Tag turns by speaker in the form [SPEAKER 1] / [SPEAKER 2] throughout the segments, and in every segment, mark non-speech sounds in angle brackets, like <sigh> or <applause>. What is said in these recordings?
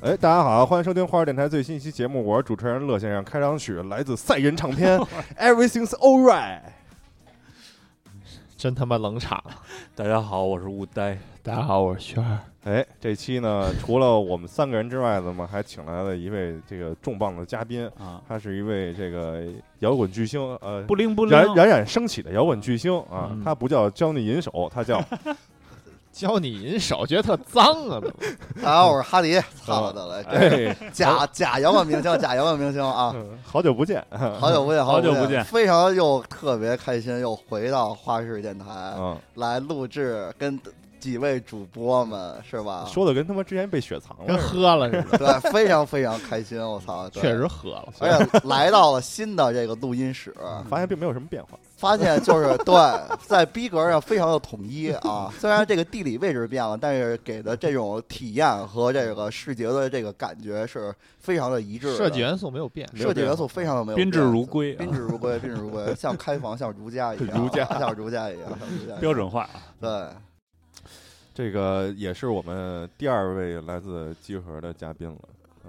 [SPEAKER 1] 哎，大家好，欢迎收听花儿电台最新一期节目，我是主持人乐先生。开场曲来自赛人唱 <laughs> 片，Everything's Alright。
[SPEAKER 2] 真他妈冷场！
[SPEAKER 3] 大家好，我是雾呆。
[SPEAKER 2] <laughs> 大家好，我是轩儿。
[SPEAKER 1] 哎，这期呢，除了我们三个人之外，咱们还请来了一位这个重磅的嘉宾
[SPEAKER 3] 啊，
[SPEAKER 1] 他是一位这个摇滚巨星，呃，
[SPEAKER 3] 不灵不灵，
[SPEAKER 1] 冉冉冉升起的摇滚巨星啊，
[SPEAKER 2] 嗯
[SPEAKER 1] 他不叫 Johnny 银手，他 <laughs> 叫
[SPEAKER 2] 教你银手，觉得特脏啊！怎么
[SPEAKER 4] <laughs> 大家好，我是哈迪，操的了，这
[SPEAKER 1] 哎，
[SPEAKER 4] 假假摇滚明星，假摇滚明星啊！
[SPEAKER 1] 嗯好久不见，
[SPEAKER 4] 好久不见，
[SPEAKER 3] 好久
[SPEAKER 4] 久
[SPEAKER 3] 不
[SPEAKER 4] 不
[SPEAKER 3] 见
[SPEAKER 4] 非常又特别开心，又回到花式电台
[SPEAKER 1] <laughs> 嗯，
[SPEAKER 4] 来录制，跟几位主播们是吧？
[SPEAKER 1] 说的跟他妈之前被雪藏了
[SPEAKER 2] <laughs> 跟
[SPEAKER 1] 似
[SPEAKER 2] 喝了似的，哎
[SPEAKER 4] 对，非常非常开心，我操，
[SPEAKER 2] <laughs>
[SPEAKER 4] 对
[SPEAKER 2] 确实。喝了。
[SPEAKER 4] 而且来到了新的这个录音室，
[SPEAKER 1] 的，发现并没有什么变化。
[SPEAKER 4] 发现就是对，在逼格上非常的统一啊。虽然这个地理位置变了，但是给的这种体验和这个视觉的这个感觉是非常的一致的。
[SPEAKER 2] 设计元素没有变，
[SPEAKER 1] 没有
[SPEAKER 4] 设计
[SPEAKER 1] 变
[SPEAKER 4] 元素非常的没有
[SPEAKER 3] 宾
[SPEAKER 4] 变，
[SPEAKER 3] 至如归啊
[SPEAKER 4] 宾至如归，宾至如归，像开房，像儒家一样，
[SPEAKER 1] 儒家
[SPEAKER 4] 像儒家一样，像儒家一样
[SPEAKER 3] 标准化啊，
[SPEAKER 4] 对，
[SPEAKER 1] 这个也是我们第二位来自集合的嘉宾了。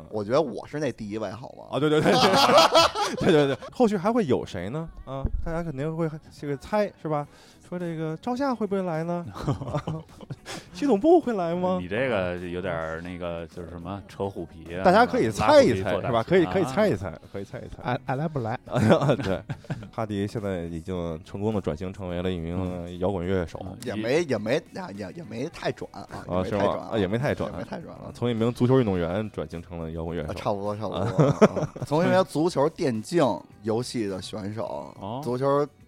[SPEAKER 4] 我觉得我是那第一位，好吗？
[SPEAKER 1] 啊，对对对对对对对，后续还会有谁呢？啊，大家肯定会这个猜是吧？说这个赵夏会不会来
[SPEAKER 3] <laughs>
[SPEAKER 1] 呢？系统部会来吗
[SPEAKER 3] 你？这个有点儿那个，就是什么扯虎皮啊，
[SPEAKER 1] 大家可以猜
[SPEAKER 3] 拉虎
[SPEAKER 1] 一猜
[SPEAKER 3] 皮做大
[SPEAKER 1] 是吧？可以可以
[SPEAKER 3] 啊
[SPEAKER 1] 猜一猜，可以猜一猜。
[SPEAKER 2] 爱爱来不来？
[SPEAKER 1] <laughs> 对，哈迪现在已经成功的转型成为了一名摇滚乐手
[SPEAKER 3] 嗯
[SPEAKER 4] 也没也没呀也也没太转啊，也
[SPEAKER 1] 啊，
[SPEAKER 4] 没
[SPEAKER 1] 是
[SPEAKER 4] 太
[SPEAKER 1] 吗？啊，
[SPEAKER 4] 转，
[SPEAKER 1] 也没太转
[SPEAKER 4] 也没太转
[SPEAKER 1] 啊，
[SPEAKER 4] 啊。
[SPEAKER 1] 从一名足球运动员转型成了摇
[SPEAKER 3] 啊
[SPEAKER 1] 滚乐手。
[SPEAKER 4] 差不多，差不多。啊啊从一名足球电竞游戏的选
[SPEAKER 3] 哦
[SPEAKER 4] 手，足球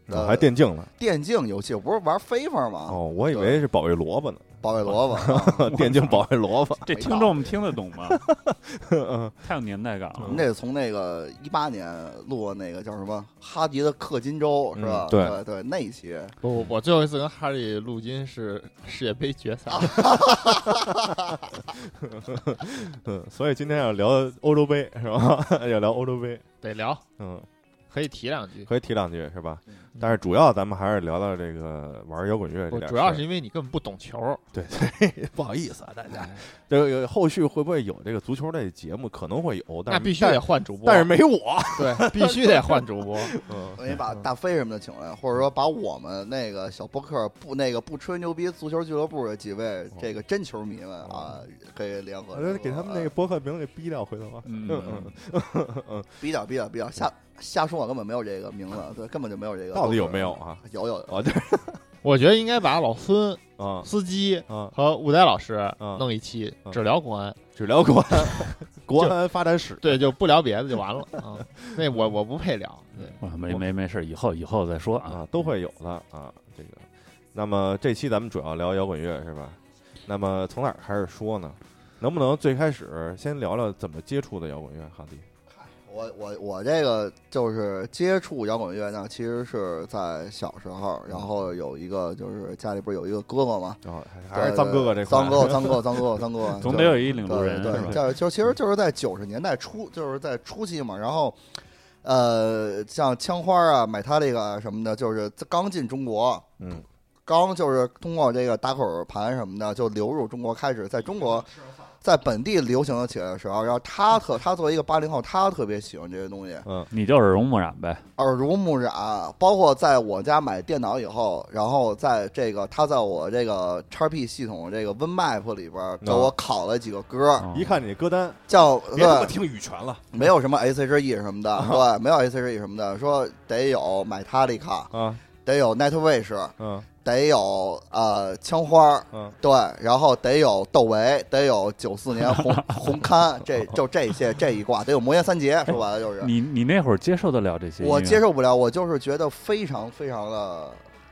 [SPEAKER 1] 我
[SPEAKER 4] 呃
[SPEAKER 1] 嗯还电竞呢
[SPEAKER 4] 电竞游戏，我不是玩 FIFA
[SPEAKER 3] 啊
[SPEAKER 4] 吗？
[SPEAKER 1] 哦，我以为是保卫萝卜呢，
[SPEAKER 4] 保卫萝卜
[SPEAKER 1] <laughs>
[SPEAKER 4] 啊，
[SPEAKER 1] 电竞保卫萝卜。
[SPEAKER 3] 这听众们听得懂吗？太有年代感
[SPEAKER 4] 我
[SPEAKER 3] 了
[SPEAKER 4] 们。这从那个一八年录的那个叫什么哈迪的氪金周是吧
[SPEAKER 1] 嗯？对
[SPEAKER 4] 对对，那一期
[SPEAKER 2] 我我最后一次跟哈利录音是 <laughs> 世界杯决赛，
[SPEAKER 1] 嗯，所以今天要聊欧洲杯是吧？ <laughs> 要聊欧洲杯，
[SPEAKER 2] 得聊，
[SPEAKER 1] 嗯，
[SPEAKER 2] 可以提两句。
[SPEAKER 1] 可以提两句是吧？但是主要咱们还是聊聊这个玩摇滚乐这
[SPEAKER 2] 我
[SPEAKER 1] 点事儿。
[SPEAKER 2] 主要是因为你根本不懂球，
[SPEAKER 1] 对， <laughs> 对不好意思啊，大家，这个后续会不会有这个足球类节目？可能会有，但
[SPEAKER 2] 那
[SPEAKER 1] 是
[SPEAKER 2] 必须
[SPEAKER 1] 但
[SPEAKER 2] 得换主播。
[SPEAKER 1] 但是没我。
[SPEAKER 2] <laughs> 对，必须得换主 <laughs> 播。
[SPEAKER 1] 嗯，
[SPEAKER 4] 你把大飞什么的请来，或者说把我们那个小播客不那个不吹牛逼足球俱乐部的几位这个真球迷们啊，给联合
[SPEAKER 1] 哦我觉得给他们那个博客名给逼掉，回头啊。
[SPEAKER 3] 嗯
[SPEAKER 1] 嗯，
[SPEAKER 4] 逼掉逼掉逼掉，瞎瞎说，我根本没有这个名字，对，根本就没有这个。
[SPEAKER 1] <laughs> 到底有没有？啊？
[SPEAKER 4] 有有有，
[SPEAKER 1] 哦，这
[SPEAKER 2] 我觉得应该把老孙、
[SPEAKER 1] 啊
[SPEAKER 2] 司机
[SPEAKER 1] 啊，
[SPEAKER 2] 和吴呆老师
[SPEAKER 1] 嗯
[SPEAKER 2] 弄一期
[SPEAKER 1] 嗯，
[SPEAKER 2] 只聊国安。
[SPEAKER 1] 只聊国 <laughs> 安，国安发展史。
[SPEAKER 2] 对，就不聊别的就完 <laughs> 了啊。那我我不配聊。对， <laughs>
[SPEAKER 3] 哇没没没事，以后以后再说啊
[SPEAKER 1] 啊，，都会有的啊。这个，那么这期咱们主要聊摇滚乐是吧？那么从哪儿开始说呢？能不能最开始先聊聊怎么接触的摇滚乐？哈迪，
[SPEAKER 4] 我我我这个就是接触摇滚乐呢，其实是在小时候，
[SPEAKER 1] 嗯
[SPEAKER 4] 然后有一个就是家里不是有一个哥哥嘛，
[SPEAKER 1] 然后哦还还是脏哥哥这块儿，
[SPEAKER 4] 脏哥哥脏哥哥脏哥
[SPEAKER 1] <laughs>
[SPEAKER 4] 哥脏哥哥，
[SPEAKER 3] 总得有一领路
[SPEAKER 4] 嗯对
[SPEAKER 3] 人是
[SPEAKER 4] 对，
[SPEAKER 3] 吧？嗯
[SPEAKER 4] 叫就其实就是在九十年代初，就是在初期嘛，然后。呃，像枪花啊、买它这个什么的，就是刚进中国，
[SPEAKER 1] 嗯，
[SPEAKER 4] 刚就是通过这个打口盘什么的，就流入中国，开始在中国，在本地流行了起来的时候，然后他特他作为一个八零后，他特别喜欢这些东西，
[SPEAKER 3] 你就是耳濡目染呗。
[SPEAKER 4] 耳濡目染，包括在我家买电脑以后，然后在这个他在我这个 x P 系统这个 WinMap 里边儿给
[SPEAKER 3] 啊
[SPEAKER 4] 我拷了几个歌儿，
[SPEAKER 3] 嗯
[SPEAKER 1] 一看你歌单，
[SPEAKER 4] 叫
[SPEAKER 1] 别他妈
[SPEAKER 4] 对，
[SPEAKER 1] 听羽泉了
[SPEAKER 4] 没有什么 S H E 什么的，对，没有 S H E 什么的，说得有 Metallica，
[SPEAKER 1] 啊，
[SPEAKER 4] 得有 Nightwish，
[SPEAKER 1] 嗯
[SPEAKER 4] 得有呃枪花儿，
[SPEAKER 1] 嗯，
[SPEAKER 4] 对，然后得有窦唯，得有九四年红红勘，这就这些这一挂，得有魔岩三杰，说白了就是。
[SPEAKER 3] 你你那会儿接受得了这些音乐？
[SPEAKER 4] 我接受不了，我就是觉得非常非常的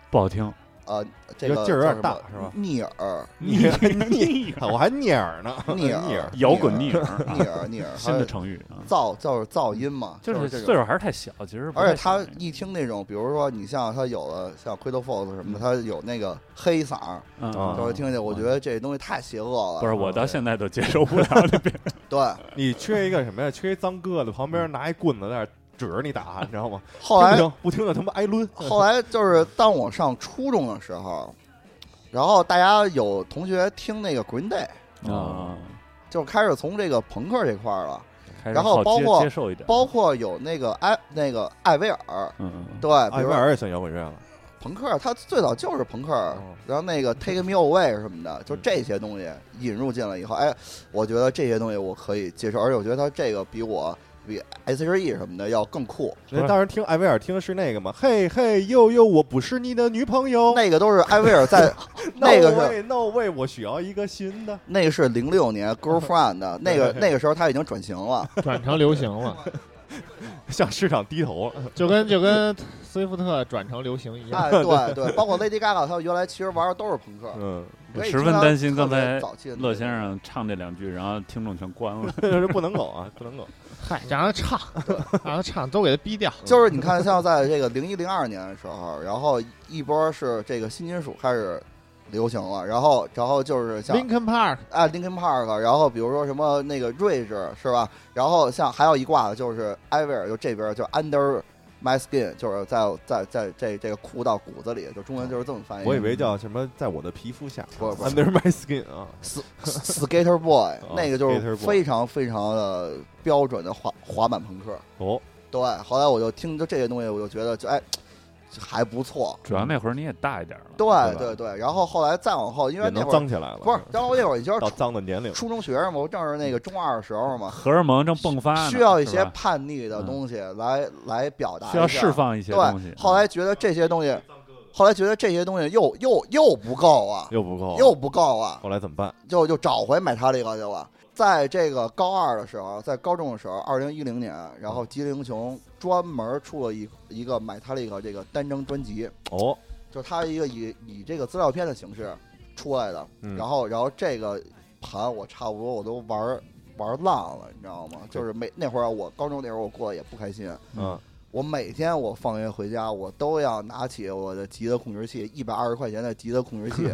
[SPEAKER 3] 不好听，
[SPEAKER 4] 呃，这
[SPEAKER 1] 这
[SPEAKER 4] 个
[SPEAKER 1] 劲儿有点
[SPEAKER 4] 叫什么
[SPEAKER 1] 大是吧
[SPEAKER 4] 逆
[SPEAKER 5] <laughs>
[SPEAKER 4] 耳，
[SPEAKER 1] 你
[SPEAKER 3] 你
[SPEAKER 1] 看我还聂耳呢， <laughs>
[SPEAKER 4] 逆耳
[SPEAKER 1] 耳，，
[SPEAKER 3] 摇滚逆
[SPEAKER 4] 逆
[SPEAKER 3] 耳
[SPEAKER 4] 耳，
[SPEAKER 3] 啊
[SPEAKER 4] <laughs> 逆，耳，逆耳，
[SPEAKER 3] <laughs> 新的成语啊，
[SPEAKER 4] 噪就是噪音嘛，
[SPEAKER 3] 就是是
[SPEAKER 4] 这种
[SPEAKER 3] 岁数还是太小，其实不
[SPEAKER 4] 而且
[SPEAKER 3] 太
[SPEAKER 4] 他
[SPEAKER 3] 懂
[SPEAKER 4] 一听那种，比如说你像他有了像 Cradle f o l s 什么的，他有那个黑嗓儿，
[SPEAKER 3] 嗯
[SPEAKER 1] 嗯啊
[SPEAKER 4] 就会听见。我觉得这东西太邪恶了。
[SPEAKER 3] 啊不是，我到现在都接受 <laughs> 不了这边。
[SPEAKER 4] 对，
[SPEAKER 1] 你缺一个什么呀？缺一脏哥的，旁边拿一棍子在那儿指着你打，你知道吗？
[SPEAKER 4] 后来
[SPEAKER 1] 听不听不听着他妈挨抡，
[SPEAKER 4] 后来就是当我上初中的时候，然后大家有同学听那个 Green Day，
[SPEAKER 3] 啊，
[SPEAKER 4] 就开始从这个朋克这块儿了，
[SPEAKER 3] 开始
[SPEAKER 4] 然后
[SPEAKER 3] 好
[SPEAKER 4] 包
[SPEAKER 3] 接
[SPEAKER 4] 括
[SPEAKER 3] 接受一点，
[SPEAKER 4] 包括有那个艾那个艾薇儿，
[SPEAKER 3] 嗯嗯嗯
[SPEAKER 4] 对，
[SPEAKER 1] <laughs>
[SPEAKER 4] 比
[SPEAKER 1] 艾
[SPEAKER 4] 如
[SPEAKER 1] 薇
[SPEAKER 4] 说
[SPEAKER 1] 儿也算摇滚乐了，
[SPEAKER 4] 朋克，他最早就是朋克，
[SPEAKER 1] 哦
[SPEAKER 4] 然后那个 Take Me Away 什么的，
[SPEAKER 3] 嗯
[SPEAKER 4] 就这些东西引入进来以后，哎，我觉得这些东西我可以接受，而且我觉得他这个比我比 S.H.E 什么的要更酷，
[SPEAKER 1] 人家当时听艾薇儿听的是那个嘛，嘿嘿呦呦，我不是你的女朋友，
[SPEAKER 4] 那个都是艾薇
[SPEAKER 3] <laughs>
[SPEAKER 4] 儿在
[SPEAKER 1] No
[SPEAKER 4] 那个是
[SPEAKER 1] way, No way，我需要一个新的。
[SPEAKER 4] 那个是零六年 Girlfriend 的那个那个时候他已经转型
[SPEAKER 3] <laughs>
[SPEAKER 4] 了，
[SPEAKER 2] 转成流行了，
[SPEAKER 1] 向市场低头了。
[SPEAKER 2] 就跟就跟斯威夫特转成流行一样。
[SPEAKER 4] 哎，对对，包括 Lady Gaga 他原来其实玩的都是朋克，
[SPEAKER 1] 嗯， <laughs>
[SPEAKER 4] 可以
[SPEAKER 3] 十
[SPEAKER 4] 听
[SPEAKER 3] 分
[SPEAKER 4] 到
[SPEAKER 3] 担心
[SPEAKER 4] 特
[SPEAKER 3] 刚
[SPEAKER 4] 别
[SPEAKER 3] 才
[SPEAKER 4] 早期的那
[SPEAKER 3] 乐
[SPEAKER 4] 个
[SPEAKER 3] 先生唱这两句，然后听众全关了。
[SPEAKER 1] 这不能苟啊，不能苟。
[SPEAKER 2] 嗨，让他 <laughs> 唱，让他唱，都给他逼掉。
[SPEAKER 4] 就是你看，像在这个零一零二年的时候，然后一波是这个新金属开始流行了，然后然后就是像
[SPEAKER 2] Linkin Park
[SPEAKER 4] 啊 Linkin Park，然后比如说什么那个睿智是吧？然后像还有一挂的就是艾薇儿，就这边就 Under My Skin，就是在在在这这个酷到骨子里，就中文就是这么翻译。
[SPEAKER 1] 我以 <laughs> 为叫什么，在我的皮肤下
[SPEAKER 4] 哎不是不是
[SPEAKER 1] ，under my skin 啊。
[SPEAKER 4] Skater Boy，
[SPEAKER 1] <laughs> 哦
[SPEAKER 4] 那个就是
[SPEAKER 1] Skater Boy
[SPEAKER 4] 非常非常的标准的滑滑板朋克。
[SPEAKER 1] 哦，
[SPEAKER 4] 对，后来我就听着这些东西，我就觉得就哎还不错，
[SPEAKER 3] 主要那会儿你也大一点了，
[SPEAKER 4] 对
[SPEAKER 1] 吧
[SPEAKER 4] 对对，然后后来再往后，因
[SPEAKER 1] 也
[SPEAKER 4] 为那
[SPEAKER 1] 能
[SPEAKER 4] 会儿
[SPEAKER 1] 脏起来了。
[SPEAKER 4] 不是，然后那会儿你就是
[SPEAKER 1] 到
[SPEAKER 4] 初
[SPEAKER 1] 脏的年龄，
[SPEAKER 4] 初中学嘛，我正是那个中二的时候嘛，
[SPEAKER 3] 荷尔蒙正迸
[SPEAKER 5] 嗯
[SPEAKER 3] 发呢，
[SPEAKER 4] 需要一
[SPEAKER 3] 是
[SPEAKER 4] 些
[SPEAKER 3] 吧
[SPEAKER 4] 叛逆的东西来来表达一
[SPEAKER 3] 需
[SPEAKER 4] 下，
[SPEAKER 3] 要释放一些东西
[SPEAKER 4] 对，。后来觉得这些东西，后来觉得这些东西又又又不够啊，
[SPEAKER 1] 又不够，
[SPEAKER 4] 又不够啊，
[SPEAKER 1] 后来怎么办？
[SPEAKER 4] 就就找回买他这个去了。在这个高二的时候，在高中的时候，二零一零年，然后吉林熊专门出了一一个买他这个这个单张专辑，
[SPEAKER 1] 哦，
[SPEAKER 4] 就是它一个以以这个资料片的形式出来的，
[SPEAKER 1] 嗯
[SPEAKER 4] 然后然后这个盘我差不多我都玩儿玩儿烂了，你知道吗？就是每那会儿我高中那会儿我过得也不开心，
[SPEAKER 1] 嗯，
[SPEAKER 4] 我每天我放学回家我都要拿起我的吉他控制器，一百二十块钱的吉他控制
[SPEAKER 1] <laughs>
[SPEAKER 4] 器，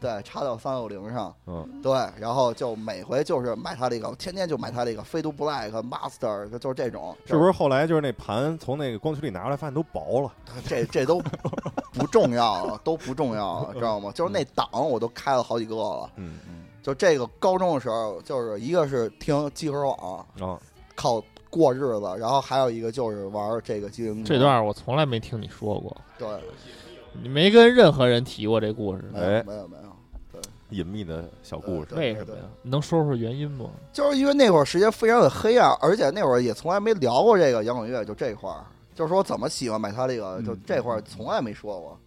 [SPEAKER 4] 对，插到三六零上，
[SPEAKER 1] 嗯，
[SPEAKER 4] 对，然后就每回就是买它这个，天天就买它这个飞度 black master，就是这种，
[SPEAKER 1] 是不是后来就是那盘从那个光学里拿出来，发现都薄了？
[SPEAKER 4] <laughs> 这这都不重要了，都不重要了，知道吗？就是那档我都开了好几个了。
[SPEAKER 1] 嗯
[SPEAKER 4] 就这个高中的时候，就是一个是听集合网
[SPEAKER 1] 啊，
[SPEAKER 4] 靠过日子，然后还有一个就是玩这个机灵。
[SPEAKER 2] 这段我从来没听你说过，
[SPEAKER 4] 对，
[SPEAKER 2] 你没跟任何人提过这故事，
[SPEAKER 4] 没
[SPEAKER 1] 哎
[SPEAKER 4] 有没有没有，
[SPEAKER 1] 隐秘的小故事。
[SPEAKER 4] 呃对
[SPEAKER 2] 为什么呀？你能说说原因吗？
[SPEAKER 4] 就是因为那会儿时间非常的黑暗，而且那会儿也从来没聊过这个摇滚乐，就这块儿，就是说怎么喜欢买它这个，就
[SPEAKER 3] 嗯
[SPEAKER 4] 这块儿从来没说过。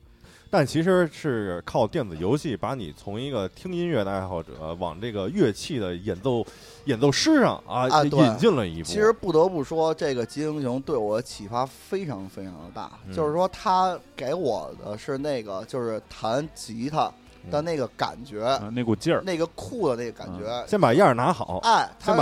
[SPEAKER 1] 但其实是靠电子游戏把你从一个听音乐的爱好者往这个乐器的演奏演奏师上啊
[SPEAKER 4] 啊对
[SPEAKER 1] 引进了一步。
[SPEAKER 4] 其实不得不说，这个《吉英雄》对我的启发非常非常的大，
[SPEAKER 1] 嗯
[SPEAKER 4] 就是说他给我的是那个就是弹吉他
[SPEAKER 1] 嗯
[SPEAKER 4] 的那个感觉，
[SPEAKER 3] 啊那股劲儿，
[SPEAKER 4] 那个酷的那个感觉。
[SPEAKER 1] 先把样儿拿好，
[SPEAKER 4] 哎，他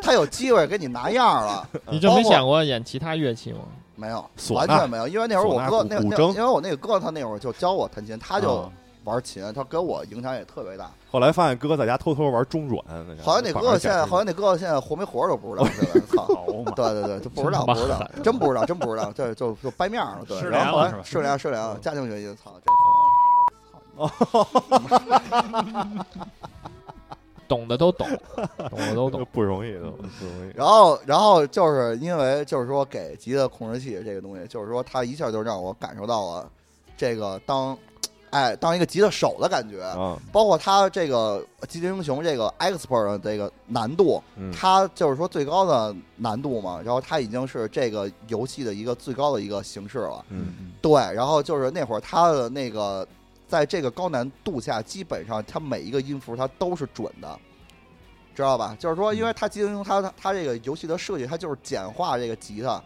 [SPEAKER 4] 他有机会给你拿样
[SPEAKER 1] <laughs>
[SPEAKER 4] 儿了，
[SPEAKER 2] 你就没想过演其他乐器吗？
[SPEAKER 4] 没有，
[SPEAKER 1] 唢
[SPEAKER 4] 完
[SPEAKER 1] 呐
[SPEAKER 4] 全没有，因为那会儿我哥
[SPEAKER 1] 唢呐古
[SPEAKER 4] 那
[SPEAKER 1] 古
[SPEAKER 4] 那
[SPEAKER 1] 筝嗯
[SPEAKER 4] 因为我那个哥他那会儿就教我弹琴，他就
[SPEAKER 3] 啊
[SPEAKER 4] 玩琴，他给我影响也特别大。
[SPEAKER 1] 后来发现哥哥在家偷偷玩中软，那
[SPEAKER 4] 好像那哥哥现在，好
[SPEAKER 1] 像
[SPEAKER 4] 像那哥哥现在活没活都不知
[SPEAKER 1] <laughs>
[SPEAKER 4] 道，现在操。
[SPEAKER 3] 好嘛，
[SPEAKER 4] 对对对，就不知道
[SPEAKER 2] 真他妈
[SPEAKER 4] 不知道
[SPEAKER 2] 狠，
[SPEAKER 4] 真不知道真不知道，这就就掰面儿了。对，
[SPEAKER 3] 失
[SPEAKER 4] 然
[SPEAKER 3] 联
[SPEAKER 4] 后后
[SPEAKER 3] 了
[SPEAKER 4] 来
[SPEAKER 3] 是吧
[SPEAKER 4] 失联失联
[SPEAKER 2] 嗯
[SPEAKER 4] 了，家庭原因，操这。
[SPEAKER 2] 懂的都懂，懂的都 <laughs> 懂。
[SPEAKER 1] 不容易的，不容易。
[SPEAKER 4] 然后然后就是因为就是说给吉他控制器这个东西，就是说它一下就让我感受到了这个当，哎当一个吉他手的感觉，
[SPEAKER 1] 啊，
[SPEAKER 4] 包括它这个吉他英雄这个 expert 的这个难度，
[SPEAKER 1] 嗯
[SPEAKER 4] 它就是说最高的难度嘛，然后它已经是这个游戏的一个最高的一个形式了。
[SPEAKER 1] 嗯，
[SPEAKER 4] 对，然后就是那会儿他的那个，在这个高难度下，基本上他每一个音符他都是准的，知道吧？就是说，因为他吉他他他他这个游戏的设计，它就是简化这个吉他，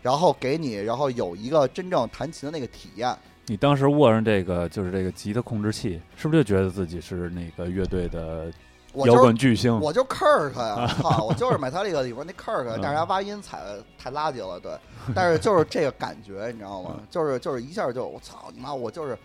[SPEAKER 4] 然后给你，然后有一个真正弹琴的那个体验。
[SPEAKER 3] 你当时握上这个就是这个吉他控制器，是不是就觉得自己是那个乐队的
[SPEAKER 4] 我
[SPEAKER 3] 摇
[SPEAKER 4] 就是
[SPEAKER 3] 滚巨星？
[SPEAKER 4] 我就 Kirk 呀，操！我就是买他这个里边那 Kirk，
[SPEAKER 3] 啊嗯
[SPEAKER 4] 但是他挖音踩的太垃圾了，对。但是就是这个感觉，你知道
[SPEAKER 3] 嗯
[SPEAKER 4] 吗？就是就是一下就我操你妈，我就是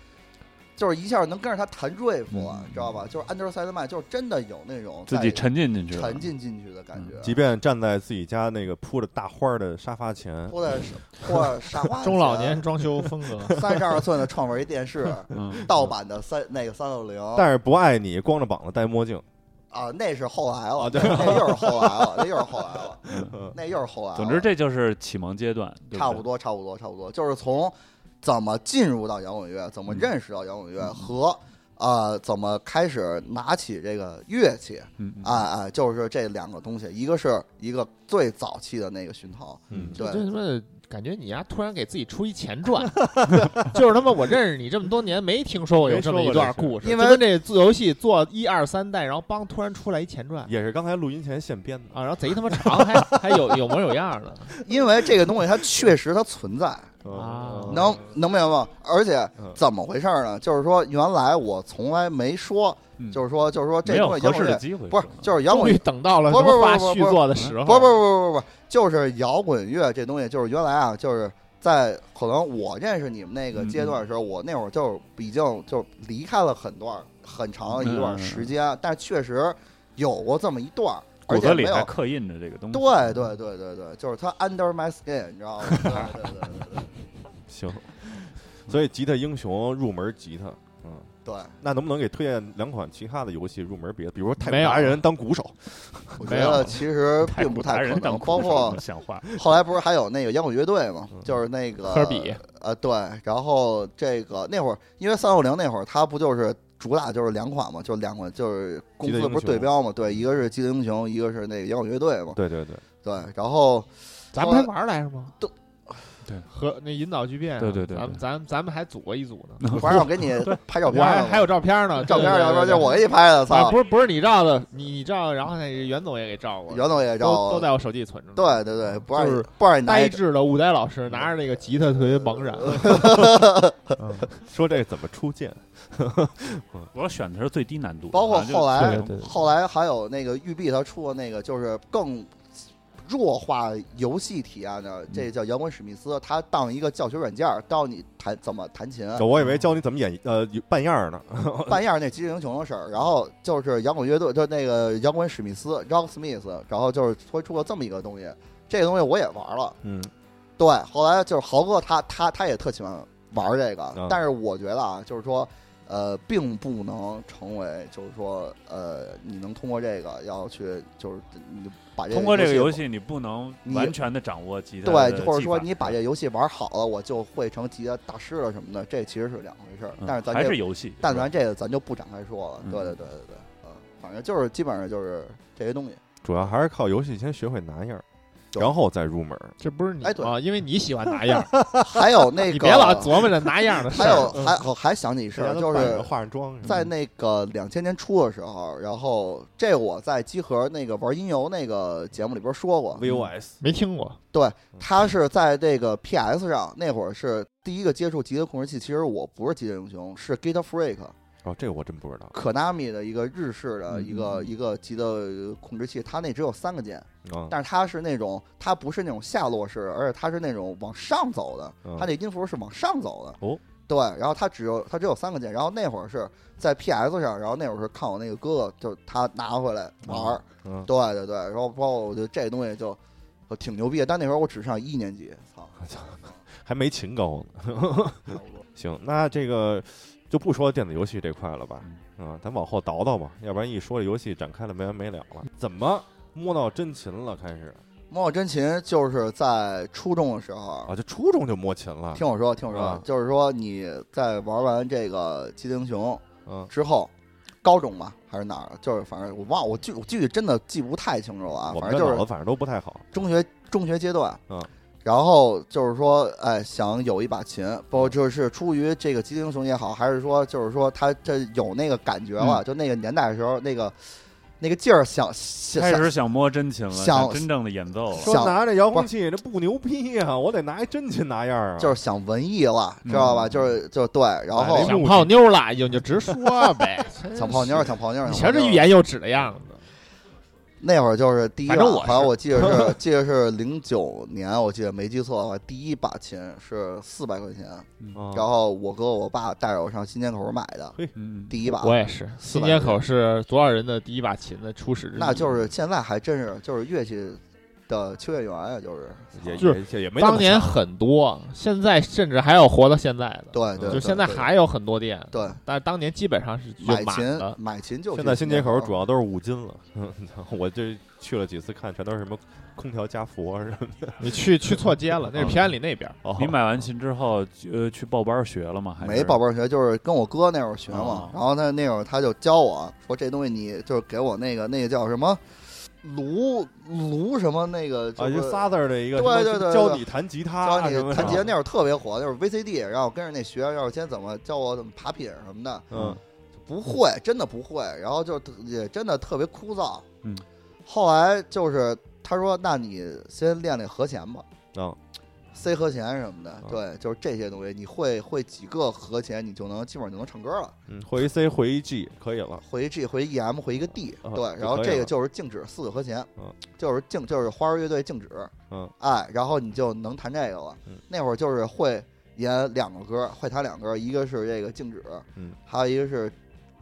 [SPEAKER 4] 就是一下能跟着他弹 riff 了，
[SPEAKER 3] 嗯
[SPEAKER 4] 你知道吧？就是安德塞德曼，就是真的有那种
[SPEAKER 3] 自
[SPEAKER 4] 在
[SPEAKER 3] 己沉浸进去了，嗯
[SPEAKER 4] 沉浸进去的感觉。
[SPEAKER 1] 即便站在自己家那个铺着大花儿的沙发前，
[SPEAKER 4] 或者是或者傻
[SPEAKER 3] <laughs>
[SPEAKER 4] 瓜
[SPEAKER 2] 中老年装修风 <laughs> 格，
[SPEAKER 4] 三十二寸的创维电视，
[SPEAKER 3] 嗯，
[SPEAKER 4] 盗版的三那个三六零，
[SPEAKER 1] 但是不爱你，光着膀子戴墨镜，
[SPEAKER 4] 啊，那是后来了，
[SPEAKER 1] 啊对
[SPEAKER 4] 那又是后来了，那又是后来了，
[SPEAKER 1] 嗯
[SPEAKER 4] 那又是后来了。啊
[SPEAKER 3] 总之，这就是启蒙阶段，对对
[SPEAKER 4] 差不。多，差不多，差不多，就是从怎么进入到摇滚乐，怎么
[SPEAKER 3] 嗯
[SPEAKER 4] 认识到摇滚乐、和呃怎么开始拿起这个乐器，
[SPEAKER 3] 嗯，嗯
[SPEAKER 4] 啊啊，就是这两个东西，一个是一个最早期的那个熏陶，
[SPEAKER 1] 嗯
[SPEAKER 4] 对
[SPEAKER 2] 这他妈的感觉你呀，突然给自己出一钱 <laughs> 赚，就是他妈我认识你这么多年，没听说过有
[SPEAKER 1] 没
[SPEAKER 2] 这
[SPEAKER 1] 说
[SPEAKER 2] 么一
[SPEAKER 1] 过
[SPEAKER 2] 段
[SPEAKER 1] 这事
[SPEAKER 2] 故事，
[SPEAKER 4] 因
[SPEAKER 2] 就
[SPEAKER 4] 为
[SPEAKER 2] 跟这做游戏做一二三代，然后帮突然出来一钱赚
[SPEAKER 1] 嗯也是刚才录音前现编的
[SPEAKER 2] 啊，然后贼他妈长，还
[SPEAKER 3] <laughs>
[SPEAKER 2] 还有有模有样的，
[SPEAKER 4] 因为这个东西它确实它
[SPEAKER 3] <laughs>
[SPEAKER 4] 存在，
[SPEAKER 2] 啊
[SPEAKER 1] 嗯
[SPEAKER 4] 能能明白吗？而且
[SPEAKER 1] 嗯
[SPEAKER 4] 怎么回事呢？就是说原来我从来没说，
[SPEAKER 3] 嗯
[SPEAKER 4] 就是说就是说
[SPEAKER 3] 没
[SPEAKER 4] 这
[SPEAKER 3] 有
[SPEAKER 4] 东西摇
[SPEAKER 3] 合适
[SPEAKER 4] 滚
[SPEAKER 3] 的
[SPEAKER 4] 乐
[SPEAKER 3] 机会，
[SPEAKER 4] 不是就是摇
[SPEAKER 2] 终
[SPEAKER 4] 滚
[SPEAKER 2] 于等到了
[SPEAKER 4] 不
[SPEAKER 2] 什
[SPEAKER 4] 不
[SPEAKER 2] 么发
[SPEAKER 4] 不不
[SPEAKER 2] 续作的时候，
[SPEAKER 4] 不不不不不，就是摇滚乐这东西，就是原来啊，就是在可能我认识你们那个阶段的时候，我那会儿就已经就离开了很段很长一段时间，但确实有过这么一段儿，
[SPEAKER 3] 骨
[SPEAKER 4] 而
[SPEAKER 3] 子
[SPEAKER 4] 且
[SPEAKER 3] 里
[SPEAKER 4] 没
[SPEAKER 3] 还
[SPEAKER 4] 有。
[SPEAKER 3] 刻印着这个东西。
[SPEAKER 4] 对对对对对，就是它 under my skin，你知道吗？对对对对
[SPEAKER 1] 行。所以吉他英雄入门吉他，嗯，
[SPEAKER 4] 对，对
[SPEAKER 1] 那能不能给推荐两款其他的游戏入门别的，比如说太
[SPEAKER 2] 没
[SPEAKER 1] 空
[SPEAKER 2] 有
[SPEAKER 1] 达人当鼓手，
[SPEAKER 4] 我觉
[SPEAKER 3] 没有
[SPEAKER 4] 得其实
[SPEAKER 3] 太
[SPEAKER 4] 并不
[SPEAKER 3] 古达
[SPEAKER 4] 太
[SPEAKER 3] 人
[SPEAKER 4] 可
[SPEAKER 3] 当
[SPEAKER 4] 能，
[SPEAKER 3] 鼓
[SPEAKER 4] 包
[SPEAKER 3] 手
[SPEAKER 4] 括
[SPEAKER 3] 能像
[SPEAKER 4] <laughs>
[SPEAKER 3] 话，
[SPEAKER 4] 后来不是还有那个摇滚乐队嘛，
[SPEAKER 1] 嗯
[SPEAKER 4] 就是那个
[SPEAKER 2] 科比，
[SPEAKER 4] 呃，对，然后这个那会儿，因为三六零那会儿，它不就是主打就是两款嘛，就两款就是公
[SPEAKER 1] 极
[SPEAKER 4] 司
[SPEAKER 1] 乐
[SPEAKER 4] 不
[SPEAKER 1] 英
[SPEAKER 4] 是
[SPEAKER 1] 雄
[SPEAKER 4] 对标嘛，对，一个是极乐英雄，一个是那个摇滚乐队嘛，
[SPEAKER 1] 对对对，
[SPEAKER 4] 对，然后
[SPEAKER 2] 咱们还玩来着吗？
[SPEAKER 4] 都
[SPEAKER 3] 对
[SPEAKER 2] 和那引导巨变啊，
[SPEAKER 3] 对对对对
[SPEAKER 2] 咱们咱们咱们还组过一组呢，
[SPEAKER 4] 晚上我
[SPEAKER 2] <laughs>
[SPEAKER 4] 给你拍照
[SPEAKER 2] 我
[SPEAKER 4] 片
[SPEAKER 2] 还
[SPEAKER 4] 儿
[SPEAKER 2] 还
[SPEAKER 4] 呢，
[SPEAKER 2] 有照片呢，
[SPEAKER 4] <laughs> 照
[SPEAKER 2] 对
[SPEAKER 4] 片儿，
[SPEAKER 2] 对对
[SPEAKER 4] 照片儿就
[SPEAKER 2] 对
[SPEAKER 4] 我给你拍的，
[SPEAKER 2] 啊，<laughs>
[SPEAKER 4] 操
[SPEAKER 2] 不，是不是你照的，你你照的，然后那袁总也给照过，
[SPEAKER 4] 袁总也照
[SPEAKER 2] 都都
[SPEAKER 4] 了，
[SPEAKER 2] 在我手机存着。，
[SPEAKER 4] 对对对，不让
[SPEAKER 2] 就
[SPEAKER 4] 你
[SPEAKER 2] 是
[SPEAKER 4] 不让你拿
[SPEAKER 2] 呆
[SPEAKER 4] 一，
[SPEAKER 2] 滞的武呆老师拿着那个吉他特别
[SPEAKER 3] <laughs>
[SPEAKER 2] 茫然，嗯
[SPEAKER 1] 说这怎么出剑？
[SPEAKER 3] 我选的是最低难度，
[SPEAKER 4] 包括
[SPEAKER 3] 好像就
[SPEAKER 4] 后来
[SPEAKER 3] 对对对
[SPEAKER 4] 后来还有那个育碧他出的那个就是更。弱化游戏体验的，这叫摇滚史密斯，他当一个教学软件儿，教你弹怎么弹琴，
[SPEAKER 1] 我以为教你怎么演呃扮样呢，
[SPEAKER 4] 半夜儿那极致英雄的事儿，然后就是摇滚乐队，就那个摇滚史密斯 （Rock Smith），然后就是推出了这么一个东西。这个东西我也玩了，
[SPEAKER 1] 嗯，
[SPEAKER 4] 对，后来就是豪哥他他他也特喜欢玩这个，
[SPEAKER 1] 嗯
[SPEAKER 4] 但是我觉得啊，就是说，呃，并不能成为，就是说，呃，你能通过这个要去，就是你把这
[SPEAKER 3] 通过这个游
[SPEAKER 4] 戏
[SPEAKER 3] 戏，你不能
[SPEAKER 4] 你
[SPEAKER 3] 完全的掌握吉他的技法，
[SPEAKER 4] 对，或者说你把这游戏玩好了，我就会成吉他大师了什么的，这其实是两回事儿。
[SPEAKER 3] 嗯
[SPEAKER 4] 但是咱
[SPEAKER 3] 还
[SPEAKER 4] 这
[SPEAKER 3] 是游戏，
[SPEAKER 4] 但
[SPEAKER 3] 是吧
[SPEAKER 4] 咱这个咱就不展开说了。
[SPEAKER 3] 嗯
[SPEAKER 4] 对对对对对，啊，反正就是基本上就是这些东西。
[SPEAKER 1] 主要还是靠游戏先学会拿样儿，
[SPEAKER 4] 对
[SPEAKER 1] 然后再入门。
[SPEAKER 2] 这不是你
[SPEAKER 4] 哎对
[SPEAKER 2] 啊，因为你喜欢
[SPEAKER 4] <laughs>
[SPEAKER 2] 拿样儿，
[SPEAKER 4] 还有
[SPEAKER 3] <laughs>
[SPEAKER 4] 那个，
[SPEAKER 2] 你别老琢磨着拿样儿的事
[SPEAKER 4] 还有
[SPEAKER 3] 嗯
[SPEAKER 2] 儿。
[SPEAKER 4] 还还 <laughs> 还想起一事儿，就
[SPEAKER 1] 大家都扮
[SPEAKER 4] 是
[SPEAKER 1] 着化上妆什么的，
[SPEAKER 4] 在那个两千年初的时候，然后这我在集合那个玩音游那个节目里边说过，
[SPEAKER 1] VOS
[SPEAKER 2] 没听过，
[SPEAKER 4] 他是在这个 PS 上那会儿是第一个接触极乐控制器，其实我不是极乐英雄，是 Gate Freak。
[SPEAKER 1] 哦，这个我真不知道
[SPEAKER 4] 可纳米的一个日式的
[SPEAKER 3] 嗯
[SPEAKER 4] 一个、
[SPEAKER 3] 嗯嗯
[SPEAKER 4] 一个极乐控制器，它那只有三个键，
[SPEAKER 1] 啊。
[SPEAKER 4] 但是它是那种，它不是那种下落式，而且它是那种往上走的，
[SPEAKER 1] 嗯
[SPEAKER 4] 它那音符是往上走的。
[SPEAKER 1] 哦，
[SPEAKER 4] 对，然后它只有它只有三个键，然后那会儿是在 PS 上，然后那会儿是看我那个哥哥，就是他拿回来玩儿。
[SPEAKER 1] 嗯，
[SPEAKER 4] 对对对，然后包括我觉得这东西就就挺牛逼的，但那会儿我只上一年级，操，
[SPEAKER 1] 还没琴高呢。
[SPEAKER 4] 差
[SPEAKER 1] <laughs>
[SPEAKER 4] 不多。
[SPEAKER 1] 行，那这个就不说电子游戏这块了吧，嗯，咱往后倒倒吧，要不然一说这游戏展开了没完没了了。怎么摸到真琴了？开始
[SPEAKER 4] 摸真琴就是在初中的时候，
[SPEAKER 1] 啊，就初中就摸琴了，
[SPEAKER 4] 听我说，听我说，
[SPEAKER 1] 啊
[SPEAKER 4] 就是说你在玩完这个机灵英雄，
[SPEAKER 1] 嗯
[SPEAKER 4] 之后，高中吧还是哪儿，就是反正我忘了，我具我具体真的记不太清楚了啊，
[SPEAKER 1] 我
[SPEAKER 4] 反
[SPEAKER 1] 们
[SPEAKER 4] 正
[SPEAKER 1] 这
[SPEAKER 4] 就
[SPEAKER 1] 脑子
[SPEAKER 4] 是
[SPEAKER 1] 反正都不太好，
[SPEAKER 4] 中学中学阶段，
[SPEAKER 1] 嗯，
[SPEAKER 4] 然后就是说，哎，想有一把琴，包括就是出于这个机灵熊也好，还是说就是说他这有那个感觉
[SPEAKER 1] 嗯
[SPEAKER 4] 了，就那个年代的时候那个那个劲儿想，想
[SPEAKER 3] 开
[SPEAKER 4] 想
[SPEAKER 3] 始想摸真琴了，
[SPEAKER 4] 想
[SPEAKER 3] 真正的演奏了，
[SPEAKER 1] 说
[SPEAKER 4] 想
[SPEAKER 1] 拿着遥控器这不牛逼啊，我得拿一真琴拿样儿啊，
[SPEAKER 4] 就是想文艺了，知道吧？
[SPEAKER 3] 嗯
[SPEAKER 4] 就是就对，然后
[SPEAKER 1] 哎
[SPEAKER 2] 想泡妞了，你就直说
[SPEAKER 4] <laughs>
[SPEAKER 2] 呗。
[SPEAKER 4] 想泡妞，想泡妞，
[SPEAKER 2] 你
[SPEAKER 4] 想
[SPEAKER 2] 瞧
[SPEAKER 4] 泡
[SPEAKER 2] 这
[SPEAKER 4] 妞
[SPEAKER 2] 欲言又止的样子，
[SPEAKER 4] 那会儿就是第一把，
[SPEAKER 2] 反正我是
[SPEAKER 4] 好像我记得
[SPEAKER 2] <laughs>
[SPEAKER 4] 是记得是零九年，我记得没记错的话，第一把琴是四百块钱，
[SPEAKER 2] 哦
[SPEAKER 1] 啊，
[SPEAKER 4] 然后我哥我爸带着我上新街口买的
[SPEAKER 3] 嗯，
[SPEAKER 4] 第一把，
[SPEAKER 2] 我也是。新街口是多少人的第一把琴的初始之一
[SPEAKER 4] 那就是现在还真是就是乐器的秋叶原啊，就是
[SPEAKER 1] 也
[SPEAKER 2] 就
[SPEAKER 1] 也也没那么
[SPEAKER 2] 当年
[SPEAKER 1] 强
[SPEAKER 2] 很多，现在甚至还有活到现在的，
[SPEAKER 4] 对对，
[SPEAKER 2] 就
[SPEAKER 4] 对
[SPEAKER 2] 现在
[SPEAKER 4] 对
[SPEAKER 2] 还有很多店，
[SPEAKER 4] 对
[SPEAKER 2] 但是当年基本上是就
[SPEAKER 4] 买
[SPEAKER 2] 满
[SPEAKER 4] 琴
[SPEAKER 2] 了。
[SPEAKER 4] 买琴就啊
[SPEAKER 1] 现在新街口主
[SPEAKER 4] 要
[SPEAKER 1] 要都是五金了， <laughs> 我这去了几次看，全都是什么空调加氟啊什么的。
[SPEAKER 2] 你去去错街
[SPEAKER 4] <laughs>
[SPEAKER 2] 了，那是平安里那边。
[SPEAKER 1] 哦
[SPEAKER 3] 你买完琴之后，呃，去报班学了吗？还
[SPEAKER 4] 没
[SPEAKER 3] 是
[SPEAKER 4] 报班学，就是跟我哥那会儿学嘛
[SPEAKER 3] 哦。
[SPEAKER 4] 然后他那会儿他就教我说这东西你就是给我那个那个叫什么炉炉什么那个
[SPEAKER 1] 啊，
[SPEAKER 4] 就
[SPEAKER 1] 一
[SPEAKER 4] 是
[SPEAKER 1] 个 Sather 的一个什
[SPEAKER 4] 对
[SPEAKER 1] 么
[SPEAKER 4] 对对
[SPEAKER 1] 教
[SPEAKER 4] 对
[SPEAKER 1] 你弹吉他
[SPEAKER 4] 教
[SPEAKER 1] 啊
[SPEAKER 4] 你
[SPEAKER 1] 什么的，
[SPEAKER 4] 弹吉他那会儿特别火，就是 VCD，然后跟着那学，要是先怎么教我怎么爬品什么的，
[SPEAKER 1] 嗯，
[SPEAKER 4] 不会，真的不会，然后就特也真的特别枯燥。
[SPEAKER 3] 嗯，
[SPEAKER 4] 后来就是他说，那你先练练和弦吧。
[SPEAKER 1] 哦
[SPEAKER 4] C 和弦什么的，
[SPEAKER 1] 啊
[SPEAKER 4] 对，就是这些东西，你会会几个和弦，你就能基本上就能唱歌了。
[SPEAKER 1] 嗯，回 C 回一 G 可以了，
[SPEAKER 4] 回 G 回 E M 回一个 D，、
[SPEAKER 1] 啊
[SPEAKER 4] 对，
[SPEAKER 1] 就
[SPEAKER 4] 然后
[SPEAKER 1] 可以
[SPEAKER 4] 这个
[SPEAKER 1] 了
[SPEAKER 4] 就是静止四个和弦，
[SPEAKER 1] 嗯
[SPEAKER 4] 就是静就是花儿乐队静止，
[SPEAKER 1] 嗯，
[SPEAKER 4] 哎，然后你就能弹这个了。
[SPEAKER 1] 嗯
[SPEAKER 4] 那会儿就是会演两个歌，会弹两个，一个是这个静止，
[SPEAKER 1] 嗯，
[SPEAKER 4] 还有一个是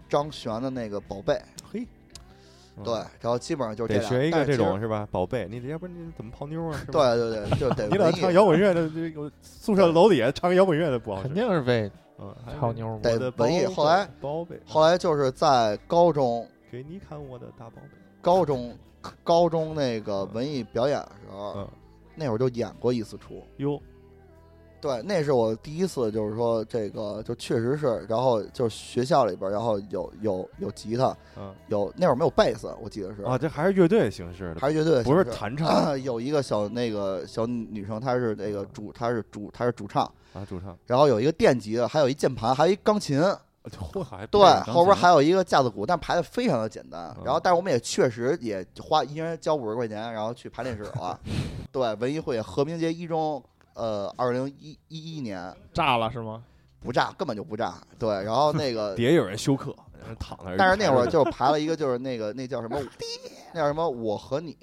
[SPEAKER 4] 张悬的那个宝贝，
[SPEAKER 1] 嘿，嗯
[SPEAKER 4] 对，然后基本上就是
[SPEAKER 1] 得
[SPEAKER 4] 这俩
[SPEAKER 1] 学一个
[SPEAKER 4] 但是
[SPEAKER 1] 这
[SPEAKER 4] 其实
[SPEAKER 1] 种是吧？宝贝，你要不然你怎么泡妞啊？是吧，
[SPEAKER 4] 对对对，就得
[SPEAKER 1] <laughs> 你老
[SPEAKER 4] 文艺
[SPEAKER 1] 唱摇滚乐的，这个宿舍楼底下唱摇滚乐的不好
[SPEAKER 2] 哦肯
[SPEAKER 1] 使，
[SPEAKER 2] 定是被
[SPEAKER 1] 嗯，还有
[SPEAKER 2] 泡妞儿
[SPEAKER 4] 对
[SPEAKER 1] 我
[SPEAKER 4] 得
[SPEAKER 1] 的
[SPEAKER 4] 文艺
[SPEAKER 1] 宝贝
[SPEAKER 4] 后来
[SPEAKER 1] 宝贝，
[SPEAKER 4] 后来就是在高中、
[SPEAKER 1] 给你看我的大宝贝，
[SPEAKER 4] 高中、高中那个文艺表演的时候，
[SPEAKER 1] 嗯
[SPEAKER 4] 那会儿就演过一次出。
[SPEAKER 1] 哟，
[SPEAKER 4] 对，那是我第一次，就是说这个就确实是，然后就是学校里边儿，然后有有有吉他，
[SPEAKER 1] 嗯
[SPEAKER 4] 有那会儿没有贝斯，我记得是，
[SPEAKER 1] 啊，这还是乐队形式的，
[SPEAKER 4] 还是乐队的
[SPEAKER 1] 不是
[SPEAKER 4] 形式
[SPEAKER 1] 弹唱
[SPEAKER 4] 有一个小那个小女生，她是那个主，她是主，她是主唱，
[SPEAKER 1] 啊，主唱，
[SPEAKER 4] 然后有一个电吉他，还有一键盘，还有一钢琴，
[SPEAKER 3] <laughs> 嚯还不
[SPEAKER 4] 对，
[SPEAKER 3] 像钢琴
[SPEAKER 4] 后边还有一个架子鼓，但排的非常的简单。
[SPEAKER 1] 嗯，
[SPEAKER 4] 然后，但是我们也确实也花一人交五十块钱，然后去排练室了。对，文艺会和平街一中，呃，二零一一一年
[SPEAKER 2] 炸了是吗？
[SPEAKER 4] 不炸，根本就不炸。对，然后那个
[SPEAKER 1] 底下有人休克，有人躺那儿，
[SPEAKER 4] 但是那会儿就
[SPEAKER 1] <laughs>
[SPEAKER 4] 排了一个，就是那个那叫什么，那叫什么，我和你，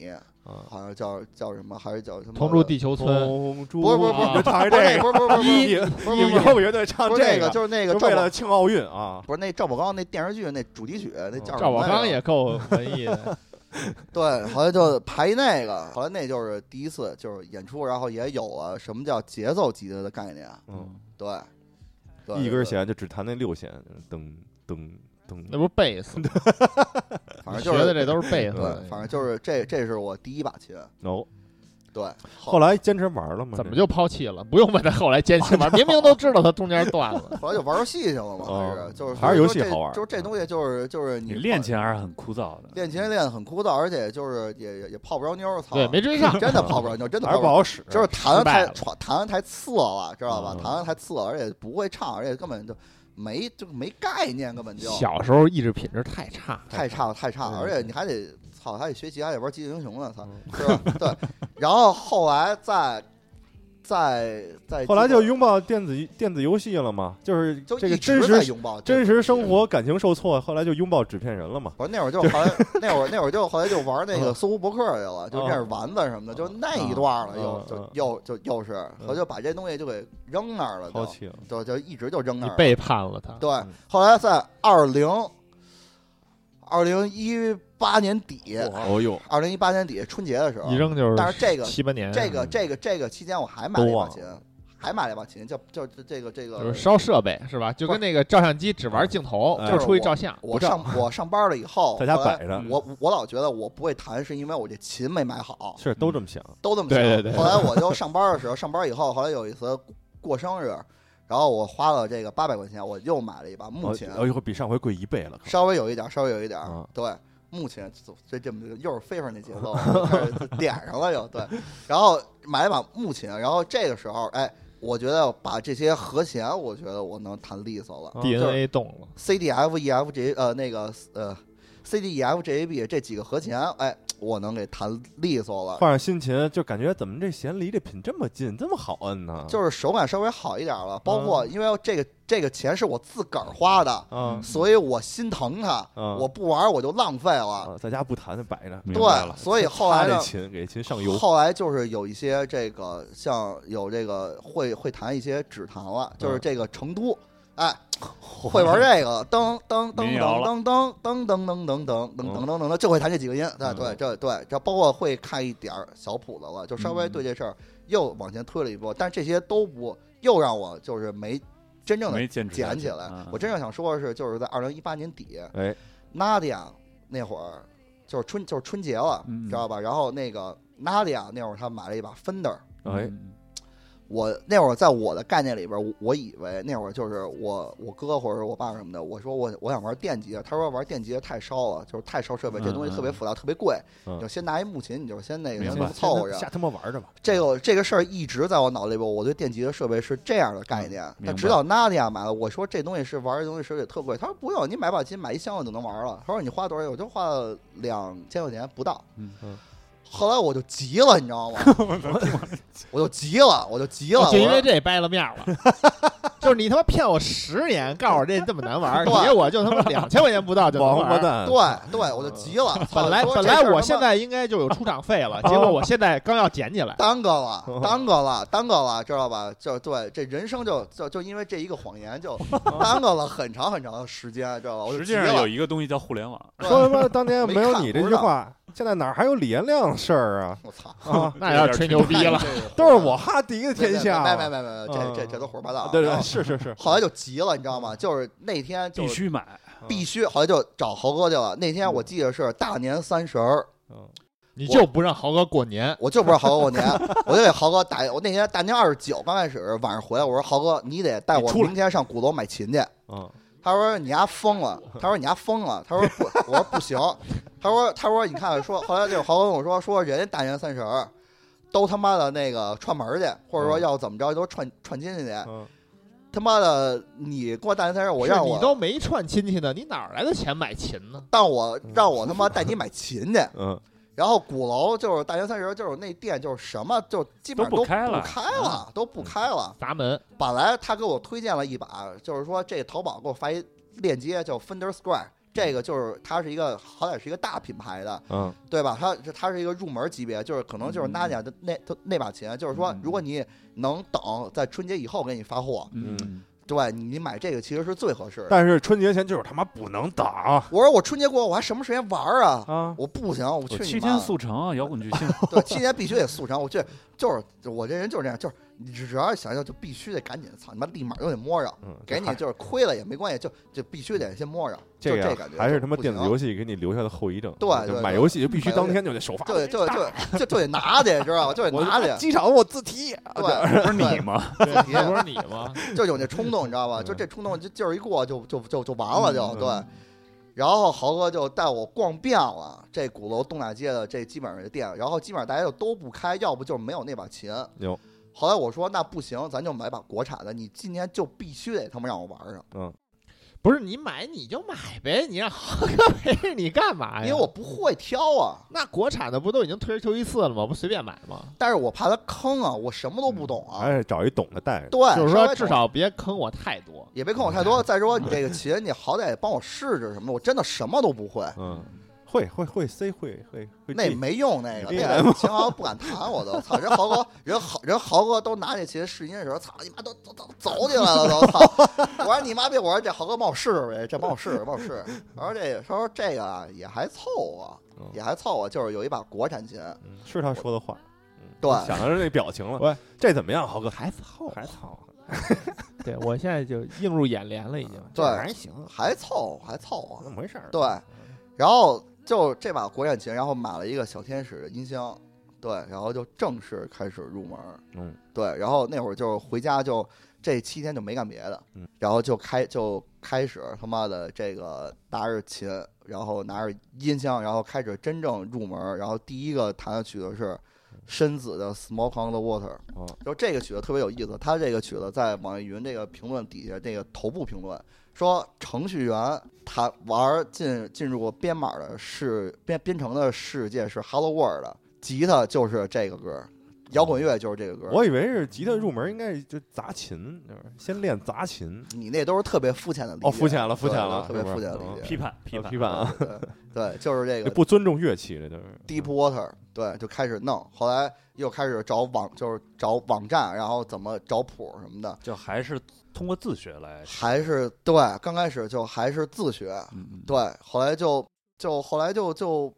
[SPEAKER 1] 啊
[SPEAKER 4] 好像叫叫什么，还是叫什么？
[SPEAKER 2] 同住地球村，
[SPEAKER 1] 红猪，
[SPEAKER 4] 不是不是不
[SPEAKER 2] 是
[SPEAKER 1] 嗯你就唱一
[SPEAKER 4] 不
[SPEAKER 1] 啊
[SPEAKER 4] 是
[SPEAKER 1] 这
[SPEAKER 4] 那
[SPEAKER 1] 个，
[SPEAKER 4] 不是不是不是不
[SPEAKER 1] 你
[SPEAKER 4] 是不
[SPEAKER 1] 你
[SPEAKER 4] 是
[SPEAKER 1] 们
[SPEAKER 4] 不
[SPEAKER 1] 摇
[SPEAKER 4] 是
[SPEAKER 1] 滚乐队唱
[SPEAKER 4] 不是那
[SPEAKER 1] 个，
[SPEAKER 4] 就是那个
[SPEAKER 1] 就
[SPEAKER 4] 赵
[SPEAKER 1] 为
[SPEAKER 4] 宝
[SPEAKER 1] 了庆奥运啊，
[SPEAKER 4] 不是那赵宝刚那电视剧那主题曲那叫什么来着？
[SPEAKER 2] 赵宝刚也够文艺的。
[SPEAKER 4] 对，后来就排那个，后来那就是第一次就是演出，然后也有了什么叫节奏吉他的概念，
[SPEAKER 1] 嗯，
[SPEAKER 4] 对，对
[SPEAKER 1] 一根，弦就只弹那六弦，噔噔噔，
[SPEAKER 2] 那不是贝斯，
[SPEAKER 4] 对 <laughs> 反
[SPEAKER 2] 你
[SPEAKER 4] 正
[SPEAKER 2] 学
[SPEAKER 4] 就是
[SPEAKER 2] 的这都是贝斯。
[SPEAKER 4] 对，反正就是这这是我第一把琴，
[SPEAKER 1] 哦，
[SPEAKER 4] 对，
[SPEAKER 1] 后来坚持玩了吗？
[SPEAKER 2] 怎么就抛弃了？不用问他后来坚持
[SPEAKER 4] <laughs>
[SPEAKER 2] 玩，明明都知道他中间断了。
[SPEAKER 4] 后来就玩游戏去了嘛，还
[SPEAKER 1] 哦
[SPEAKER 4] 是啊就是
[SPEAKER 1] 还是游戏
[SPEAKER 4] 就是这
[SPEAKER 1] 好玩啊
[SPEAKER 4] 就是这东西就是就是
[SPEAKER 3] 你
[SPEAKER 4] 你
[SPEAKER 3] 练琴还是很枯燥的，
[SPEAKER 4] 练琴练得很枯燥，而且就是也也也泡不着妞儿， <laughs> 操，
[SPEAKER 2] 对，没追
[SPEAKER 1] <laughs>
[SPEAKER 2] 上。
[SPEAKER 4] 真的泡不着妞儿，真的
[SPEAKER 1] 还是
[SPEAKER 4] 泡
[SPEAKER 1] 不
[SPEAKER 4] 着。
[SPEAKER 1] 好使？
[SPEAKER 4] 就是弹
[SPEAKER 2] 失败
[SPEAKER 4] 太
[SPEAKER 2] 了
[SPEAKER 4] 传弹太次了，知道吧？
[SPEAKER 3] 嗯
[SPEAKER 4] 弹的太次了，而且不会唱，而且根本就没就没概念，根本就
[SPEAKER 2] 小时候意志品质太差，
[SPEAKER 4] 太差了，太差
[SPEAKER 2] 对
[SPEAKER 4] 了，而且
[SPEAKER 2] 对
[SPEAKER 4] 你还得操，还得学习，还得玩极限英雄呢，操，
[SPEAKER 1] 嗯
[SPEAKER 4] 是吧？ <laughs> 对。然后后来再再再，
[SPEAKER 1] 后来就拥抱电子电子游戏了嘛，就是
[SPEAKER 4] 就
[SPEAKER 1] 这
[SPEAKER 4] 一
[SPEAKER 1] 个
[SPEAKER 4] 直
[SPEAKER 1] 真
[SPEAKER 4] 在
[SPEAKER 1] 实
[SPEAKER 4] 拥抱
[SPEAKER 1] 真实生
[SPEAKER 4] 活。
[SPEAKER 1] 活感情受挫，后来就拥抱纸片人了嘛。
[SPEAKER 4] 我说那会儿就后来那会儿那会儿就后来就玩那个搜狐博客去了，就
[SPEAKER 1] 嗯
[SPEAKER 4] 认识丸子什么的，就那一段了，又就
[SPEAKER 1] 嗯
[SPEAKER 4] 又就又是，我就把这东西就给扔那儿了，
[SPEAKER 1] 抛
[SPEAKER 4] 就
[SPEAKER 1] 弃了，
[SPEAKER 4] 就就一直就扔那
[SPEAKER 2] 你
[SPEAKER 4] 儿了。
[SPEAKER 2] 背叛了他。
[SPEAKER 4] 对
[SPEAKER 1] 嗯，
[SPEAKER 4] 后来在二零二零一八年底，
[SPEAKER 1] 哦呦，
[SPEAKER 4] 二零一八年底春节的时候
[SPEAKER 2] 一，扔就是，
[SPEAKER 4] 但是这个
[SPEAKER 2] 七八年，
[SPEAKER 4] 这个
[SPEAKER 3] 嗯
[SPEAKER 4] 这个这个期间我还买了一
[SPEAKER 1] 都
[SPEAKER 4] 把
[SPEAKER 1] 忘
[SPEAKER 4] 琴，还买了一把琴，叫叫这这个这
[SPEAKER 2] 就是
[SPEAKER 4] 个。
[SPEAKER 2] 烧设备是吧？就跟那个照相机只玩镜头，
[SPEAKER 1] 哎
[SPEAKER 2] 就出去照相，
[SPEAKER 4] 我
[SPEAKER 2] 不照
[SPEAKER 4] 上我上班了以后，
[SPEAKER 1] 在家
[SPEAKER 4] 后来
[SPEAKER 1] 摆着嗯
[SPEAKER 4] 我我老觉得我不会弹，是因为我这琴没买好，
[SPEAKER 1] 是都这么想，
[SPEAKER 4] 都这么想。
[SPEAKER 2] 对对对
[SPEAKER 4] 后来我
[SPEAKER 2] <laughs>
[SPEAKER 4] 就上班的时候，上班以后，后来有一次过生日，然后我花了这个八百块钱，我又买了一把木
[SPEAKER 1] 哦
[SPEAKER 4] 琴，
[SPEAKER 1] 哦呦，比上回贵一倍了，
[SPEAKER 4] 稍微有一点，稍微有一点，
[SPEAKER 1] 啊
[SPEAKER 2] 哦
[SPEAKER 4] 对，目前这这又是飞上那节
[SPEAKER 2] <laughs>
[SPEAKER 4] 奏了，开始点上了又对，然后买了一把木琴，然后这个时候，哎，我觉得把这些和弦，我觉得我能弹利索
[SPEAKER 2] 哦
[SPEAKER 4] 了
[SPEAKER 1] 啊
[SPEAKER 4] 就是
[SPEAKER 2] DNA 动了。
[SPEAKER 4] ，C D F E F G 呃那个呃 C D E F G A B 这几个和弦，哎，我能给弹利索了。
[SPEAKER 1] 换上新琴就感觉怎么这弦离这品这么近，这么好摁呢？
[SPEAKER 4] 就是手感稍微好一点了，包括因为这个这个钱是我自个儿花的，
[SPEAKER 1] 啊
[SPEAKER 4] 所以我心疼它，
[SPEAKER 1] 嗯
[SPEAKER 4] 我不玩儿我就浪费了。
[SPEAKER 1] 啊，在家不弹就摆着，
[SPEAKER 3] 明白了
[SPEAKER 4] 对，所以后
[SPEAKER 1] 他
[SPEAKER 4] 来呢
[SPEAKER 1] 这，琴给琴上油，
[SPEAKER 4] 后来就是有一些这个像有这个会会弹一些指弹了，就是这个成都，哎，会玩这个，噔噔
[SPEAKER 3] 民
[SPEAKER 4] 噔
[SPEAKER 3] 谣了
[SPEAKER 4] 噔噔噔噔噔噔噔噔噔噔噔噔噔，就会弹这几个音。对对，这对这包括会看一点儿小谱子了，就稍微对这事儿又往前推了一步。但这些都不又让我就是没真正
[SPEAKER 3] 没
[SPEAKER 4] 的
[SPEAKER 3] 坚持下
[SPEAKER 4] 捡
[SPEAKER 3] 去
[SPEAKER 4] 起来
[SPEAKER 3] 啊。
[SPEAKER 4] 我真正想说的是，就是在二零一八年底
[SPEAKER 1] 哎，
[SPEAKER 4] ，Nadia 那会儿就是春就是春节了，
[SPEAKER 3] 嗯
[SPEAKER 4] 知道吧？然后那个 Nadia 那会儿她买了一把 Fender。
[SPEAKER 1] 哎，
[SPEAKER 3] 嗯
[SPEAKER 4] 我那会儿在我的概念里边，我我以为那会儿就是我我哥或者我爸什么的，我说我我想玩电吉他，他说玩电吉他太烧了，就是太烧设备，这东西特别复杂，特别贵，
[SPEAKER 1] 嗯
[SPEAKER 4] 你就先拿一木琴，你就先那个
[SPEAKER 3] 嗯明白
[SPEAKER 4] 先凑合着。
[SPEAKER 1] 瞎他妈玩着吧。
[SPEAKER 4] 这个这个事儿一直在我脑子里边，我对电吉他设备是这样的概念。
[SPEAKER 3] 明白
[SPEAKER 4] 但直到娜迪亚买了，我说这东西是玩这东西是得特贵，他说不用，你买把琴买一箱子就能玩了。他说你花多少钱？我就花了两千块钱不到。
[SPEAKER 3] 嗯
[SPEAKER 1] 嗯
[SPEAKER 4] <laughs> 后来我就急了，你知
[SPEAKER 2] <laughs>
[SPEAKER 4] 道吗？我就急了，我就急了，
[SPEAKER 2] 我哦就因
[SPEAKER 4] 我
[SPEAKER 2] 为
[SPEAKER 4] 说
[SPEAKER 2] 这掰了面了。 <laughs> 就是你他妈骗我十年，告诉我这这么难
[SPEAKER 4] <laughs>
[SPEAKER 2] 玩，
[SPEAKER 4] 对
[SPEAKER 2] 结果就他妈两千块钱不到就能
[SPEAKER 1] 王八
[SPEAKER 2] 玩。
[SPEAKER 1] 蛋，
[SPEAKER 4] 对对，我就急了。操
[SPEAKER 2] 呃本来
[SPEAKER 4] 我说
[SPEAKER 2] 本
[SPEAKER 4] 这事儿
[SPEAKER 2] 来
[SPEAKER 4] 他妈
[SPEAKER 2] 我现在应该就有出场费
[SPEAKER 4] <laughs>
[SPEAKER 2] 了，结果我现在刚要捡起来。
[SPEAKER 4] 耽搁
[SPEAKER 2] 哦
[SPEAKER 4] 了，耽搁了，耽搁了，知道吧？就对，这人生就就就因为这一个谎言就 <laughs> 耽搁了很长很长的时间，知道吧？我就
[SPEAKER 3] 实
[SPEAKER 4] 急
[SPEAKER 3] 际上有
[SPEAKER 4] 了。
[SPEAKER 3] 一个东西叫互联网，
[SPEAKER 4] 对
[SPEAKER 1] <laughs> 说他妈当年
[SPEAKER 4] 没
[SPEAKER 1] 没有
[SPEAKER 4] 看
[SPEAKER 1] 你
[SPEAKER 4] 不
[SPEAKER 1] 这
[SPEAKER 4] 知
[SPEAKER 1] 句
[SPEAKER 4] 道
[SPEAKER 1] 话，现在哪还有李延亮的事儿啊？
[SPEAKER 4] 我操！ <laughs>
[SPEAKER 1] 啊，
[SPEAKER 2] 那要吹牛逼了，
[SPEAKER 1] 都是我哈迪的天下。
[SPEAKER 4] 没没没没没，这这
[SPEAKER 1] 嗯
[SPEAKER 4] 这都胡说八道。啊
[SPEAKER 1] 对
[SPEAKER 4] 然
[SPEAKER 1] 对，
[SPEAKER 4] 后
[SPEAKER 1] 是是是。
[SPEAKER 4] 后来就急了，你知道吗？就是那天就
[SPEAKER 3] 必须买，
[SPEAKER 1] 啊
[SPEAKER 4] 必须，后来就找猴哥去了。那天我记得是大年三十儿，
[SPEAKER 1] 嗯
[SPEAKER 2] 你就不让豪哥过年，
[SPEAKER 4] 我就不知道豪哥过年，
[SPEAKER 1] <laughs>
[SPEAKER 4] 我就给豪哥打。我那天大年二十九刚开始晚上回来，我说豪哥，你得带
[SPEAKER 3] 你
[SPEAKER 4] 我
[SPEAKER 3] 出来
[SPEAKER 4] 明天上鼓楼买琴去。
[SPEAKER 1] 嗯，
[SPEAKER 4] 他说你丫疯了，他说你丫疯了，他说不，我说不行，他说他说你看说，后来就是豪哥跟我说说人家大年三十儿都他妈的那个串门儿去，或
[SPEAKER 3] 嗯
[SPEAKER 4] 者说要怎么着都串串亲戚去，
[SPEAKER 1] 嗯
[SPEAKER 4] 他妈的你过大年三十儿我
[SPEAKER 2] 是
[SPEAKER 4] 让
[SPEAKER 2] 你
[SPEAKER 4] 我，
[SPEAKER 2] 都没串亲戚呢，你哪儿来的钱买琴呢？
[SPEAKER 4] 但我
[SPEAKER 3] 嗯
[SPEAKER 4] 让我他妈带你买琴去，
[SPEAKER 1] 嗯，
[SPEAKER 4] 然后鼓楼就是大年三十儿就是那店就是什么就基本上
[SPEAKER 3] 都
[SPEAKER 4] 都
[SPEAKER 3] 不开了啊
[SPEAKER 4] 不开了，都不开了。
[SPEAKER 2] 砸门，
[SPEAKER 4] 本来他给我推荐了一把，就是说这淘宝给我发一链接叫 Fender Square，这个就是它是一个好歹是一个大品牌的，
[SPEAKER 1] 嗯，
[SPEAKER 4] 对吧？它它是一个入门级别，就是可能就是
[SPEAKER 3] 嗯
[SPEAKER 4] Nadia 的那那把琴，就是说
[SPEAKER 3] 嗯
[SPEAKER 4] 如果你能等在春节以后给你发货，
[SPEAKER 3] 嗯，
[SPEAKER 4] 对你买这个其实是最合适的。
[SPEAKER 1] 但是春节前就是他妈不能打
[SPEAKER 4] 我说我春节过后我还什么时间玩儿啊？
[SPEAKER 1] 啊！
[SPEAKER 4] 我不行，我去
[SPEAKER 3] 我
[SPEAKER 4] 你
[SPEAKER 3] 七
[SPEAKER 4] 妈
[SPEAKER 3] 天速成，啊摇
[SPEAKER 4] <laughs>
[SPEAKER 3] 滚巨星，
[SPEAKER 4] 对七天必须得速成，我去就是我这人就是这样，就是你只要想要就必须得赶紧，操你妈立马就得摸着。
[SPEAKER 1] 嗯，
[SPEAKER 4] 给你就是亏了也没关系，就就必须得先摸着，
[SPEAKER 1] 这
[SPEAKER 4] 就
[SPEAKER 1] 个
[SPEAKER 4] 这
[SPEAKER 1] 呀
[SPEAKER 4] 感觉
[SPEAKER 1] 还是
[SPEAKER 4] 就
[SPEAKER 1] 他妈
[SPEAKER 4] 不
[SPEAKER 1] 电子
[SPEAKER 4] 行
[SPEAKER 1] 游戏给你留下的后遗症。
[SPEAKER 4] 对
[SPEAKER 1] 就
[SPEAKER 4] 对
[SPEAKER 1] 买
[SPEAKER 4] 对
[SPEAKER 1] 游戏就必须
[SPEAKER 4] 买游
[SPEAKER 1] 当
[SPEAKER 4] 戏
[SPEAKER 1] 天就得首发。
[SPEAKER 4] 就就就就就得拿去，知道吧？就得
[SPEAKER 1] 我
[SPEAKER 4] 拿去，
[SPEAKER 1] 机场我自提。
[SPEAKER 4] 啊对，
[SPEAKER 1] <laughs>
[SPEAKER 3] 不是你吗？
[SPEAKER 4] 对
[SPEAKER 2] 这不是你
[SPEAKER 4] <laughs>
[SPEAKER 2] 吗？
[SPEAKER 4] 就有那冲动，你知道吧？就这冲动就劲儿一过就就就就完
[SPEAKER 1] 嗯
[SPEAKER 4] 了，就对。然后豪哥就带我逛遍了这鼓楼东大街的这基本上的店，然后基本上大家就都不开，要不就是没有那把琴
[SPEAKER 1] 有。
[SPEAKER 4] 后来我说那不行，咱就买把国产的，你今年就必须得他妈让我玩上，
[SPEAKER 2] 不是你买你就买呗，你让豪哥陪着你干
[SPEAKER 1] 哎
[SPEAKER 2] 嘛呀？
[SPEAKER 4] 因为我不会挑啊。
[SPEAKER 2] 那国产的不都已经退而求其次了吗？不随便买吗？
[SPEAKER 4] 但是我怕他坑啊，我什么都不懂啊。
[SPEAKER 1] 还是找一懂的带着。
[SPEAKER 4] 对，
[SPEAKER 2] 就是说
[SPEAKER 4] 哎稍微懂
[SPEAKER 2] 至少嗯别坑我太多。
[SPEAKER 4] 也别坑我太多。再说你这个琴，你好歹也帮我试试什么的，我真的什么都
[SPEAKER 2] <laughs>
[SPEAKER 4] 不会，
[SPEAKER 1] 嗯，会会会 C 会会会 G。
[SPEAKER 4] 那没用那个，
[SPEAKER 1] 你
[SPEAKER 4] 那个琴行不敢弹我都。操，人豪哥，人豪人豪哥都拿这琴试音的时候，操你妈都都都走起来了
[SPEAKER 2] <laughs>
[SPEAKER 4] 都。操！我说你妈逼，我说这豪哥帮我试试呗，这帮我试试，帮我试试。他说这个，他说这个啊也还凑合
[SPEAKER 1] 嗯，
[SPEAKER 4] 也还凑合，就是有一把国产琴，
[SPEAKER 1] 嗯是他说的话。
[SPEAKER 4] 对。
[SPEAKER 1] 想到是那表情了。
[SPEAKER 2] 喂，
[SPEAKER 1] 这怎么样，豪哥？
[SPEAKER 2] 还凑
[SPEAKER 1] 还
[SPEAKER 4] <laughs>
[SPEAKER 1] 操！
[SPEAKER 2] 对我现在就映入眼帘了，已经。
[SPEAKER 4] 对
[SPEAKER 1] 还行，
[SPEAKER 4] 还凑合，还凑合，
[SPEAKER 1] 怎么回事儿？
[SPEAKER 4] 对，然后就这把国产琴，然后买了一个小天使的音箱，对，然后就正式开始入门，
[SPEAKER 1] 嗯，
[SPEAKER 4] 对，然后那会儿就回家就这七天就没干别的，
[SPEAKER 1] 嗯，
[SPEAKER 4] 然后就开就开始他妈的这个拿着琴，然后拿着音箱，然后开始真正入门，然后第一个弹的曲子是。深紫的《Smoke on the Water
[SPEAKER 1] 哦》，
[SPEAKER 4] 就这个曲子特别有意思。他这个曲子在网易云这个评论底下这个头部评论说，程序员他玩进进入编码的世编编程的世界是 Hello World，吉他就是这个歌，摇滚乐就是这个歌。
[SPEAKER 1] 哦我以为是吉他入门，应该是就砸琴，就是先练砸琴。
[SPEAKER 4] 你那都是特别肤浅的理解，
[SPEAKER 1] 哦，肤浅了，肤浅
[SPEAKER 4] 对
[SPEAKER 1] 了，
[SPEAKER 4] 特别
[SPEAKER 1] 是不是
[SPEAKER 4] 肤浅的
[SPEAKER 1] 嗯
[SPEAKER 4] 理解。
[SPEAKER 5] 批判批判
[SPEAKER 1] 批判啊，
[SPEAKER 4] 对对，就是这个
[SPEAKER 1] <laughs> 不尊重乐器，这都是
[SPEAKER 4] Deep Water，对，就开始弄，后来又开始找网，就是找网站，然后怎么找谱什么的，
[SPEAKER 5] 就还是通过自学来
[SPEAKER 4] 还是对，刚开始就还是自学，
[SPEAKER 3] 嗯嗯
[SPEAKER 4] 对，后来就就后来就就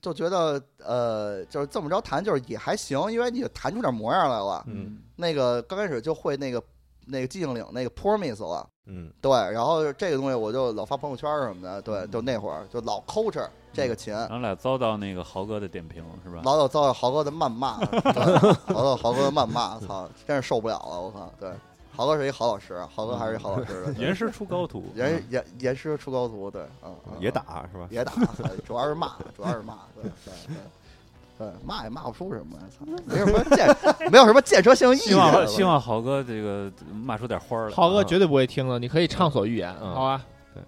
[SPEAKER 4] 就觉得呃，就是这么着弹，就是也还行，因为你弹出点模样来了。
[SPEAKER 1] 嗯
[SPEAKER 4] 那个刚开始就会那个那个寂静岭那个 Promise 了，
[SPEAKER 1] 嗯
[SPEAKER 4] 对，然后这个东西我就老发朋友圈什么的，对，就那会儿就老 culture 这个琴，
[SPEAKER 5] 然后俩遭到那个豪哥的点评是吧？
[SPEAKER 4] 老有遭到豪哥的谩骂，对 <laughs> 老有豪哥的谩骂，操，真是受不了了，我操！对，豪哥是一好老师，豪哥还是一好老师的，对
[SPEAKER 5] 严师出高
[SPEAKER 4] <laughs>
[SPEAKER 5] 徒，
[SPEAKER 4] 严严严师出高徒，对，嗯，嗯
[SPEAKER 1] 也，打是吧
[SPEAKER 4] 嗯？也打，对主要是骂，主要是骂，对对对。对，骂也骂不出什么，操，没什么建，没有什么建设性意义
[SPEAKER 5] 希
[SPEAKER 4] 了。
[SPEAKER 5] 望希望豪哥这个骂出点花儿来。
[SPEAKER 2] 浩哥
[SPEAKER 5] 啊
[SPEAKER 2] 绝对不会听的，你可以畅所欲言，啊
[SPEAKER 1] 嗯
[SPEAKER 2] 好
[SPEAKER 4] 啊
[SPEAKER 2] 吧？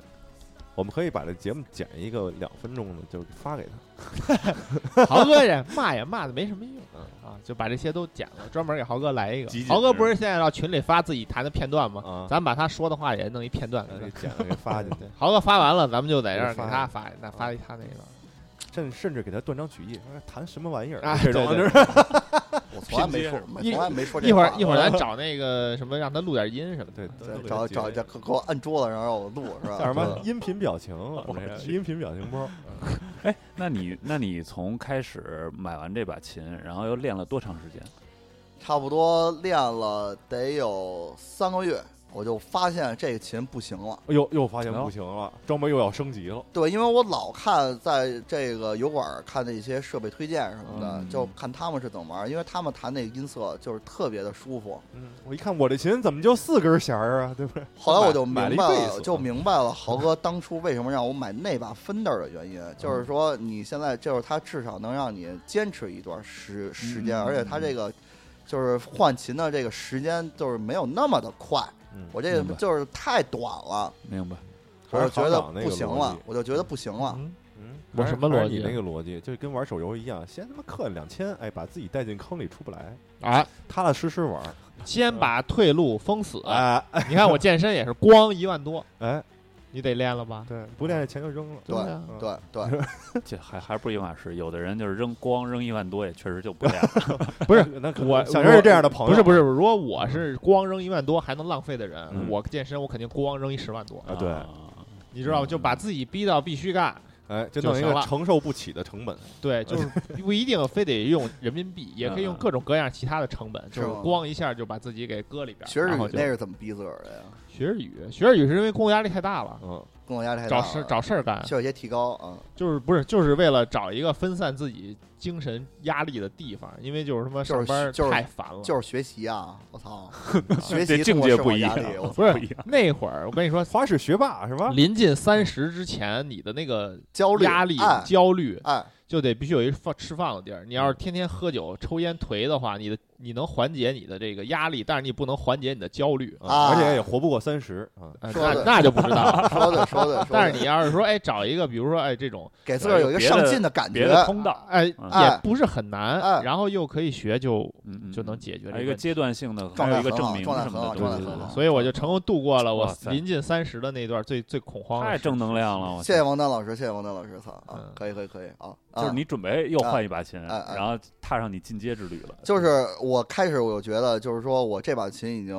[SPEAKER 1] 我们可以把这节目剪一个两分钟的，就发给他。
[SPEAKER 2] 豪哥也骂也骂的没什么用
[SPEAKER 1] 嗯
[SPEAKER 2] 啊，就把这些都剪了，专门给豪哥来一个
[SPEAKER 5] 集。锦
[SPEAKER 2] 豪哥不是现在到群里发自己弹的片段吗？
[SPEAKER 1] 啊，
[SPEAKER 2] 咱把他说的话也弄一片段给
[SPEAKER 1] 咱
[SPEAKER 2] 他
[SPEAKER 1] 给。呃剪了给发进去
[SPEAKER 2] 对，，豪哥发完了，咱们就在这儿给
[SPEAKER 1] 发
[SPEAKER 2] 他发，那发一他那个。
[SPEAKER 1] 甚甚至给他断章取义，说弹什么玩意儿
[SPEAKER 4] 哎
[SPEAKER 2] 啊
[SPEAKER 1] 这种
[SPEAKER 2] 对
[SPEAKER 1] 就
[SPEAKER 2] 对
[SPEAKER 1] 是
[SPEAKER 4] 我从来没说，
[SPEAKER 2] 一
[SPEAKER 4] 没从来没 <laughs> 说这
[SPEAKER 2] 一会
[SPEAKER 4] 话
[SPEAKER 2] 儿一会儿咱找那个什么，让他录点音什么的。
[SPEAKER 1] 对
[SPEAKER 4] 对找找找，给我摁桌子上让我录是吧？
[SPEAKER 1] 叫
[SPEAKER 5] <laughs>
[SPEAKER 1] 什么
[SPEAKER 4] 对
[SPEAKER 1] 音频表情，我们这
[SPEAKER 5] 去
[SPEAKER 1] 音频表情包。
[SPEAKER 3] 哎，那你那你从开始买完这把琴，然后又练了多长时间？
[SPEAKER 4] 差不多练了得有三个月，我就发现这个琴不行了。
[SPEAKER 1] 又哎又发现不行了，装备又要升级了。
[SPEAKER 4] 对，因为我老看在这个油管儿看的一些设备推荐什么的，
[SPEAKER 3] 嗯
[SPEAKER 4] 就看他们是怎么玩儿，因为他们弹那个音色就是特别的
[SPEAKER 1] <laughs>
[SPEAKER 4] 舒服。
[SPEAKER 1] 嗯，我一看我这琴怎么就四根弦儿啊，对不对？
[SPEAKER 4] 后来我就明
[SPEAKER 1] 买
[SPEAKER 4] 白
[SPEAKER 1] 买了一嗯贝斯
[SPEAKER 4] 了，就明白了
[SPEAKER 1] <laughs>
[SPEAKER 4] 豪哥当初为什么让我买那把 Fender 的原因，
[SPEAKER 1] 嗯
[SPEAKER 4] 就是说你现在就是它至少能让你坚持一段时时间，
[SPEAKER 3] 嗯
[SPEAKER 4] 而且它这个就是换琴的这个时间就是没有那么的快，
[SPEAKER 1] 嗯，
[SPEAKER 4] 我这
[SPEAKER 3] 明白
[SPEAKER 4] 就是太短了，
[SPEAKER 3] 明白？
[SPEAKER 4] 我就觉得
[SPEAKER 1] 还是行长那个
[SPEAKER 4] 不行
[SPEAKER 1] 逻
[SPEAKER 4] 了
[SPEAKER 1] 辑，
[SPEAKER 4] 我就觉得不行了。
[SPEAKER 2] 嗯
[SPEAKER 1] 嗯，
[SPEAKER 2] 我
[SPEAKER 1] 还是
[SPEAKER 2] 什么
[SPEAKER 1] 还是
[SPEAKER 2] 逻辑
[SPEAKER 1] 你
[SPEAKER 2] 啊
[SPEAKER 1] 那个逻辑就跟玩手游一样，先他妈氪两千，哎，把自己带进坑里出不来，
[SPEAKER 2] 啊，
[SPEAKER 1] 踏踏实实玩
[SPEAKER 4] <laughs>
[SPEAKER 1] 儿。
[SPEAKER 2] 先把退路封死。
[SPEAKER 4] 啊
[SPEAKER 1] 哎哎
[SPEAKER 2] 你看我健身也是光一万多，
[SPEAKER 1] 哎，
[SPEAKER 2] 你得练了吧？
[SPEAKER 1] 对，不练这钱就扔了。
[SPEAKER 4] 对
[SPEAKER 2] 啊
[SPEAKER 1] 嗯
[SPEAKER 4] 对
[SPEAKER 1] <laughs>
[SPEAKER 4] 对，
[SPEAKER 3] 这还还不一码事。有的人就是扔光扔一万多，也确实就不练了。
[SPEAKER 2] 不是
[SPEAKER 1] 那可
[SPEAKER 2] 我
[SPEAKER 1] 想认识这样的朋友，
[SPEAKER 2] 不是不是，如果我是光扔一万多还能浪费的人，
[SPEAKER 3] 嗯
[SPEAKER 2] 我健身我肯定光扔一十万多，
[SPEAKER 1] 啊对
[SPEAKER 2] 你知道吗？就把自己逼到必须干。
[SPEAKER 1] 哎，就
[SPEAKER 2] 就
[SPEAKER 1] 弄一
[SPEAKER 2] 行
[SPEAKER 1] 个
[SPEAKER 2] 了
[SPEAKER 1] 承受不起的成本。
[SPEAKER 2] 对，
[SPEAKER 4] <laughs>
[SPEAKER 2] 就是不一定非得用人民币，也可以用
[SPEAKER 3] 嗯
[SPEAKER 2] 各种各样其他的成本，就是
[SPEAKER 4] 是吗
[SPEAKER 2] 光一下就把自己给搁里边儿。
[SPEAKER 4] 学日
[SPEAKER 2] 然
[SPEAKER 4] 语
[SPEAKER 2] 后
[SPEAKER 4] 那
[SPEAKER 2] 就是
[SPEAKER 4] 怎么逼自个儿的呀？
[SPEAKER 2] 学日语，学日语是因为工作压力太大了，
[SPEAKER 1] 嗯，
[SPEAKER 4] 跟我压力太大
[SPEAKER 2] 找
[SPEAKER 4] 了，
[SPEAKER 2] 事找事儿干
[SPEAKER 4] 需，要一些提高啊。
[SPEAKER 2] 就是不是就是为了找一个分散自己精神压力的地方，因为就是他妈
[SPEAKER 4] 就
[SPEAKER 2] 上
[SPEAKER 4] 是
[SPEAKER 2] 班
[SPEAKER 4] 就是
[SPEAKER 2] 太烦了。
[SPEAKER 4] 就是学习啊！
[SPEAKER 3] <laughs>
[SPEAKER 4] 我操，学习
[SPEAKER 3] 这嗯境
[SPEAKER 4] 通过
[SPEAKER 3] 界
[SPEAKER 4] 生
[SPEAKER 3] 不
[SPEAKER 4] 活
[SPEAKER 3] 一
[SPEAKER 4] 压
[SPEAKER 3] 样
[SPEAKER 4] 力我
[SPEAKER 2] 不是
[SPEAKER 3] 不一样
[SPEAKER 2] 那会儿，我跟你说，
[SPEAKER 1] 花式学霸是吧？
[SPEAKER 2] 临近三十之前，你的那个
[SPEAKER 4] 啊焦虑
[SPEAKER 2] 压力、
[SPEAKER 4] 哎
[SPEAKER 2] 焦虑，
[SPEAKER 4] 哎，
[SPEAKER 2] 就得必须有一放吃饭的地儿。你要是天天喝酒、抽烟、颓的话，你的你能缓解你的这个压力，但是你不能缓解你的焦虑。
[SPEAKER 1] 啊而且
[SPEAKER 4] 啊
[SPEAKER 1] 也活不过三十啊。
[SPEAKER 2] 呃
[SPEAKER 4] 说
[SPEAKER 2] 那
[SPEAKER 4] 得
[SPEAKER 2] 那就不知道了。
[SPEAKER 4] 说
[SPEAKER 3] <laughs>
[SPEAKER 4] 的说的说
[SPEAKER 2] 但是
[SPEAKER 4] 的，
[SPEAKER 2] 你要是说，哎，找一个，比如说，哎，这种，
[SPEAKER 4] 给自个儿有一个
[SPEAKER 3] 别
[SPEAKER 4] 上
[SPEAKER 3] 的
[SPEAKER 4] 进的感
[SPEAKER 3] 别
[SPEAKER 4] 觉，
[SPEAKER 3] 的通道，
[SPEAKER 2] 哎，
[SPEAKER 4] 哎
[SPEAKER 2] 也不是很难，
[SPEAKER 4] 哎
[SPEAKER 2] 然后又可以学，就
[SPEAKER 3] 嗯嗯，
[SPEAKER 2] 就能解决
[SPEAKER 3] 还有
[SPEAKER 2] 这
[SPEAKER 3] 一个
[SPEAKER 2] 个。
[SPEAKER 3] 阶段性的，
[SPEAKER 4] 状
[SPEAKER 3] 还有
[SPEAKER 4] 态
[SPEAKER 3] 一个
[SPEAKER 4] 很好
[SPEAKER 3] 证明
[SPEAKER 4] 状态
[SPEAKER 3] 什
[SPEAKER 4] 很
[SPEAKER 3] 么
[SPEAKER 4] 好
[SPEAKER 3] 的，
[SPEAKER 4] 状态
[SPEAKER 3] 对对
[SPEAKER 4] 很好
[SPEAKER 3] 对，
[SPEAKER 2] 所以我就成功度过了
[SPEAKER 3] 哇
[SPEAKER 2] 我
[SPEAKER 3] 塞
[SPEAKER 2] 临近三十的那段最最恐慌的
[SPEAKER 3] 太
[SPEAKER 2] 时
[SPEAKER 3] 正
[SPEAKER 2] 期。
[SPEAKER 3] 能量了。我
[SPEAKER 4] 谢谢王丹老师，谢谢王丹老师，操啊
[SPEAKER 2] 嗯，
[SPEAKER 4] 可以可以可以啊，啊
[SPEAKER 3] 就是你准备又换一把琴，
[SPEAKER 4] 啊啊
[SPEAKER 3] 然后踏上你进阶之旅了。
[SPEAKER 4] 就是我开始我就觉得，就是说我这把琴已经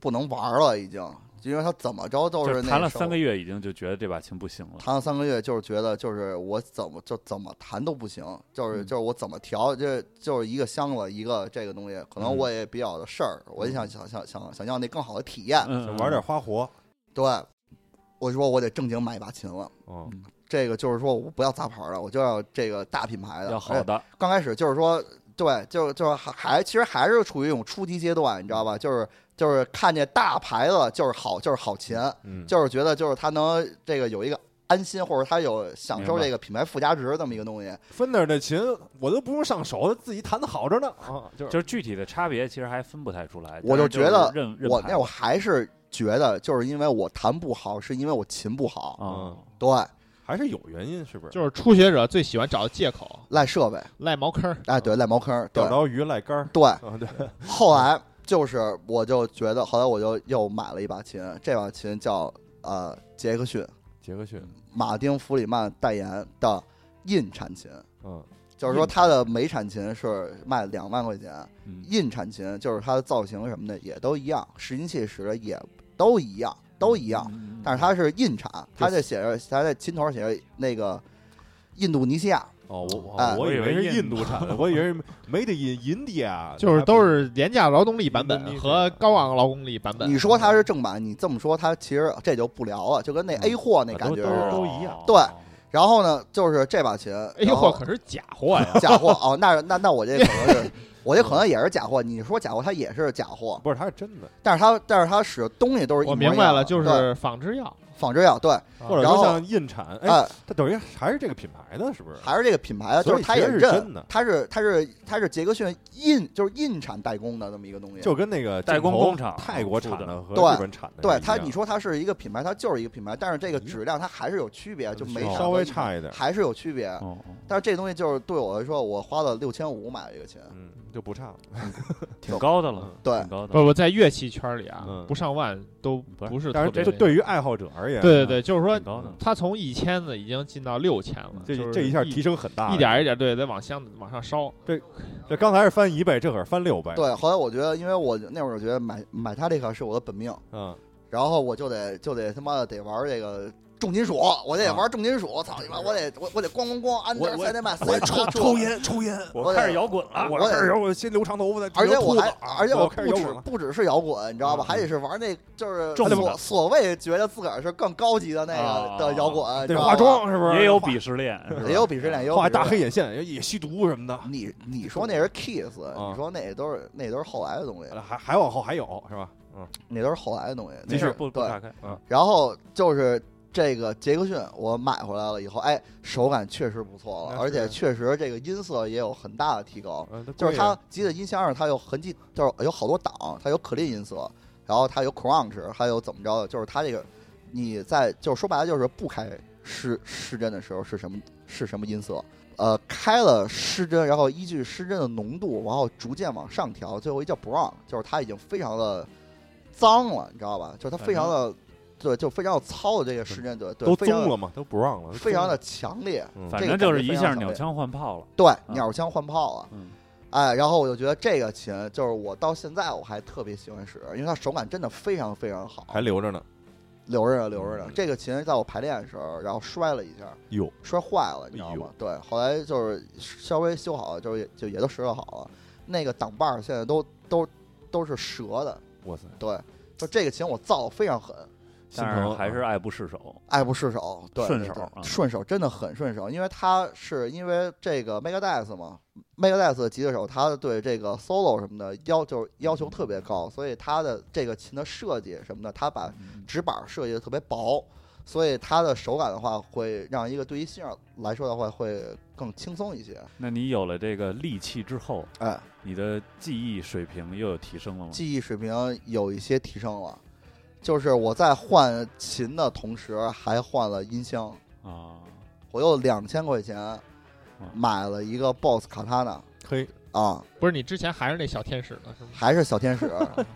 [SPEAKER 4] 不能玩了，已经，因为它怎么着都
[SPEAKER 3] 就是是弹了
[SPEAKER 4] 那时候
[SPEAKER 3] 三个月，已经就觉得这把琴不行了。
[SPEAKER 4] 弹了三个月，就是觉得就是我怎么就怎么弹都不行，就是
[SPEAKER 3] 嗯
[SPEAKER 4] 就是我怎么调，这就是一个箱子一个这个东西，可能
[SPEAKER 3] 嗯
[SPEAKER 4] 我也比较的事儿，我也想想想想想要那更好的体验，
[SPEAKER 3] 嗯，
[SPEAKER 1] 想
[SPEAKER 3] 嗯
[SPEAKER 1] 玩点花活，
[SPEAKER 4] 对，我就说我得正经买一把琴了。
[SPEAKER 1] 嗯，
[SPEAKER 4] 这个就是说我不要杂牌了，我就要这个大品牌的。
[SPEAKER 3] 要好
[SPEAKER 4] 哎
[SPEAKER 3] 的，
[SPEAKER 4] 刚开始就是说，对，就就是还还其实还是处于一种初级阶段，你知道
[SPEAKER 3] 嗯
[SPEAKER 4] 吧？就是就是看见大牌子就是好，就是好琴，
[SPEAKER 1] 嗯，
[SPEAKER 4] 就是觉得就是它能这个有一个安心，或者它有享受
[SPEAKER 3] 明白
[SPEAKER 4] 这个品牌附加值这么一个东西。
[SPEAKER 1] Fender 的琴我都不用上手，自己弹的好着呢啊，就是
[SPEAKER 3] 就是具体的差别其实还分不太出来。但
[SPEAKER 4] 我就是觉得
[SPEAKER 3] 认认嗯
[SPEAKER 4] 我
[SPEAKER 3] 牌
[SPEAKER 4] 那我还是觉得，就是因为我弹不好，是因为我琴不好，
[SPEAKER 3] 啊
[SPEAKER 4] 对。
[SPEAKER 1] 嗯还是有原因，是不是？
[SPEAKER 2] 哦就是初学者最喜欢找的借口，
[SPEAKER 4] 赖设备，
[SPEAKER 2] 赖茅坑儿。
[SPEAKER 4] 哎，
[SPEAKER 3] 啊
[SPEAKER 4] 对，赖茅坑儿，对
[SPEAKER 1] 钓着鱼赖杆儿
[SPEAKER 4] 对。
[SPEAKER 1] 啊，对，
[SPEAKER 4] 后来就是我就觉得，后来我就又买了一把琴，这把琴叫呃杰克逊
[SPEAKER 1] 杰克逊，
[SPEAKER 4] 马丁弗里曼代言的印产琴，
[SPEAKER 1] 嗯，
[SPEAKER 4] 就是说它的美产琴是卖两万块钱，
[SPEAKER 5] 嗯
[SPEAKER 4] 印产琴就是它的造型什么的也都一样，拾音器使的也都一样，都一样，
[SPEAKER 5] 嗯
[SPEAKER 4] 但是它是印产，它这写着它在琴头上写着那个印度尼西亚，
[SPEAKER 1] 哦，我我、
[SPEAKER 4] 哎
[SPEAKER 1] 我以为
[SPEAKER 5] 我以为
[SPEAKER 1] 是
[SPEAKER 5] 印
[SPEAKER 1] 印度产的，我以为是 made in India，
[SPEAKER 2] 就是都是廉价劳动力版
[SPEAKER 1] 嗯嗯
[SPEAKER 2] 本
[SPEAKER 1] 嗯
[SPEAKER 2] 和高昂劳动力版本。
[SPEAKER 4] 你说它是正版，你这么说它其实这就不聊了，就跟那
[SPEAKER 2] 嗯
[SPEAKER 4] A 货那感觉似
[SPEAKER 1] 都
[SPEAKER 4] 的。
[SPEAKER 1] 一样
[SPEAKER 4] 对然后呢，就是这把琴
[SPEAKER 2] 哎
[SPEAKER 4] 然
[SPEAKER 2] 呦，
[SPEAKER 4] 后
[SPEAKER 2] 我可是假货呀！
[SPEAKER 4] 假货哦，那那那我这可能是我这可能也是假货。你说假货，它也是假货，
[SPEAKER 1] 不是，它是真的，
[SPEAKER 4] 但是它但是它使的东西都是一
[SPEAKER 2] 我
[SPEAKER 4] 模一样
[SPEAKER 2] 明白了，
[SPEAKER 4] 的
[SPEAKER 2] 就
[SPEAKER 4] 对
[SPEAKER 2] 是仿制药。
[SPEAKER 4] 仿制药，对，
[SPEAKER 1] 或者
[SPEAKER 4] 然后
[SPEAKER 1] 说像印产，哎，
[SPEAKER 4] 哎，
[SPEAKER 1] 它等于还是这个品牌的，是不是？
[SPEAKER 4] 还是这个品牌啊，
[SPEAKER 1] 所以
[SPEAKER 4] 就是它也
[SPEAKER 1] 其实是真
[SPEAKER 4] 认
[SPEAKER 1] 的，
[SPEAKER 4] 它是它是它是杰克逊印就是印产代工的这么一个东西，
[SPEAKER 1] 就跟那个
[SPEAKER 5] 代工
[SPEAKER 1] 镜头
[SPEAKER 5] 工厂
[SPEAKER 1] 泰国产
[SPEAKER 5] 出
[SPEAKER 1] 的
[SPEAKER 5] 的
[SPEAKER 1] 和
[SPEAKER 4] 对
[SPEAKER 1] 日本产的是
[SPEAKER 4] 对
[SPEAKER 1] 一
[SPEAKER 4] 它，
[SPEAKER 1] 样嗯
[SPEAKER 4] 你说它是一个品牌，它就是一个品牌，但是这个质量它还是有区别，就没
[SPEAKER 1] 是啊
[SPEAKER 4] 啥
[SPEAKER 1] 嗯稍微
[SPEAKER 4] 问题
[SPEAKER 1] 差一点，嗯
[SPEAKER 4] 还是有区别。
[SPEAKER 5] 哦，
[SPEAKER 4] 但是这东西就是对我来说，我花了六千五买了这个琴，
[SPEAKER 1] 嗯，就不差了，
[SPEAKER 5] 挺高的了，
[SPEAKER 4] 对
[SPEAKER 5] 挺高的
[SPEAKER 2] 不。不，在乐器圈里啊
[SPEAKER 1] 嗯，
[SPEAKER 2] 不上万都
[SPEAKER 5] 不是
[SPEAKER 2] 不是
[SPEAKER 1] 但
[SPEAKER 2] 特
[SPEAKER 1] 是
[SPEAKER 2] 别
[SPEAKER 1] 这。对于爱好者而
[SPEAKER 5] 啊
[SPEAKER 1] 言，
[SPEAKER 2] 对对对，就是
[SPEAKER 4] 嗯
[SPEAKER 2] 说
[SPEAKER 5] 挺高的，
[SPEAKER 2] 它从一千的已经进到六千了，
[SPEAKER 1] 这
[SPEAKER 2] 就是
[SPEAKER 1] 这一下
[SPEAKER 2] 一
[SPEAKER 1] 提升很大，
[SPEAKER 2] 一点儿一点儿对，得往箱子往上烧。
[SPEAKER 1] 这刚才是翻一倍，这可是翻六倍。，
[SPEAKER 4] 对，后来我觉得，因为我那会儿觉得买买它这个是我的本命，
[SPEAKER 1] 嗯，
[SPEAKER 4] 然后我就得就得他妈的得玩这个重金属，我得玩重金属，操你妈，我得我我得咣咣咣，安德
[SPEAKER 5] 我
[SPEAKER 4] 塞德曼，
[SPEAKER 1] 啊我抽抽，烟抽烟，
[SPEAKER 4] 我得
[SPEAKER 5] 开始摇滚了，
[SPEAKER 1] 我
[SPEAKER 4] 我
[SPEAKER 1] 这
[SPEAKER 4] 得
[SPEAKER 1] 有我先留长头发的，
[SPEAKER 4] 而且
[SPEAKER 1] 留
[SPEAKER 4] 我
[SPEAKER 1] 秃
[SPEAKER 4] 还
[SPEAKER 1] 子啊
[SPEAKER 4] 而且
[SPEAKER 1] 我
[SPEAKER 4] 我
[SPEAKER 1] 开
[SPEAKER 4] 不
[SPEAKER 1] 始摇
[SPEAKER 4] 止
[SPEAKER 1] 滚了，
[SPEAKER 4] 不只是摇滚，你知道吧？
[SPEAKER 1] 嗯
[SPEAKER 4] 还得是玩那就是
[SPEAKER 5] 重的
[SPEAKER 4] 所所谓觉得自个儿是更高级的那个
[SPEAKER 5] 啊
[SPEAKER 4] 的摇滚，你
[SPEAKER 1] 得
[SPEAKER 4] 知道
[SPEAKER 1] 化
[SPEAKER 4] 吧，
[SPEAKER 1] 妆是不是？
[SPEAKER 5] 也有鄙视链，是吧
[SPEAKER 4] 也有鄙视链，也有
[SPEAKER 1] 画
[SPEAKER 4] 鄙视
[SPEAKER 1] 大
[SPEAKER 4] 链
[SPEAKER 1] 黑。眼线，也也吸毒什么的，
[SPEAKER 4] 你你说那是 Kiss，
[SPEAKER 1] 啊
[SPEAKER 4] 你说那都是那都是后来的东西，
[SPEAKER 1] 还还往后还有是吧？嗯，
[SPEAKER 4] 那都是后来的东西。
[SPEAKER 5] 没事，
[SPEAKER 4] 那是
[SPEAKER 5] 不不
[SPEAKER 4] 对
[SPEAKER 5] 岔
[SPEAKER 1] 哎
[SPEAKER 5] 开。嗯
[SPEAKER 4] 然后就是这个杰克逊，我买回来了以后，哎，手感确实不错了，
[SPEAKER 1] 那是
[SPEAKER 4] 而且确实这个音色也有很大的提高。
[SPEAKER 1] 呃
[SPEAKER 4] 就是它吉他音箱上它有痕迹，就是有好多档，它有可粒音色，然后它有 crunch，还有怎么着的，就是它这个你在就是说白了就是不开失失真的时候是什么是什么音色。呃，开了失真，然后依据失真的浓度，然后逐渐往上调，最后一叫 brown，就是它已经非常的脏了，你知道吧？就是它非常的，对，就非常的糙的这个失真，对，对
[SPEAKER 1] 嗯都
[SPEAKER 4] 非常
[SPEAKER 1] 棕
[SPEAKER 4] 的
[SPEAKER 1] 了嘛，都不让了，
[SPEAKER 4] 非常的强烈，
[SPEAKER 1] 嗯
[SPEAKER 5] 反
[SPEAKER 4] 这个
[SPEAKER 5] 正就
[SPEAKER 4] 感
[SPEAKER 5] 是
[SPEAKER 4] 觉
[SPEAKER 5] 一
[SPEAKER 4] 非常
[SPEAKER 5] 下
[SPEAKER 4] 强
[SPEAKER 5] 鸟
[SPEAKER 4] 烈
[SPEAKER 5] 枪换炮了。
[SPEAKER 1] 啊
[SPEAKER 4] 对，鸟枪换炮啊，
[SPEAKER 5] 嗯，
[SPEAKER 4] 哎，然后我就觉得这个琴就是我到现在我还特别喜欢使，因为它手感真的非常非常好，
[SPEAKER 1] 还留着呢。
[SPEAKER 4] 留着呢留着呢
[SPEAKER 1] 嗯。
[SPEAKER 4] 这个琴在我排练的时候，然后摔了一下，
[SPEAKER 1] 哟，
[SPEAKER 4] 摔坏了，
[SPEAKER 1] 哎
[SPEAKER 4] 你知道吗？对，后来就是稍微修好了，就是也就也都使得好了。那个挡把儿现在都都都是折的，
[SPEAKER 1] 哇塞，
[SPEAKER 4] 对，就这个琴我造得非常狠，
[SPEAKER 1] 心
[SPEAKER 5] 但是
[SPEAKER 4] 啊
[SPEAKER 1] 疼啊
[SPEAKER 5] 还是爱不释手。
[SPEAKER 4] 爱不释手，对，
[SPEAKER 5] 顺
[SPEAKER 4] 对
[SPEAKER 5] 手
[SPEAKER 4] 对
[SPEAKER 5] 啊
[SPEAKER 4] 顺手真的很顺手，因为他是因为这个 Megadeth 嘛，Megadeth 的吉他手，他对这个 solo 什么的要求要求特别高，所以他的这个琴的设计什么的，他把指板设计的特别薄，所以他的手感的话，会让一个对于新手来说的话会更轻松一些。
[SPEAKER 5] 那你有了这个利器之后，
[SPEAKER 4] 哎，
[SPEAKER 5] 你的技艺水平又有提升了吗？
[SPEAKER 4] 技艺水平有一些提升了，就是我在换琴的同时，还换了音箱。
[SPEAKER 5] 啊，
[SPEAKER 4] 我又两千块钱
[SPEAKER 5] 嗯
[SPEAKER 4] 买了一个 BOSS 卡塔纳
[SPEAKER 1] 嘿，
[SPEAKER 4] 啊，
[SPEAKER 2] 不是你之前还是那小天使呢，是吗？
[SPEAKER 4] 还是
[SPEAKER 5] <laughs>
[SPEAKER 4] 小天使，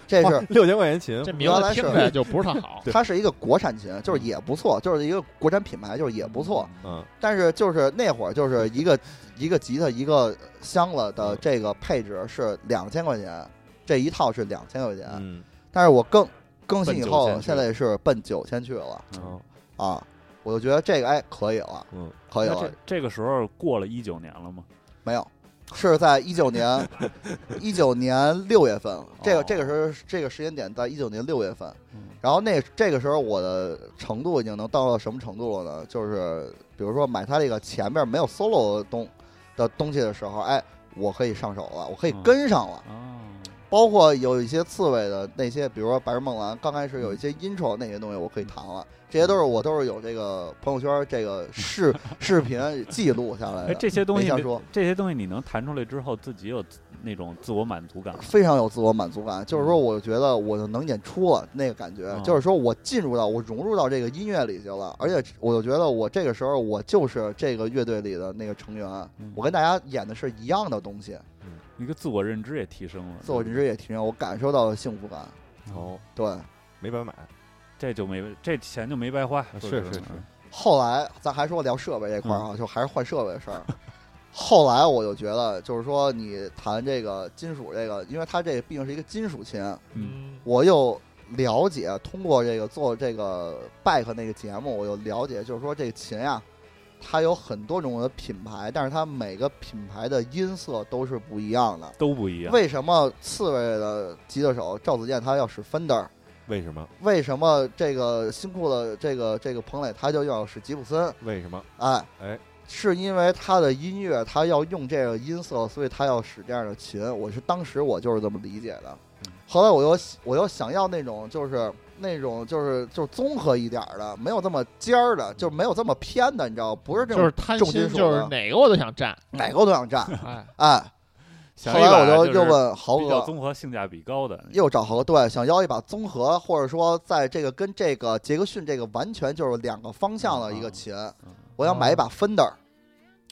[SPEAKER 4] 这是
[SPEAKER 1] 六千块钱琴，。
[SPEAKER 2] 这名
[SPEAKER 4] 嗯原
[SPEAKER 2] 字
[SPEAKER 4] 来
[SPEAKER 2] 听
[SPEAKER 4] 是
[SPEAKER 2] 起来就不是特好
[SPEAKER 4] <laughs>
[SPEAKER 1] 对
[SPEAKER 4] 它是一个国产琴，就是也不
[SPEAKER 5] 嗯
[SPEAKER 4] 错，就是一个国产品牌，就是也不错。
[SPEAKER 1] 嗯，
[SPEAKER 4] 但是就是那会儿就是
[SPEAKER 5] 嗯
[SPEAKER 4] 一个一个吉他一个箱子的这个配置是两千块钱，这一套是两千块钱。
[SPEAKER 1] 嗯，
[SPEAKER 4] 但是我更更新以
[SPEAKER 5] 奔
[SPEAKER 4] 后，
[SPEAKER 5] 9000去
[SPEAKER 4] 现在是奔九千去了
[SPEAKER 5] 嗯。
[SPEAKER 1] 哦
[SPEAKER 4] 啊，我就觉得这个哎可以了，
[SPEAKER 1] 嗯，
[SPEAKER 4] 可以
[SPEAKER 5] 那
[SPEAKER 4] 了
[SPEAKER 5] 这，这个时候过了一九年了吗？
[SPEAKER 4] 没有，是在一九年，一九年六月份，这
[SPEAKER 5] 哦
[SPEAKER 4] 个这个时候这个时间点在一九年六月份，然后那这个时候我的程度已经能到到什么程度了呢？就是比如说买它这个前面没有
[SPEAKER 5] 嗯
[SPEAKER 4] solo 的东的东西的时候，哎，我可以上手了，我可以跟上了，
[SPEAKER 5] 啊，
[SPEAKER 4] 包括有一些刺猬的那些，比如说白日梦蓝，刚开始有一
[SPEAKER 5] 嗯
[SPEAKER 4] 些 intro 那些东西我可以弹了，这些都是我都是有这个朋友圈这个视 <laughs> 视频记录下来
[SPEAKER 5] 哎，
[SPEAKER 4] 的。
[SPEAKER 5] 这些东
[SPEAKER 4] 呃没
[SPEAKER 5] 西
[SPEAKER 4] 瞎
[SPEAKER 5] 你
[SPEAKER 4] 说
[SPEAKER 5] 这些东西你能弹出来之后，自己有自那种自我满足感吗。
[SPEAKER 4] 非常有自我满足感，就是说，我觉得我能演出了那个感觉，
[SPEAKER 5] 嗯
[SPEAKER 4] 就是说我进入到我融入到这个音乐里去了，而且我就觉得我这个时候我就是这个乐队里的那个成员，
[SPEAKER 5] 嗯
[SPEAKER 4] 我跟大家演的是一样的东西，
[SPEAKER 5] 一个自我认知也提升了，嗯
[SPEAKER 4] 自我认知也提升，我感受到了幸福感。
[SPEAKER 1] 哦，
[SPEAKER 4] 对，
[SPEAKER 1] 没白买，
[SPEAKER 5] 这就没这钱就没白花。说
[SPEAKER 1] 啊是
[SPEAKER 5] 实
[SPEAKER 1] 是
[SPEAKER 5] 话
[SPEAKER 1] 是
[SPEAKER 4] 后来咱还说聊设备这块儿啊，就还是换设备的事儿。后来我就觉得，就是说你弹这个金属这个，因为它这个毕竟是一个金属琴，
[SPEAKER 2] 嗯，
[SPEAKER 4] 我又了解，通过这个做这个 back 那个节目，我又了解，就是说这个琴呀、它有很多种的品牌，但是它每个品牌的音色都是不一样的。
[SPEAKER 5] 都不一样。
[SPEAKER 4] 为什么刺猬的吉他手赵子健他要使 Fender？
[SPEAKER 1] 为什么？
[SPEAKER 4] 为什么这个新裤子这个这个彭磊他就要使吉普森？
[SPEAKER 1] 为什么？
[SPEAKER 4] 哎
[SPEAKER 1] 哎，
[SPEAKER 4] 是因为他的音乐他要用这个音色，所以他要使这样的琴。我是当时我就是这么理解的
[SPEAKER 5] 嗯。
[SPEAKER 4] 后来我又我又想要那种就是那种就是就是综合一点儿的，没有这么尖儿的，就是没有这么偏的，你知道吗不是这
[SPEAKER 2] 就是
[SPEAKER 4] 种
[SPEAKER 2] 贪
[SPEAKER 4] 重金
[SPEAKER 2] 心，
[SPEAKER 4] 属
[SPEAKER 2] 就是
[SPEAKER 4] 的
[SPEAKER 2] 哪个我都想占。
[SPEAKER 4] <laughs> 哪个都想占。
[SPEAKER 2] 哎，
[SPEAKER 4] 哎，
[SPEAKER 5] <laughs> 想
[SPEAKER 4] 后
[SPEAKER 5] 一
[SPEAKER 4] 来
[SPEAKER 5] 把
[SPEAKER 4] 我就
[SPEAKER 5] 就
[SPEAKER 4] 又
[SPEAKER 5] 是
[SPEAKER 4] 问豪
[SPEAKER 5] 比较
[SPEAKER 4] 哥，
[SPEAKER 5] 综合性价比高的，
[SPEAKER 4] 又找豪哥，对，想要一把综合，或者说在这个跟这个杰克逊这个完全就是两个方向的一个琴。
[SPEAKER 5] 嗯
[SPEAKER 4] 我要买一把 Fender，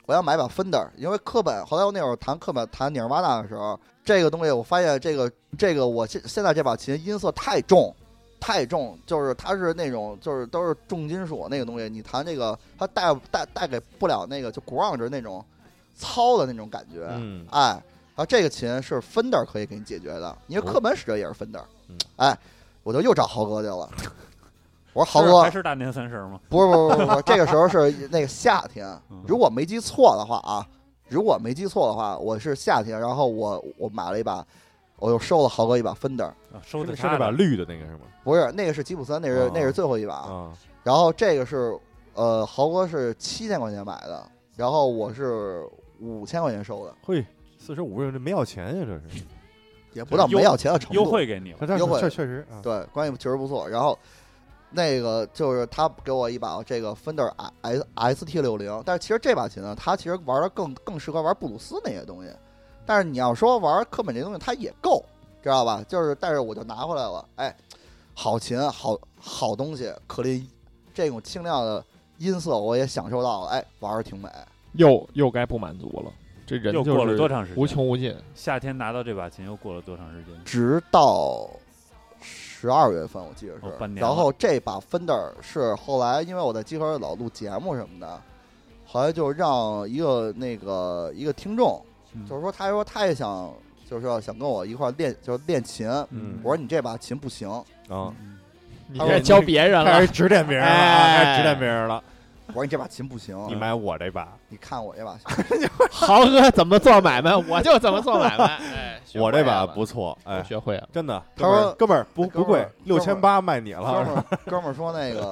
[SPEAKER 4] 我要买一把 Fender，因为课本，后来我那会儿弹课本弹尼尔玛纳的时候，这个东西我发现这个这个我现现在这把琴音色太重，太重，就是它是那种就是都是重金属那个东西，你弹这个它带带带给不了那个就 grunge 那种糙的那种感觉，
[SPEAKER 1] 嗯
[SPEAKER 4] 哎，然后这个琴是 Fender 可以给你解决的，因为
[SPEAKER 1] 哦
[SPEAKER 4] 课本使的也是 Fender，、
[SPEAKER 1] 嗯
[SPEAKER 4] 哎，我就又找豪哥去了，我说豪
[SPEAKER 5] 是
[SPEAKER 4] 哥
[SPEAKER 5] 还，是大年三十吗？
[SPEAKER 4] 不是不是不是不是，这个时
[SPEAKER 5] <laughs>
[SPEAKER 4] 候是那个夏天
[SPEAKER 5] 嗯，
[SPEAKER 4] 如果没记错的话啊，如果没记错的话，我是夏天，然后我我买了一把，我又收了豪哥一把 Fender，
[SPEAKER 5] 啊收的
[SPEAKER 1] 是那把绿的那个是吗？
[SPEAKER 4] 不是那个是吉普森，那是、
[SPEAKER 1] 哦
[SPEAKER 4] 那是最后一把，
[SPEAKER 1] 啊，
[SPEAKER 4] 然后这个是呃豪哥是七千块钱买的，然后我是五千块钱收的，
[SPEAKER 1] 嘿，四舍五入这没要钱呀，这 <laughs> 是。
[SPEAKER 4] 也不到没要钱的程度，
[SPEAKER 5] 优惠给你了，
[SPEAKER 1] 但
[SPEAKER 4] 优惠
[SPEAKER 1] 是确确实啊，
[SPEAKER 4] 对，关系确实不错。然后那个就是他给我一把这个 Fender S S T 六零，但是其实这把琴呢，它其实玩的更更适合玩布鲁斯那些东西。但是你要说玩科本这东西，它也够，知道吧？就是，但是我就拿回来了，哎，好琴，好好东西，可林这种清亮的音色我也享受到了，哎，玩的挺美。
[SPEAKER 2] 又又该不满足了，这人
[SPEAKER 5] 又
[SPEAKER 2] 就
[SPEAKER 5] 过了
[SPEAKER 2] 是
[SPEAKER 5] 多长时间
[SPEAKER 2] 无穷无尽。
[SPEAKER 5] 夏天拿到这把琴又过了多长时间？
[SPEAKER 4] 直到十二月份，我记得是。
[SPEAKER 5] 哦半年了
[SPEAKER 4] 然后这把 Fender 是后来，因为我在集合老录节目什么的，后来就让一个那个一个听众，
[SPEAKER 5] 嗯
[SPEAKER 4] 就是说他说他也想，就是说想跟我一块儿练，就是练琴。
[SPEAKER 1] 嗯
[SPEAKER 4] 我说你这把琴不行，我
[SPEAKER 1] 啊，
[SPEAKER 5] 嗯
[SPEAKER 2] 你
[SPEAKER 4] 他
[SPEAKER 2] 这
[SPEAKER 4] 说
[SPEAKER 2] 教别人
[SPEAKER 1] 开
[SPEAKER 2] 了
[SPEAKER 1] 始，指点别人了啊，
[SPEAKER 2] 哎
[SPEAKER 1] 开始指点别人了。
[SPEAKER 4] 说你这把琴不行，
[SPEAKER 1] 你买我这把，
[SPEAKER 4] 你看我这把琴，
[SPEAKER 5] <laughs>
[SPEAKER 2] 豪哥怎么做买卖，我就怎么做买卖。
[SPEAKER 4] <laughs>
[SPEAKER 2] 哎，学会
[SPEAKER 1] 我这把
[SPEAKER 2] 了
[SPEAKER 1] 不错，哎
[SPEAKER 2] 我，学会了。
[SPEAKER 1] 真的。
[SPEAKER 4] 他说
[SPEAKER 1] 哥们儿哥们儿不
[SPEAKER 4] 哥们
[SPEAKER 1] 不
[SPEAKER 4] 儿
[SPEAKER 1] 贵，
[SPEAKER 4] 哥
[SPEAKER 1] 六
[SPEAKER 4] 们儿
[SPEAKER 1] 千八卖你
[SPEAKER 4] 哥们
[SPEAKER 1] 了。
[SPEAKER 4] 儿， <laughs> 哥们儿说那个，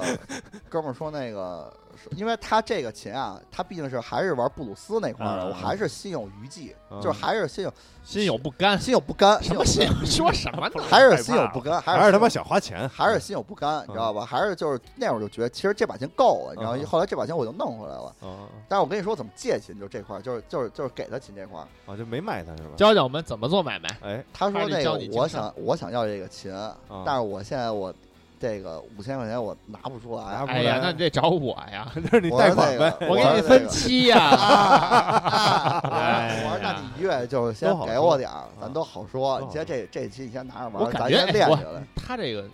[SPEAKER 4] 哥们儿说那个，说因为他这个琴啊，他毕竟是还是玩布鲁斯那块儿的，
[SPEAKER 5] 嗯
[SPEAKER 4] 我还是心有余悸，
[SPEAKER 1] 嗯
[SPEAKER 4] 就是还是心有
[SPEAKER 2] 心有不甘，哎
[SPEAKER 4] 心有不甘，
[SPEAKER 2] 什么
[SPEAKER 4] 心
[SPEAKER 2] 心
[SPEAKER 4] 有不
[SPEAKER 2] 说
[SPEAKER 4] 甘？
[SPEAKER 2] 什 <laughs> 么呢？
[SPEAKER 4] 还是心有不甘，还
[SPEAKER 1] 还是
[SPEAKER 4] 是
[SPEAKER 1] 他妈想花钱，
[SPEAKER 4] 还是心有不甘，你知道吧？还是就是那会儿就觉得，其实这把琴够了，你知道吗
[SPEAKER 1] 嗯？
[SPEAKER 4] 后来这把琴我就弄回来了。
[SPEAKER 1] 啊
[SPEAKER 4] 但是我跟你说怎么借琴，就这块儿，就是就是就是给他琴这块儿。
[SPEAKER 1] 啊，就没卖它是吧？
[SPEAKER 2] 教教我们怎么做买卖。
[SPEAKER 1] 哎，
[SPEAKER 4] 他说
[SPEAKER 2] 还
[SPEAKER 4] 那
[SPEAKER 2] 是教你
[SPEAKER 4] 个
[SPEAKER 2] 琴
[SPEAKER 4] 我
[SPEAKER 2] 上
[SPEAKER 4] 想我想要这个琴，
[SPEAKER 1] 嗯
[SPEAKER 4] 但是我现在我这个五千块钱我拿不出来
[SPEAKER 1] 拿，不
[SPEAKER 2] 哎呀，
[SPEAKER 1] 然
[SPEAKER 2] 那你得找我呀，
[SPEAKER 1] <laughs> 就是你
[SPEAKER 4] <laughs> 我
[SPEAKER 1] 贷
[SPEAKER 4] 说
[SPEAKER 1] 款
[SPEAKER 4] 那
[SPEAKER 1] 呗
[SPEAKER 4] 个。
[SPEAKER 2] 我给
[SPEAKER 4] 说
[SPEAKER 2] 你
[SPEAKER 4] 那
[SPEAKER 2] 分
[SPEAKER 4] 个
[SPEAKER 2] 期呀。
[SPEAKER 4] 啊！
[SPEAKER 2] 哎
[SPEAKER 4] <laughs> 我说
[SPEAKER 2] <laughs>
[SPEAKER 4] 那你一月就
[SPEAKER 1] 都
[SPEAKER 4] 是先
[SPEAKER 1] 好
[SPEAKER 4] 给
[SPEAKER 1] 说嗯
[SPEAKER 4] 我点儿，咱都好说。
[SPEAKER 1] 都
[SPEAKER 4] 你
[SPEAKER 1] 好
[SPEAKER 4] 先这这期你先拿着玩
[SPEAKER 2] 我
[SPEAKER 4] 儿，咱
[SPEAKER 2] 感觉
[SPEAKER 4] 先练
[SPEAKER 2] 哎我
[SPEAKER 4] 起来。
[SPEAKER 2] 他这个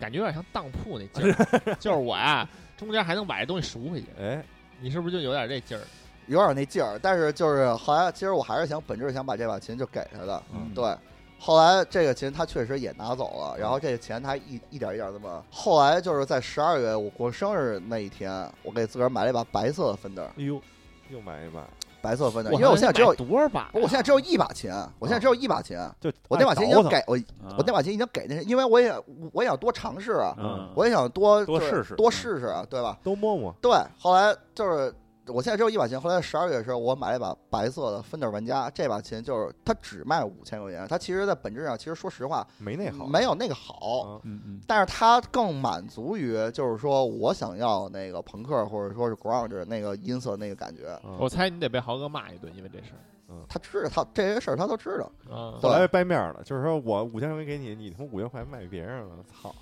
[SPEAKER 2] 感觉有点像当铺那
[SPEAKER 4] <laughs>
[SPEAKER 2] 劲儿，就是我呀，中间还能把这东西赎回去。
[SPEAKER 1] 哎，
[SPEAKER 2] 你是不是就有点这劲儿？
[SPEAKER 4] 有点那劲儿，但是就是后来，其实我还是想本质想把这把琴就给他的，
[SPEAKER 1] 嗯
[SPEAKER 4] 对。后来这个琴他确实也拿走了，然后这个钱他一一点一点这么。后来就是在十二月我过生日那一天，我给自个儿买了一把白色的芬德，
[SPEAKER 1] 哎呦，又买一把，
[SPEAKER 4] 白色芬德，
[SPEAKER 2] 我
[SPEAKER 4] 因为我现在只有
[SPEAKER 2] 买，多少把？
[SPEAKER 4] 不是我现在只有一把琴，我现在只有一把琴，
[SPEAKER 1] 就哎
[SPEAKER 4] 我那把琴已经给我，
[SPEAKER 5] 啊
[SPEAKER 4] 我那把琴已经给那，因为我也我也想多尝试啊，
[SPEAKER 5] 嗯
[SPEAKER 4] 我也想多
[SPEAKER 5] 多
[SPEAKER 4] 就是
[SPEAKER 5] 试
[SPEAKER 4] 多
[SPEAKER 5] 嗯
[SPEAKER 4] 试试啊，对吧？
[SPEAKER 1] 都摸摸，
[SPEAKER 4] 对，后来就是我现在只有一把琴，后来十二月的时候，我买了一把白色的芬德玩家，这把琴就是它只卖五千块钱，它其实在本质上，其实说实话
[SPEAKER 1] 没那好，
[SPEAKER 4] 没有那个好，
[SPEAKER 1] 啊
[SPEAKER 3] 嗯嗯，
[SPEAKER 4] 但是它更满足于就是说我想要那个朋克或者说是 grunge 那个音色那个感觉，
[SPEAKER 1] 啊
[SPEAKER 2] 我猜你得被豪哥骂一顿，因为这事儿。
[SPEAKER 4] 他知道他这些事儿他都知道，
[SPEAKER 2] 啊，
[SPEAKER 1] 后来被掰面儿了，就是说我五千块钱给你，你他妈五千块钱卖给别人了，操！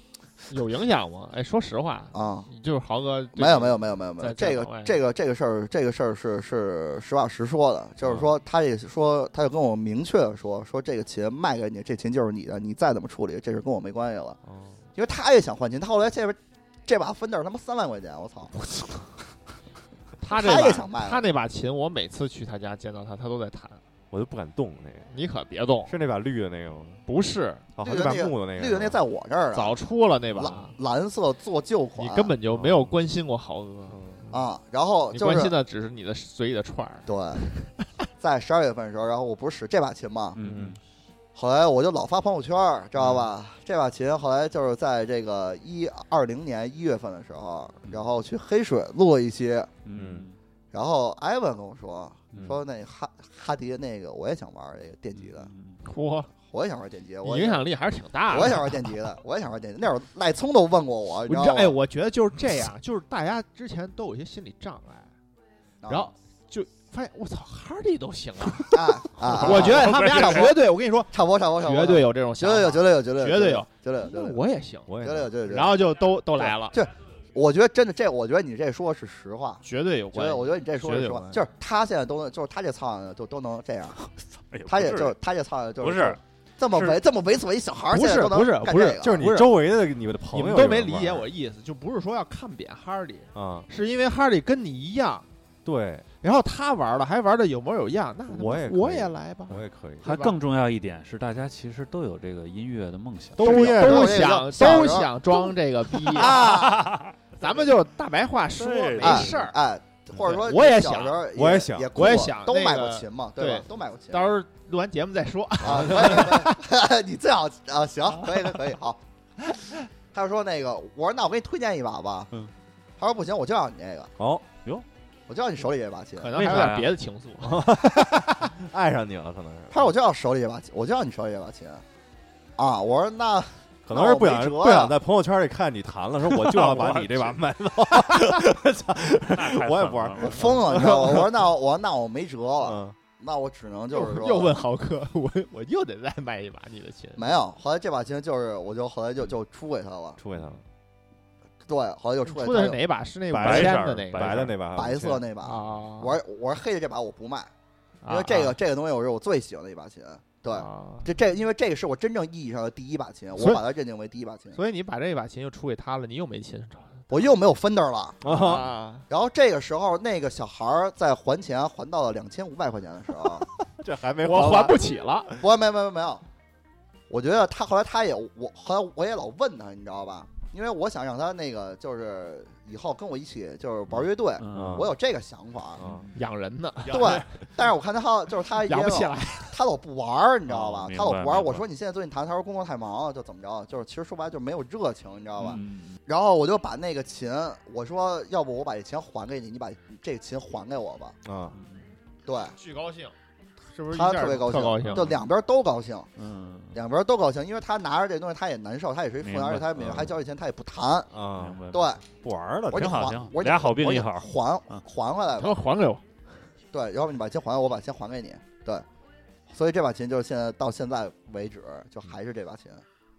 [SPEAKER 2] 有影响吗？哎，说实话，
[SPEAKER 4] 啊、
[SPEAKER 2] 就是豪哥对
[SPEAKER 4] 没有没有没有没有没
[SPEAKER 2] 在
[SPEAKER 4] 有，这
[SPEAKER 2] 在
[SPEAKER 4] 个
[SPEAKER 2] 往外
[SPEAKER 4] 这个这个事儿这个事儿是是实话实说的，
[SPEAKER 2] 嗯
[SPEAKER 4] 就是说他也说他就跟我明确的说说这个琴卖给你，这琴就是你的，你再怎么处理这事跟我没关系了，因为他也想换琴，他后来这这把芬德他妈三万块钱，我操！
[SPEAKER 2] 他这
[SPEAKER 4] 他也
[SPEAKER 2] 把
[SPEAKER 4] 想卖了
[SPEAKER 2] 他那把琴，我每次去他家见到他，他都在弹。
[SPEAKER 1] 我就不敢动那个，
[SPEAKER 2] 你可别动，
[SPEAKER 1] 是那把绿的那个吗？
[SPEAKER 2] 不是
[SPEAKER 1] 哦，
[SPEAKER 4] 哦绿
[SPEAKER 1] 还是
[SPEAKER 4] 的
[SPEAKER 1] 把
[SPEAKER 4] 那个
[SPEAKER 1] 木的那个，
[SPEAKER 4] 绿的那在我这儿啊，
[SPEAKER 2] 早出了那把
[SPEAKER 4] 蓝，蓝色做旧款，
[SPEAKER 2] 你根本就没有关心过豪哥，
[SPEAKER 1] 嗯
[SPEAKER 4] 啊，然后
[SPEAKER 2] 你
[SPEAKER 4] 就
[SPEAKER 2] 关
[SPEAKER 4] 是
[SPEAKER 2] 心的只是你的嘴里的串儿。
[SPEAKER 4] 对，在十二月份的时候，然后我不是使这把琴嘛，
[SPEAKER 3] 嗯
[SPEAKER 4] 后来我就老发朋友圈儿，知道吧？
[SPEAKER 2] 嗯
[SPEAKER 4] 这把琴后来就是在这个一二零年一月份的时候，
[SPEAKER 2] 嗯
[SPEAKER 4] 然后去黑水录了一期，
[SPEAKER 3] 嗯
[SPEAKER 4] 然后艾文跟我说
[SPEAKER 3] 嗯
[SPEAKER 4] 说那哈哈迪那个我也想玩这个电吉的，
[SPEAKER 3] 嗯，
[SPEAKER 2] 嚯，
[SPEAKER 4] 我也想玩电吉，我
[SPEAKER 2] 你
[SPEAKER 4] 也
[SPEAKER 2] 影响力还是挺大的。
[SPEAKER 4] 我也想玩电
[SPEAKER 2] <laughs>
[SPEAKER 4] 吉的，我也想玩电吉。那会儿赖聪都问过我，你
[SPEAKER 2] 你
[SPEAKER 4] 知
[SPEAKER 2] 知道，
[SPEAKER 4] 道吗
[SPEAKER 2] 哎，我觉得就是这样，就是大家之前都有一些心理障碍，然后就发现我操，哈利都行啊！
[SPEAKER 4] 啊啊啊，
[SPEAKER 2] 我觉得他们
[SPEAKER 4] <laughs>
[SPEAKER 2] 俩绝对，我跟你说，
[SPEAKER 4] 差不多差不多差不多，
[SPEAKER 2] 绝对有这种
[SPEAKER 4] 绝
[SPEAKER 2] 想法，
[SPEAKER 4] 对有，绝对有，绝对有，
[SPEAKER 2] 绝对有，
[SPEAKER 4] 绝对有，绝对
[SPEAKER 2] 那
[SPEAKER 4] 有，
[SPEAKER 2] 我也行。
[SPEAKER 1] 我也
[SPEAKER 4] 绝对有，绝对有。
[SPEAKER 2] 然后就都都来了，
[SPEAKER 4] 我觉得真的这，我觉得你这说的是实话。
[SPEAKER 2] 绝对有
[SPEAKER 4] 觉
[SPEAKER 2] 关
[SPEAKER 4] 得我
[SPEAKER 2] 系。
[SPEAKER 4] 觉得你这说的
[SPEAKER 2] 绝
[SPEAKER 4] 是
[SPEAKER 2] 对
[SPEAKER 4] 实
[SPEAKER 2] 有
[SPEAKER 4] 话，
[SPEAKER 2] 关系
[SPEAKER 4] 就是他现在都能，就是他这操样就都能这样，
[SPEAKER 5] 哎呦
[SPEAKER 4] 他也
[SPEAKER 5] 不
[SPEAKER 4] 就是他这操样就
[SPEAKER 5] 不
[SPEAKER 4] 是
[SPEAKER 5] 是
[SPEAKER 4] 这么
[SPEAKER 5] 是
[SPEAKER 4] 猥这么猥琐一小孩儿，
[SPEAKER 2] 不
[SPEAKER 4] 现在
[SPEAKER 2] 是
[SPEAKER 4] 都能
[SPEAKER 2] 不是
[SPEAKER 4] 干
[SPEAKER 2] 不是
[SPEAKER 4] 这个
[SPEAKER 1] 就是你
[SPEAKER 2] 不是
[SPEAKER 1] 周围的你们的朋
[SPEAKER 2] 你
[SPEAKER 1] 友，
[SPEAKER 2] 们都没理解我意思，就不是说要看扁哈利，
[SPEAKER 1] 啊？
[SPEAKER 2] 是因为哈利跟你一样，
[SPEAKER 1] 对，
[SPEAKER 2] 然后他玩了还玩的有模有样，那他妈
[SPEAKER 1] 我也可以
[SPEAKER 2] 我也来吧，
[SPEAKER 1] 我也可以。
[SPEAKER 3] 还更重要一点是，大家其实都有这个音乐的梦想。
[SPEAKER 2] 都
[SPEAKER 1] 职业
[SPEAKER 2] 都
[SPEAKER 4] 都是
[SPEAKER 2] 想
[SPEAKER 4] 小
[SPEAKER 2] 都
[SPEAKER 4] 时候
[SPEAKER 2] 想装这个逼，
[SPEAKER 4] 啊，
[SPEAKER 2] 咱们就大白话说
[SPEAKER 5] 对
[SPEAKER 2] 没
[SPEAKER 4] 啊
[SPEAKER 2] 事儿，
[SPEAKER 4] 哎，或者说
[SPEAKER 2] 我也
[SPEAKER 4] 小时候
[SPEAKER 1] 我也
[SPEAKER 4] 也
[SPEAKER 1] 想
[SPEAKER 4] 也
[SPEAKER 2] 我也
[SPEAKER 4] 哭过
[SPEAKER 2] 想
[SPEAKER 4] 都
[SPEAKER 2] 那
[SPEAKER 4] 买过
[SPEAKER 2] 个
[SPEAKER 4] 琴嘛，对吧
[SPEAKER 2] 对？
[SPEAKER 4] 都买过琴
[SPEAKER 2] 到时候录完节目再说。
[SPEAKER 4] 啊，可以可 <laughs> 以你最好啊，行，可以可以好。他说那个，我说那我给你推荐一把吧，
[SPEAKER 5] 嗯
[SPEAKER 4] 他说不行，我就要你这个，
[SPEAKER 1] 哦，
[SPEAKER 4] 我就要你手里这把琴，
[SPEAKER 2] <laughs> 可能还有点别的情愫，
[SPEAKER 1] 爱上你了，可能是。
[SPEAKER 4] 他说我就要手里这把琴，我就要你手里这把琴。啊，我说那
[SPEAKER 1] 可能是不
[SPEAKER 4] 那
[SPEAKER 1] 想
[SPEAKER 4] 我
[SPEAKER 1] 不
[SPEAKER 4] 没辙呀
[SPEAKER 1] 想在朋友圈里看你弹了，说我就要把你这把卖了。我也不玩
[SPEAKER 4] 我疯了，你知道吗？我说那我我说那我没辙了，
[SPEAKER 1] 嗯，
[SPEAKER 4] 那我只能就是
[SPEAKER 2] <laughs> 又
[SPEAKER 4] 说
[SPEAKER 2] 又问豪哥，我我又得再卖一把你的琴，
[SPEAKER 4] 没有。后来这把琴就是我就后来就就出给他了，
[SPEAKER 1] 出给他了，
[SPEAKER 4] 对，后来就出给
[SPEAKER 2] 出
[SPEAKER 4] 他
[SPEAKER 2] 的是
[SPEAKER 4] 了
[SPEAKER 2] 哪把？是那个
[SPEAKER 5] 白
[SPEAKER 2] 五千
[SPEAKER 5] 色儿
[SPEAKER 2] 的那个
[SPEAKER 5] 白
[SPEAKER 1] 白的那把，
[SPEAKER 4] 白色
[SPEAKER 1] 那
[SPEAKER 4] 那把。
[SPEAKER 2] 啊？
[SPEAKER 4] 我说我说黑的这把我不卖，因
[SPEAKER 2] 啊
[SPEAKER 4] 为这个
[SPEAKER 2] 啊
[SPEAKER 4] 这个东西我是我最喜欢的一把琴，对。
[SPEAKER 2] 啊
[SPEAKER 4] 这这，因为这个是我真正意义上的第一把琴，
[SPEAKER 2] 所以
[SPEAKER 4] 我把它认定为第一把琴。
[SPEAKER 2] 所以你把这把琴又出给他了，你又没琴
[SPEAKER 4] 我又没有 Fender 了，
[SPEAKER 1] 啊，
[SPEAKER 2] 啊？
[SPEAKER 4] 然后这个时候那个小孩儿在还钱，还到了两千五百块钱的时候，
[SPEAKER 1] <laughs> 这还没
[SPEAKER 2] <laughs> 我
[SPEAKER 1] 完
[SPEAKER 2] 还不起了，
[SPEAKER 4] 不，没有没有没有，我觉得他后来他也我后来我也老问他，你知道吧？因为我想让他那个就是以后跟我一起就是玩乐队，
[SPEAKER 1] 嗯
[SPEAKER 4] 我有这个想法。
[SPEAKER 1] 啊
[SPEAKER 2] 养人呢，
[SPEAKER 4] 对，但是我看他好就
[SPEAKER 2] <laughs>
[SPEAKER 4] 是他也
[SPEAKER 2] 养不起
[SPEAKER 4] 老
[SPEAKER 2] 来，
[SPEAKER 4] 他老不玩儿，你知道
[SPEAKER 5] 哦
[SPEAKER 4] 吧？
[SPEAKER 5] 明
[SPEAKER 4] 他老
[SPEAKER 5] 白
[SPEAKER 4] 不玩儿。
[SPEAKER 5] 明
[SPEAKER 4] 我
[SPEAKER 5] 白
[SPEAKER 4] 说你现在最近弹，他说工作太忙了，就怎么着？就是其实说白了就没有热情，你知道吧？
[SPEAKER 5] 嗯
[SPEAKER 4] 然后我就把那个琴，我说要不我把这琴还给你，你把这个琴还给我吧。
[SPEAKER 5] 嗯
[SPEAKER 1] 啊！
[SPEAKER 4] 对，
[SPEAKER 2] 巨高兴，是不是？
[SPEAKER 4] 他特别高兴，
[SPEAKER 2] 兴，
[SPEAKER 4] 就两边儿都高兴。
[SPEAKER 5] 嗯，
[SPEAKER 4] 两边都高兴，因为他拿着这东西他也难受，他也是一负
[SPEAKER 5] 明
[SPEAKER 4] 担，
[SPEAKER 5] 白嗯
[SPEAKER 4] 而且他每月还交这钱，他也不谈。
[SPEAKER 1] 啊
[SPEAKER 5] 明，白
[SPEAKER 4] 对，
[SPEAKER 1] 不玩了
[SPEAKER 4] 我，说你
[SPEAKER 5] 挺好
[SPEAKER 4] 还
[SPEAKER 5] 挺好，
[SPEAKER 4] 我说你
[SPEAKER 5] 俩好病
[SPEAKER 4] 我说
[SPEAKER 5] 一
[SPEAKER 4] 你
[SPEAKER 5] 好
[SPEAKER 4] 还
[SPEAKER 5] 嗯
[SPEAKER 4] 还回来
[SPEAKER 2] 他
[SPEAKER 4] 吧。
[SPEAKER 2] 还给我，
[SPEAKER 4] 对，要不你把钱还我，我把钱还给你。对，所以这把琴就是现在到现在为止，就还是这把琴，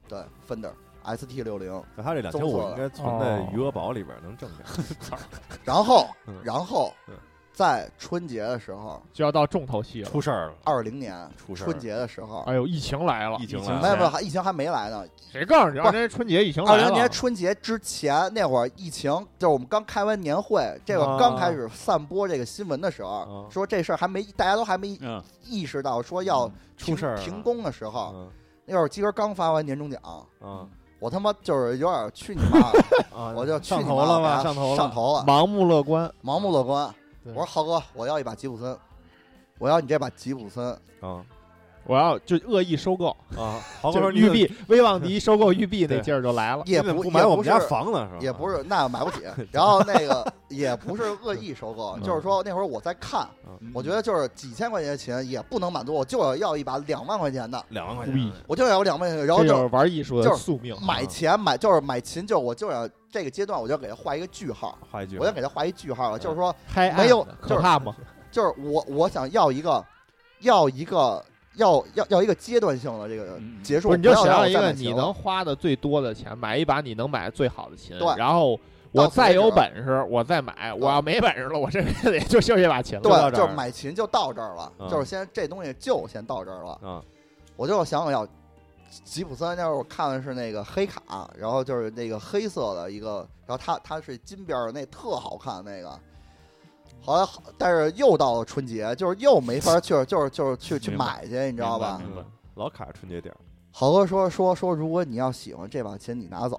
[SPEAKER 4] 对，Fender ST 六零。
[SPEAKER 1] 那他这两千
[SPEAKER 4] 中
[SPEAKER 1] 五
[SPEAKER 4] 错
[SPEAKER 1] 应
[SPEAKER 4] 了
[SPEAKER 1] 该存在余额宝里边，能挣点。
[SPEAKER 4] 然后
[SPEAKER 1] 嗯，
[SPEAKER 4] 然后
[SPEAKER 1] 嗯
[SPEAKER 4] 在春节的时候，
[SPEAKER 2] 就要到重头戏了。
[SPEAKER 1] 出事儿了，
[SPEAKER 4] 二零年
[SPEAKER 1] <laughs> 出事儿了
[SPEAKER 4] 春节的时候，
[SPEAKER 2] 哎呦，疫情来了
[SPEAKER 1] 疫，情
[SPEAKER 5] 疫情
[SPEAKER 1] 来
[SPEAKER 4] 没
[SPEAKER 1] 了，
[SPEAKER 4] 有没有，还疫情还没来呢。
[SPEAKER 2] 谁告诉你？
[SPEAKER 4] 不
[SPEAKER 2] 二
[SPEAKER 4] 是
[SPEAKER 2] 零春节疫情来
[SPEAKER 4] 二
[SPEAKER 2] 了，
[SPEAKER 4] 零年春节之前那会儿，疫情就是我们刚开完年会，这个
[SPEAKER 1] 啊
[SPEAKER 4] 刚开始散播这个新闻的时
[SPEAKER 1] 啊
[SPEAKER 4] 候，说这事儿还没，大家都还没
[SPEAKER 5] 嗯，
[SPEAKER 4] 意识到说要
[SPEAKER 1] 出事儿了
[SPEAKER 4] 停工的时候，
[SPEAKER 1] 嗯
[SPEAKER 4] 那会儿鸡哥刚发完年终奖，
[SPEAKER 1] 啊
[SPEAKER 4] 我他妈就是有点去你
[SPEAKER 1] <laughs>
[SPEAKER 4] 妈了，
[SPEAKER 1] 啊！
[SPEAKER 4] <laughs> 我就去
[SPEAKER 1] 上
[SPEAKER 4] 你
[SPEAKER 1] 头
[SPEAKER 4] 妈
[SPEAKER 1] 了
[SPEAKER 4] 我给
[SPEAKER 1] 吧？
[SPEAKER 4] 他
[SPEAKER 1] 上头了，
[SPEAKER 4] 上头了，
[SPEAKER 2] 盲目乐观，
[SPEAKER 4] 盲目乐观。
[SPEAKER 2] 对
[SPEAKER 4] 我说豪哥，我要一把吉普森，我要你这把吉普森，
[SPEAKER 1] 啊
[SPEAKER 2] 我要就恶意收购，
[SPEAKER 1] 啊！豪哥
[SPEAKER 2] 就
[SPEAKER 1] 说
[SPEAKER 2] 是
[SPEAKER 1] 你
[SPEAKER 2] 育
[SPEAKER 1] 怎么，
[SPEAKER 2] 碧
[SPEAKER 4] <laughs>
[SPEAKER 2] 威望迪收购育碧那
[SPEAKER 1] 对
[SPEAKER 2] 劲儿就来了。
[SPEAKER 1] 你
[SPEAKER 4] 也
[SPEAKER 1] 怎么
[SPEAKER 4] 不
[SPEAKER 1] 不买我
[SPEAKER 4] 也
[SPEAKER 1] 们
[SPEAKER 4] 不是
[SPEAKER 1] <laughs> 家房呢？是吧？
[SPEAKER 4] 也不是那买不起。然后那个也不是恶意收购，
[SPEAKER 3] 嗯
[SPEAKER 4] 就是说那会儿我在看，
[SPEAKER 5] 嗯
[SPEAKER 4] 我觉得就是几千块钱的琴也不能满足我，就要要一把两万块钱的，
[SPEAKER 1] 两万块
[SPEAKER 2] 故意
[SPEAKER 1] 钱，
[SPEAKER 4] 我就要两万块钱，然
[SPEAKER 2] 这
[SPEAKER 4] 后
[SPEAKER 2] 就
[SPEAKER 4] 就是
[SPEAKER 2] 玩艺术
[SPEAKER 4] 就
[SPEAKER 2] 的
[SPEAKER 4] 是
[SPEAKER 2] 宿命。
[SPEAKER 4] 买钱买就是买琴，就是我就要这个阶段我就给它画一个句号，
[SPEAKER 1] 画一句，
[SPEAKER 4] 我就给它画一句
[SPEAKER 2] 嗯
[SPEAKER 4] 号了，就是说
[SPEAKER 2] 嗨，
[SPEAKER 4] 没有就
[SPEAKER 2] 可
[SPEAKER 4] 是
[SPEAKER 2] 怕吗？
[SPEAKER 4] 就是我我想要一个要一个要要要一个阶段性的这个
[SPEAKER 5] 嗯嗯
[SPEAKER 4] 结
[SPEAKER 2] 不
[SPEAKER 4] 束，
[SPEAKER 2] 是，你就
[SPEAKER 4] 不
[SPEAKER 2] 想
[SPEAKER 4] 要让我
[SPEAKER 2] 要一
[SPEAKER 4] 再
[SPEAKER 2] 个
[SPEAKER 4] 买琴
[SPEAKER 2] 你
[SPEAKER 4] 了
[SPEAKER 2] 能花的最多的钱，买一把你能买最好的琴，
[SPEAKER 4] 对
[SPEAKER 2] 然后我
[SPEAKER 4] 到此
[SPEAKER 2] 再
[SPEAKER 4] 为止
[SPEAKER 2] 有本事我再买，我要没本事了，我这辈子也就剩这把琴了。
[SPEAKER 1] 就到
[SPEAKER 4] 对，
[SPEAKER 1] 这
[SPEAKER 4] 就
[SPEAKER 1] 儿
[SPEAKER 4] 是买琴就到这儿了，
[SPEAKER 1] 嗯
[SPEAKER 4] 就是先这东西就先到这儿了。
[SPEAKER 1] 啊，
[SPEAKER 4] 我就想想要吉普森，那会儿我看的是那个黑卡，然后就是那个黑色的一个，然后它它是金边儿的，那特好看那个。后来好，但是又到了春节，就是又没法去，就是就是去去
[SPEAKER 5] 明白
[SPEAKER 4] 买去，你知道吧？
[SPEAKER 5] 明白
[SPEAKER 1] 嗯老卡春节点儿，
[SPEAKER 4] 豪哥说说说，如果你要喜欢这把琴，你拿走，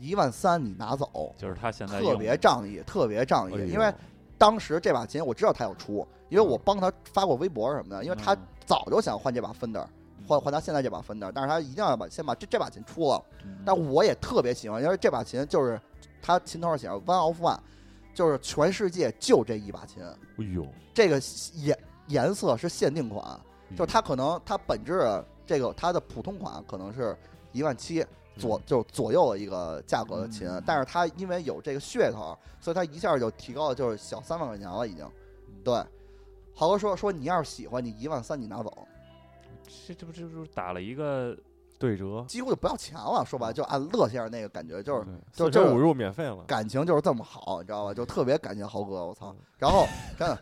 [SPEAKER 4] 一万三你拿走，
[SPEAKER 5] 就是他嗯现在
[SPEAKER 4] 特别
[SPEAKER 5] 仗，
[SPEAKER 4] 仗义，特别仗
[SPEAKER 1] 哎呦
[SPEAKER 4] 义，因为当时这把琴我知道他要出，因为我帮他发过微博什么的，因为他
[SPEAKER 5] 嗯
[SPEAKER 4] 早就想换这把 Fender，换换他现在这把 Fender，但是他一定要把先把这这把琴出了。
[SPEAKER 5] 嗯
[SPEAKER 4] 但我也特别喜欢，因为这把琴就是他琴头上写着 One of One，就是全世界就这一把琴，
[SPEAKER 1] 哎呦，
[SPEAKER 4] 这个颜颜色是限定款，
[SPEAKER 5] 嗯
[SPEAKER 4] 就是它可能它本质这个它的普通款可能是一万七左就左右的一个价格的琴，
[SPEAKER 5] 嗯
[SPEAKER 4] 但是它因为有这个噱头，所以它一下就提高了，就是小三万块钱了已经。
[SPEAKER 5] 嗯
[SPEAKER 4] 对，豪哥说说你要是喜欢，你一万三你拿走，
[SPEAKER 5] 这这不这就是打了一个
[SPEAKER 1] 对折，
[SPEAKER 4] 几乎就不要钱了。说白
[SPEAKER 1] 嗯
[SPEAKER 4] 了，就按乐先生那个感觉，就是就
[SPEAKER 1] 四
[SPEAKER 4] 就
[SPEAKER 1] 舍五
[SPEAKER 4] 是
[SPEAKER 1] 入免费了，
[SPEAKER 4] 感情就是这么好，你知
[SPEAKER 1] 嗯
[SPEAKER 4] 道吧？就特别感谢豪哥，我操！然后真的，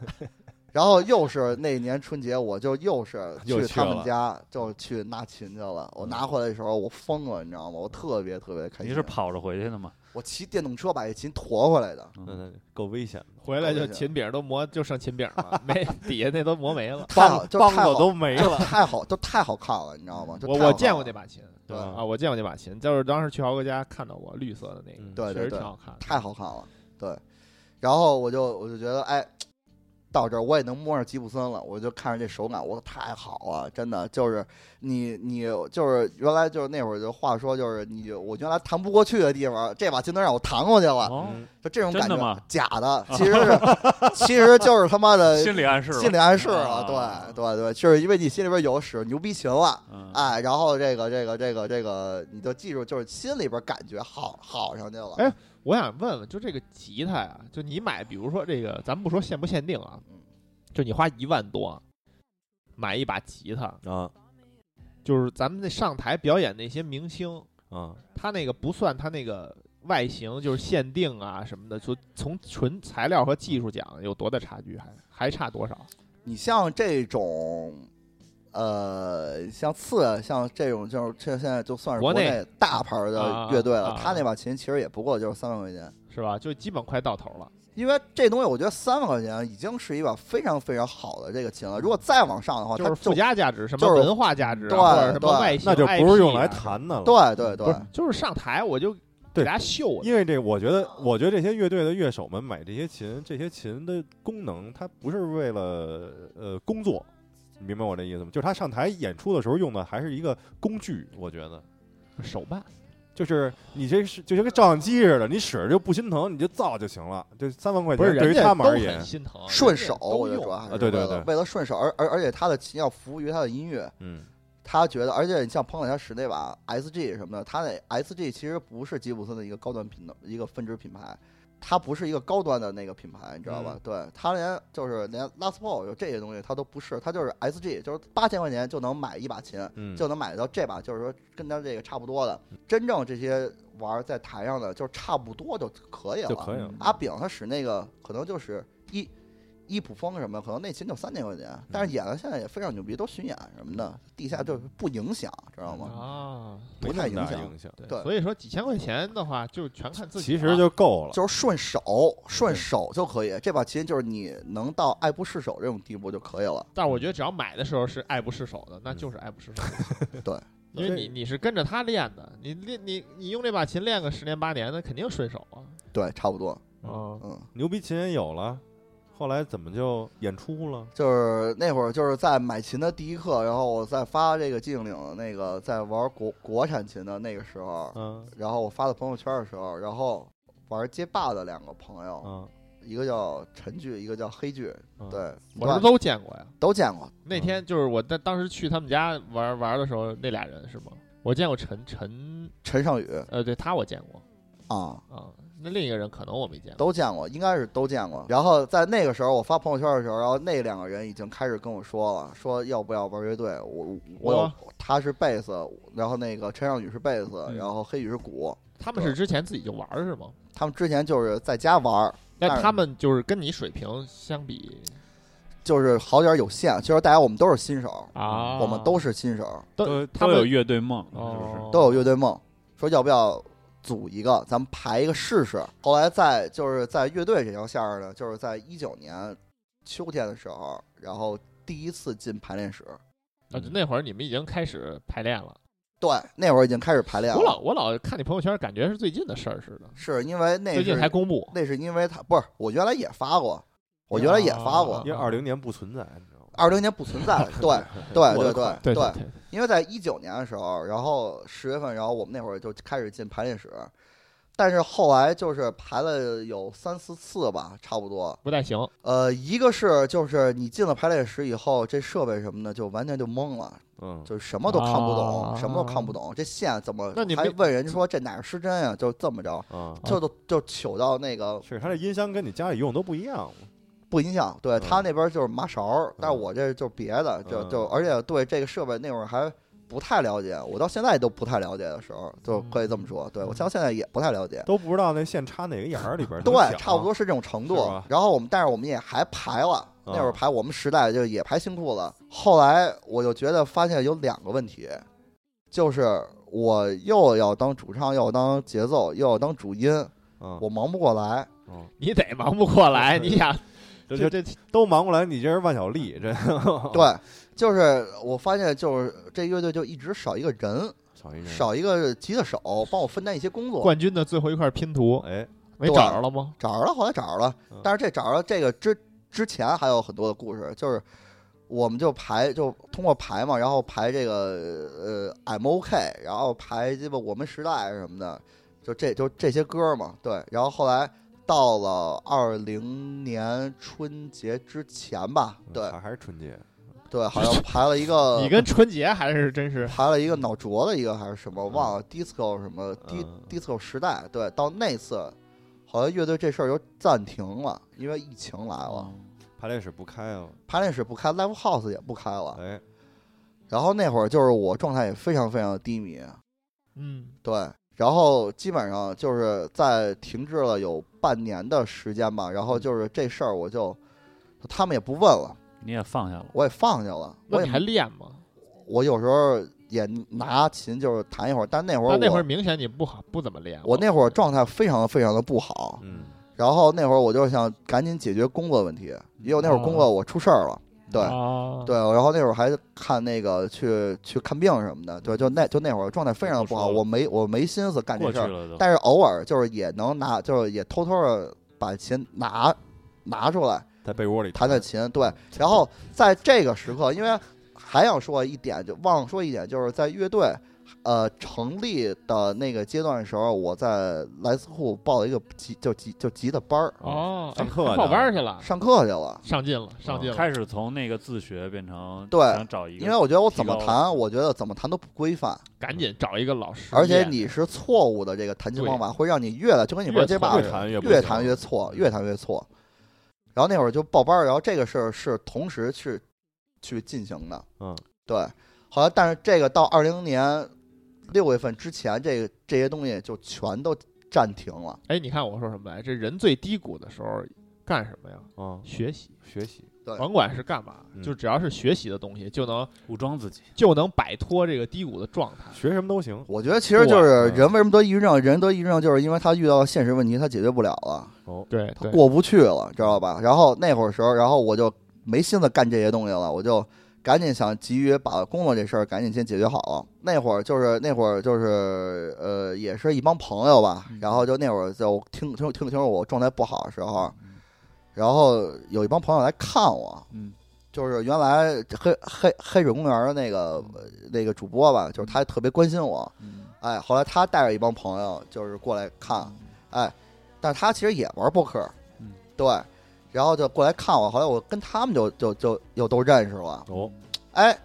[SPEAKER 1] <laughs>
[SPEAKER 4] 然后又是那年春节，我就又是
[SPEAKER 1] 又
[SPEAKER 4] 去
[SPEAKER 1] 去
[SPEAKER 4] 他们
[SPEAKER 1] 了嗯
[SPEAKER 4] 家，就去拿琴去了。我拿回来的时候，我疯了，你知道吗？我特别特别开心。
[SPEAKER 5] 你是跑着回去的吗？嗯
[SPEAKER 4] 我骑电动车把这琴驮回来的，
[SPEAKER 1] 那那够危险的，
[SPEAKER 2] 回来就琴柄都磨，就剩琴柄
[SPEAKER 4] <laughs>
[SPEAKER 2] 了，没底下那都磨没了。
[SPEAKER 4] 太好，就
[SPEAKER 1] 棒
[SPEAKER 4] 太
[SPEAKER 1] 子
[SPEAKER 4] 好，
[SPEAKER 1] 都没
[SPEAKER 4] 就
[SPEAKER 1] 了，嗯
[SPEAKER 4] 太好，就太好看了，你知道吗？就
[SPEAKER 2] 我
[SPEAKER 4] 太好
[SPEAKER 2] 我见
[SPEAKER 4] 看
[SPEAKER 2] 过那
[SPEAKER 4] 了，
[SPEAKER 2] 把琴
[SPEAKER 1] 对
[SPEAKER 2] 啊，我见过那把琴，就是当时去豪哥家看到过绿色的那
[SPEAKER 1] 嗯
[SPEAKER 2] 个，
[SPEAKER 4] 对
[SPEAKER 2] 确
[SPEAKER 4] 对
[SPEAKER 2] 实挺
[SPEAKER 4] 对，
[SPEAKER 2] 好看的。
[SPEAKER 4] 太好看了，对。然后我就我就觉得，哎，到这儿我也能摸上吉普森了，我就看着这手感，我说太好了，真的就是你你就是原来就是那会儿就话说就是你我原来弹不过去的地方，这把就能让我弹过去了，
[SPEAKER 5] 哦，
[SPEAKER 1] 嗯
[SPEAKER 4] 就这种感
[SPEAKER 5] 真的
[SPEAKER 4] 觉
[SPEAKER 5] 吗。哦
[SPEAKER 4] 假的，其实是 <laughs> 其实就是他妈
[SPEAKER 5] <laughs>
[SPEAKER 4] 的
[SPEAKER 5] 心理暗示吧，
[SPEAKER 4] 呃心理暗示
[SPEAKER 5] 啊
[SPEAKER 4] 了，对对对，就是因为你心里边有屎牛逼琴了。
[SPEAKER 5] 嗯，
[SPEAKER 4] 哎，然后这个这个这个这个，你就记住，就是心里边感觉好好上去了。
[SPEAKER 2] 哎我想问问，就这个吉他呀，就你买，比如说这个，咱们不说限不限定啊
[SPEAKER 4] 嗯，
[SPEAKER 2] 就你花一万多买一把吉他，
[SPEAKER 1] 啊
[SPEAKER 2] 就是咱们那上台表演那些明星，
[SPEAKER 1] 啊，
[SPEAKER 2] 他那个不算他那个外形，就是限定啊什么的，就从纯材料和技术讲有多大差距还，还差多少？
[SPEAKER 4] 你像这种，呃，像刺，像这种，就是这现在就算是
[SPEAKER 2] 国
[SPEAKER 4] 国
[SPEAKER 2] 内
[SPEAKER 4] 内大牌儿的乐队了
[SPEAKER 2] 啊啊，啊
[SPEAKER 4] 他那把琴其实也不过就是三万块钱，
[SPEAKER 2] 是吧？就基本快到头了。
[SPEAKER 4] 因为这东西我觉得三万块钱啊已经是一把非常非常好的这个琴了，如果再往上的话，它
[SPEAKER 2] 就是附
[SPEAKER 4] 啊就
[SPEAKER 2] 加价值，什么
[SPEAKER 4] 就是
[SPEAKER 2] 文化价值、啊，
[SPEAKER 4] 对
[SPEAKER 2] 或者什么
[SPEAKER 4] 对
[SPEAKER 2] 外形，
[SPEAKER 1] 那就不是用来
[SPEAKER 2] IP 啊
[SPEAKER 1] 弹的了，
[SPEAKER 4] 对对对
[SPEAKER 1] 不，
[SPEAKER 2] 就是上台我就给
[SPEAKER 1] 对
[SPEAKER 2] 大家秀
[SPEAKER 1] 因为这，我觉得，我觉得这些乐队的乐手们买这些琴，这些琴的功能，它不是为了呃工作，你明白我这意思吗？就是他上台演出的时候用的还是一个工具，我觉得，
[SPEAKER 2] 手办，
[SPEAKER 1] 就是你这是就跟照相机似的，你使着就不心疼，你就造就行了。就三万块
[SPEAKER 2] 不是
[SPEAKER 1] 钱对
[SPEAKER 2] 人
[SPEAKER 1] 于
[SPEAKER 2] 家
[SPEAKER 1] 他们
[SPEAKER 2] 都
[SPEAKER 1] 而言
[SPEAKER 2] 很，心疼，
[SPEAKER 4] 顺
[SPEAKER 2] 人家
[SPEAKER 4] 手，
[SPEAKER 2] 都
[SPEAKER 4] 我就
[SPEAKER 2] 用
[SPEAKER 4] 说还是
[SPEAKER 1] 啊对对
[SPEAKER 4] 为了
[SPEAKER 1] 对
[SPEAKER 4] 为了顺手，而而而且他的琴要服务于他的音乐，
[SPEAKER 1] 嗯，
[SPEAKER 4] 他觉得，而且你像彭磊他使那把 SG 什么的，他那 SG 其实不是吉普森的一个高端品的一个分支品牌，它不是一个高端的那个品牌，你知
[SPEAKER 1] 嗯
[SPEAKER 4] 道吧？对，他连就是连 Les Paul 就这些东西他都不是，他就是 SG，就是八千块钱就能买一把琴，
[SPEAKER 1] 嗯
[SPEAKER 4] 就能买到这把，就是说跟他这个差不多的。真正这些玩儿在台上的，就是差不多就可以了。
[SPEAKER 1] 就可以了。
[SPEAKER 4] 阿炳他使那个可能就是一一普风什么，可能那琴就三千块钱，但是演的现在也非常牛逼，都巡演什么的，地下就是不影响，知道吗？
[SPEAKER 2] 啊。
[SPEAKER 4] 不太
[SPEAKER 1] 没那么大
[SPEAKER 4] 影响
[SPEAKER 1] 影响，
[SPEAKER 4] 对
[SPEAKER 2] 所以说几千块钱的话，就全看自己
[SPEAKER 1] 其
[SPEAKER 2] 了。
[SPEAKER 4] 啊
[SPEAKER 1] 实就够了。
[SPEAKER 4] 就是顺手顺手就可以，这把琴就是你能到爱不释手这种地步就可以了。。
[SPEAKER 2] 但是我觉得只要买的时候是爱不释手的，那就是爱不释手的
[SPEAKER 4] <laughs> 对，
[SPEAKER 2] 因为
[SPEAKER 1] 对
[SPEAKER 2] 你你是跟着他练的，你练你你用这把琴练个十年八年，那肯定顺手啊。
[SPEAKER 4] 对，差不多，
[SPEAKER 2] 嗯，
[SPEAKER 4] 嗯，
[SPEAKER 1] 牛逼琴也有了，后来怎么就演出了？
[SPEAKER 4] 就是那会儿就是在买琴的第一课，然后我在发这个寂静岭的那个在玩国国产琴的那个时候，
[SPEAKER 1] 嗯
[SPEAKER 4] 然后我发到朋友圈的时候，然后玩街霸的两个朋友，
[SPEAKER 1] 嗯，
[SPEAKER 4] 一个叫陈剧，一个叫黑剧，
[SPEAKER 1] 嗯
[SPEAKER 4] 对，
[SPEAKER 2] 我是都见过呀。
[SPEAKER 4] 都见过。
[SPEAKER 2] 那天就是我在当时去他们家玩玩的时候，那俩人是吗？我见过陈陈，
[SPEAKER 4] 陈尚宇
[SPEAKER 2] 呃，对他我见过
[SPEAKER 4] 啊、
[SPEAKER 2] 啊、那另一个人可能我没见过。
[SPEAKER 4] 都见过，应该是都见过。然后在那个时候，我发朋友圈的时候，然后那两个人已经开始跟我说了，说要不要玩乐队。我我有
[SPEAKER 2] 哇
[SPEAKER 4] 他是贝斯，然后那个陈尚宇是贝斯，
[SPEAKER 5] 嗯
[SPEAKER 4] 然后黑羽是鼓。
[SPEAKER 2] 他们是之前自己就玩儿是吗？
[SPEAKER 4] 他们之前就是在家玩儿，但
[SPEAKER 2] 那
[SPEAKER 4] 是
[SPEAKER 2] 他们就是跟你水平相比
[SPEAKER 4] 就是好点儿有限。就是大家我们都是新手，
[SPEAKER 2] 啊，
[SPEAKER 4] 我们都是新手，
[SPEAKER 2] 都他
[SPEAKER 5] 都
[SPEAKER 2] 们
[SPEAKER 5] 有乐队梦，是不是？
[SPEAKER 2] 哦
[SPEAKER 4] 都有乐队梦，说要不要组一个，咱们排一个试试。后来在就是在乐队这条线儿呢，就是在一九年秋天的时候，然后第一次进排练室。
[SPEAKER 2] 啊，就那会儿你们已经开始排练了。
[SPEAKER 4] 对，那会儿已经开始排练
[SPEAKER 2] 我老
[SPEAKER 4] 了，
[SPEAKER 2] 我老看你朋友圈，感觉是最近的事儿似的。
[SPEAKER 4] 是因为那
[SPEAKER 2] 最近才
[SPEAKER 4] 是
[SPEAKER 2] 公布，
[SPEAKER 4] 那是因为他不是我原来也发过，我原来也发
[SPEAKER 2] 啊
[SPEAKER 4] 过
[SPEAKER 1] 因为，二零年不存在，你知道吗？
[SPEAKER 4] 二零年不存在了，
[SPEAKER 2] <laughs>
[SPEAKER 4] 对
[SPEAKER 1] <laughs>
[SPEAKER 4] 对
[SPEAKER 5] 过得
[SPEAKER 4] 对
[SPEAKER 5] 快
[SPEAKER 4] 对
[SPEAKER 2] 对对，
[SPEAKER 4] 因为在一九年的时候，然后十月份，然后我们那会儿就开始进排练室，但是后来就是排了有三四次吧，差不多。
[SPEAKER 2] 不太行。
[SPEAKER 4] 呃，一个是就是你进了排练室以后，这设备什么的就完全就懵了，
[SPEAKER 1] 嗯，
[SPEAKER 4] 就什么都看不懂，
[SPEAKER 2] 啊
[SPEAKER 4] 什么都看不懂，这线怎么？
[SPEAKER 2] 那你
[SPEAKER 4] 还
[SPEAKER 2] 没
[SPEAKER 4] 问人家说这哪是失真呀、就这么着，
[SPEAKER 1] 啊，
[SPEAKER 4] 就都就糗到那个
[SPEAKER 1] 是他这音箱跟你家里用的都不一样，
[SPEAKER 4] 不影响。对
[SPEAKER 1] 嗯
[SPEAKER 4] 他那边就是麻勺儿，但是我这就是别的，就就
[SPEAKER 1] 嗯
[SPEAKER 4] 而且对这个设备那会儿还不太了解，我到现在都不太了解的时候，就可以
[SPEAKER 1] 嗯
[SPEAKER 4] 这么说。对我到现在也不太了解，
[SPEAKER 1] 都不知道那线插哪个眼
[SPEAKER 4] <laughs>
[SPEAKER 1] 儿里边儿。怎
[SPEAKER 4] 对
[SPEAKER 1] 么，响
[SPEAKER 4] 差不多。是这种程
[SPEAKER 1] 是
[SPEAKER 4] 度
[SPEAKER 1] 吧。
[SPEAKER 4] 然后我们，但是我们也还排了，那会儿
[SPEAKER 1] 嗯
[SPEAKER 4] 排我们时代就也排新裤子。后来我就觉得发现有两个问题，就是我又要当主唱，又要当节奏，又要当主音，
[SPEAKER 1] 嗯，
[SPEAKER 4] 我忙不过来。
[SPEAKER 2] 你得忙不过来，你想
[SPEAKER 1] 这
[SPEAKER 2] 这
[SPEAKER 1] 这
[SPEAKER 2] 这
[SPEAKER 1] 啊都忙过来，你这是万晓利，这 <laughs> 嗯
[SPEAKER 4] 对，就是我发现就是这乐队就一直少一个人，
[SPEAKER 1] 少一人，
[SPEAKER 4] 少一个吉他手帮我分担一些工作。
[SPEAKER 2] 冠军的最后一块拼图
[SPEAKER 1] 哎，
[SPEAKER 2] 没找着了吗？
[SPEAKER 4] 找着了，后来找着了
[SPEAKER 1] 嗯，
[SPEAKER 4] 但是这找着了这个之之前还有很多的故事，就是我们就排就通过排嘛，然后排这个呃 M O K，然后排鸡巴我们时代什么的，就这就这些歌嘛，对，然后后来到了二零年春节之前吧，对
[SPEAKER 1] 嗯还还是春节，
[SPEAKER 4] 对，好像排了一
[SPEAKER 2] <laughs>
[SPEAKER 4] 个
[SPEAKER 2] 你跟春节还是真是
[SPEAKER 4] 排了一个脑浊的一个还是什么，
[SPEAKER 2] 嗯
[SPEAKER 4] 忘了 disco 什么 d
[SPEAKER 1] 嗯
[SPEAKER 4] disco 时代，对，到那次好像乐队这事儿就暂停了，因为疫情来
[SPEAKER 2] 嗯
[SPEAKER 4] 了，
[SPEAKER 5] 嗯
[SPEAKER 1] 排练室不开了，
[SPEAKER 4] 排练室不开，live house 也不开了。
[SPEAKER 1] 哎，
[SPEAKER 4] 然后那会儿就是我状态也非常非常的低迷，
[SPEAKER 2] 嗯
[SPEAKER 4] 对，然后基本上就是在停滞了有半年的时间吧，然后
[SPEAKER 2] 嗯
[SPEAKER 4] 就是这事儿我就他们也不问了，
[SPEAKER 5] 你也放下了，
[SPEAKER 4] 我也放下了，
[SPEAKER 2] 那
[SPEAKER 4] 我
[SPEAKER 2] 你还
[SPEAKER 4] 也
[SPEAKER 2] 练吗？
[SPEAKER 4] 我有时候也拿琴就是弹一会儿，但那会儿
[SPEAKER 2] 但那
[SPEAKER 4] 我
[SPEAKER 2] 会儿明显你不好，不怎么练。
[SPEAKER 4] 我那会儿状态非常非常的不好，
[SPEAKER 1] 嗯，
[SPEAKER 4] 然后那会儿我就想赶紧解决工作问题，因为我那会儿工
[SPEAKER 5] 哦
[SPEAKER 4] 作我出事儿了，对、
[SPEAKER 2] 啊
[SPEAKER 4] 对，然后那会儿还看那个去去看病什么的，对，就那就那会儿状态非常的不好，
[SPEAKER 5] 过去了
[SPEAKER 4] 我没我没心思干
[SPEAKER 5] 过
[SPEAKER 4] 这
[SPEAKER 5] 去
[SPEAKER 4] 事儿，
[SPEAKER 5] 了都。
[SPEAKER 4] 但是偶尔就是也能拿，就是也偷偷的把琴拿拿出来
[SPEAKER 1] 在被窝里
[SPEAKER 4] 弹弹琴，对，然后在这个时刻，因为还想说一点，就忘了说一点，就是在乐队呃成立的那个阶段的时候，我在莱斯库报了一个吉就吉就吉的班儿，
[SPEAKER 2] 哦，
[SPEAKER 1] 上
[SPEAKER 2] 哎
[SPEAKER 1] 课呢
[SPEAKER 2] 报班去
[SPEAKER 5] 啊
[SPEAKER 2] 了，
[SPEAKER 4] 上课去了。
[SPEAKER 2] 上哦进了，上进了。
[SPEAKER 5] 嗯开始从那个自学变成
[SPEAKER 4] 对
[SPEAKER 5] 想找一个，
[SPEAKER 4] 因为我觉得我怎么
[SPEAKER 5] 提高
[SPEAKER 4] 弹，我觉得怎么弹都不规范，
[SPEAKER 2] 赶紧找一个老师练。
[SPEAKER 4] 而且你是错误的这个弹琴方法，会让你越来就跟你玩街霸
[SPEAKER 1] 越
[SPEAKER 4] 似的，
[SPEAKER 1] 弹越不
[SPEAKER 4] 越
[SPEAKER 1] 行
[SPEAKER 4] 弹越错，越弹越错。然后那会儿就报班儿，然后这个事儿是同时去去进行的，
[SPEAKER 1] 嗯，
[SPEAKER 4] 对。后来，但是这个到二零年六月份之前，这个这些东西就全都暂停了。
[SPEAKER 2] 哎，你看我说什么来？这人最低谷的时候干什么呀？
[SPEAKER 1] 嗯，
[SPEAKER 2] 学习，
[SPEAKER 1] 学习，
[SPEAKER 4] 对
[SPEAKER 2] 甭管是干嘛，
[SPEAKER 1] 嗯
[SPEAKER 2] 就只要是学习的东西，就能
[SPEAKER 5] 武装自己，
[SPEAKER 2] 就能摆脱这个低谷的状态。
[SPEAKER 1] 学什么都行，
[SPEAKER 4] 我觉得其实就是
[SPEAKER 1] 对嗯
[SPEAKER 4] 人为什么得抑郁症，人得抑郁症就是因为他遇到现实问题，他解决不了了。
[SPEAKER 2] 对，
[SPEAKER 4] 他
[SPEAKER 2] 对
[SPEAKER 4] 过不去了，知道吧？然后那会儿时候，然后我就没心思干这些东西了，我就赶紧想急于把工作这事儿赶紧先解决好了。那会儿就是那会儿就是呃，也是一帮朋友吧，然后就那会儿就听听听听说我状态不好的时候，然后有一帮朋友来看我，
[SPEAKER 5] 嗯，
[SPEAKER 4] 就是原来黑黑黑水公园的那个呃那个主播吧，就是他特别关心我，
[SPEAKER 5] 嗯
[SPEAKER 4] 哎，后来他带着一帮朋友就是过来看，哎，但他其实也玩扑克，
[SPEAKER 5] 嗯，
[SPEAKER 4] 对，然后就过来看我，后来我跟他们就就就又都认识了，
[SPEAKER 5] 哦，
[SPEAKER 4] 哎，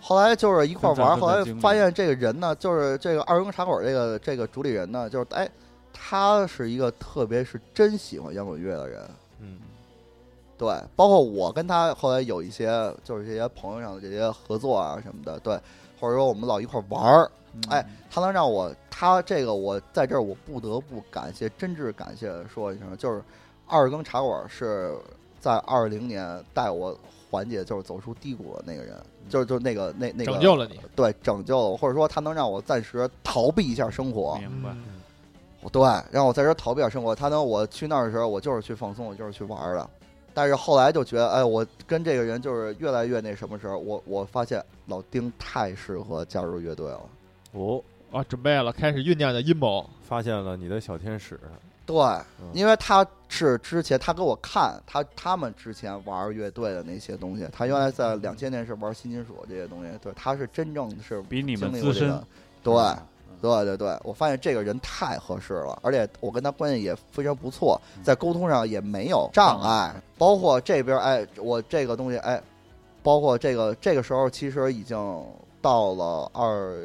[SPEAKER 4] 后来就是一块儿玩儿，
[SPEAKER 5] 跟咱们
[SPEAKER 4] 后来
[SPEAKER 5] 的经历
[SPEAKER 4] 发现这个人呢，就是这个二营茶馆这个这个主理人呢，就是哎，他是一个特别是真喜欢摇滚乐的人，
[SPEAKER 1] 嗯，
[SPEAKER 4] 对，包括我跟他后来有一些就是这些朋友上的这些合作啊什么的，对，或者说我们老一块儿玩儿，
[SPEAKER 5] 嗯
[SPEAKER 4] 哎，他能让我，他这个我在这儿我不得不感谢，真挚感谢说一声，就是二更茶馆是在二零年带我缓解，就是走出低谷的那个人，就是就是那个那那个
[SPEAKER 2] 拯救了你。
[SPEAKER 4] 对拯救了我，或者说他能让我暂时逃避一下生活，
[SPEAKER 5] 明白，
[SPEAKER 2] 嗯
[SPEAKER 4] 对，让我在这儿逃避一下生活。他能我去那儿的时候，我就是去放松，我就是去玩儿的。但是后来就觉得，哎，我跟这个人就是越来越那什么时候，我我发现老丁太适合加入乐队了。
[SPEAKER 5] 哦，
[SPEAKER 2] 啊，准备了，开始酝酿的阴谋。
[SPEAKER 1] 发现了你的小天使，
[SPEAKER 4] 对，因为他是之前他给我看他他们之前玩乐队的那些东西，他原来在两千年是玩新金属这些东西，对，他是真正是
[SPEAKER 5] 比你们
[SPEAKER 4] 经历
[SPEAKER 5] 资
[SPEAKER 4] 过这
[SPEAKER 5] 深
[SPEAKER 4] 个，，对。对对对，我发现这个人太合适了，而且我跟他关系也非常不错，在沟通上也没有障碍，包括这边哎，我这个东西哎，包括这个这个时候其实已经到了二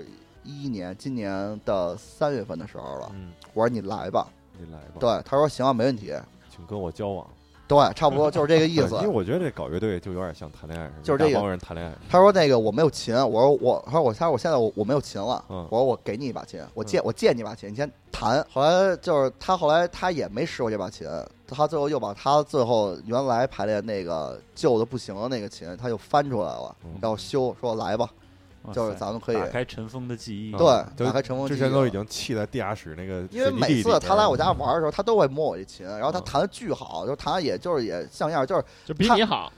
[SPEAKER 4] 一年今年的三月份的时候了，
[SPEAKER 1] 嗯，
[SPEAKER 4] 我说你来吧，
[SPEAKER 1] 你来吧，，
[SPEAKER 4] 对，他说行啊，没问题，
[SPEAKER 1] 请跟我交往，
[SPEAKER 4] 对，差不多就是这个意思
[SPEAKER 1] <laughs> 对因为。我觉得这搞乐队就有点像谈恋爱似的，
[SPEAKER 4] 就是这个
[SPEAKER 1] 一大帮人谈恋爱，
[SPEAKER 4] 他说那个我没有琴，我说我，他说我，他说我现在我我没有琴了，
[SPEAKER 1] 嗯
[SPEAKER 4] 我说我给你一把琴，我借我借你一把琴，你先弹。后来就是他后来他也没使过这把琴，他最后又把他最后原来排练那个旧的不行的那个琴，他又翻出来了
[SPEAKER 1] 嗯，
[SPEAKER 4] 要修，说来吧，
[SPEAKER 5] 嗯哇
[SPEAKER 4] 就是
[SPEAKER 5] 塞
[SPEAKER 4] 咱们可以
[SPEAKER 5] 打开尘封的记忆，
[SPEAKER 1] 嗯
[SPEAKER 4] 对
[SPEAKER 1] 就
[SPEAKER 4] 打开尘封
[SPEAKER 1] 之
[SPEAKER 4] 记忆。
[SPEAKER 1] 前都已经气在地下室那个
[SPEAKER 4] 因为
[SPEAKER 1] 水泥地
[SPEAKER 4] 每
[SPEAKER 1] 里
[SPEAKER 4] 次
[SPEAKER 1] 边
[SPEAKER 4] 他来我家玩的时候，他都会摸我这琴，然后他
[SPEAKER 1] 嗯
[SPEAKER 4] 弹的巨好，就是弹得也就是也像样，就是
[SPEAKER 2] 就比
[SPEAKER 4] 他
[SPEAKER 2] 你好，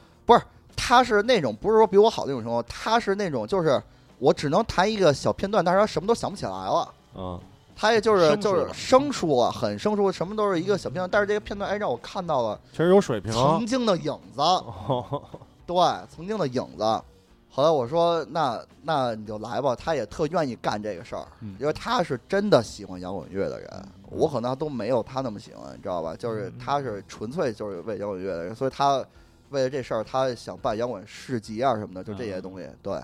[SPEAKER 4] 他是那种不是说比我好那种程度，他是那种就是我只能弹一个小片段，但是他什么都想不起来了。
[SPEAKER 1] 嗯，
[SPEAKER 4] 他也就是
[SPEAKER 1] 生疏
[SPEAKER 4] 就
[SPEAKER 1] 了
[SPEAKER 4] 是生疏啊，很生疏，什么都是一个小片段，但是这个片段哎让我看到了
[SPEAKER 1] 确实有水平， <laughs> 嗯
[SPEAKER 4] 曾经的影子，对，曾经的影子。后来我说那那你就来吧，他也特愿意干这个事儿，
[SPEAKER 5] 嗯
[SPEAKER 4] 因为他是真的喜欢摇滚乐的人，我可能都没有他那么喜欢，你知道吧？就是
[SPEAKER 2] 嗯
[SPEAKER 4] 他是纯粹就是为摇滚乐的人，所以他为了这事儿，他想办摇滚市集啊什么的，就这些东
[SPEAKER 2] 嗯
[SPEAKER 4] 西。对，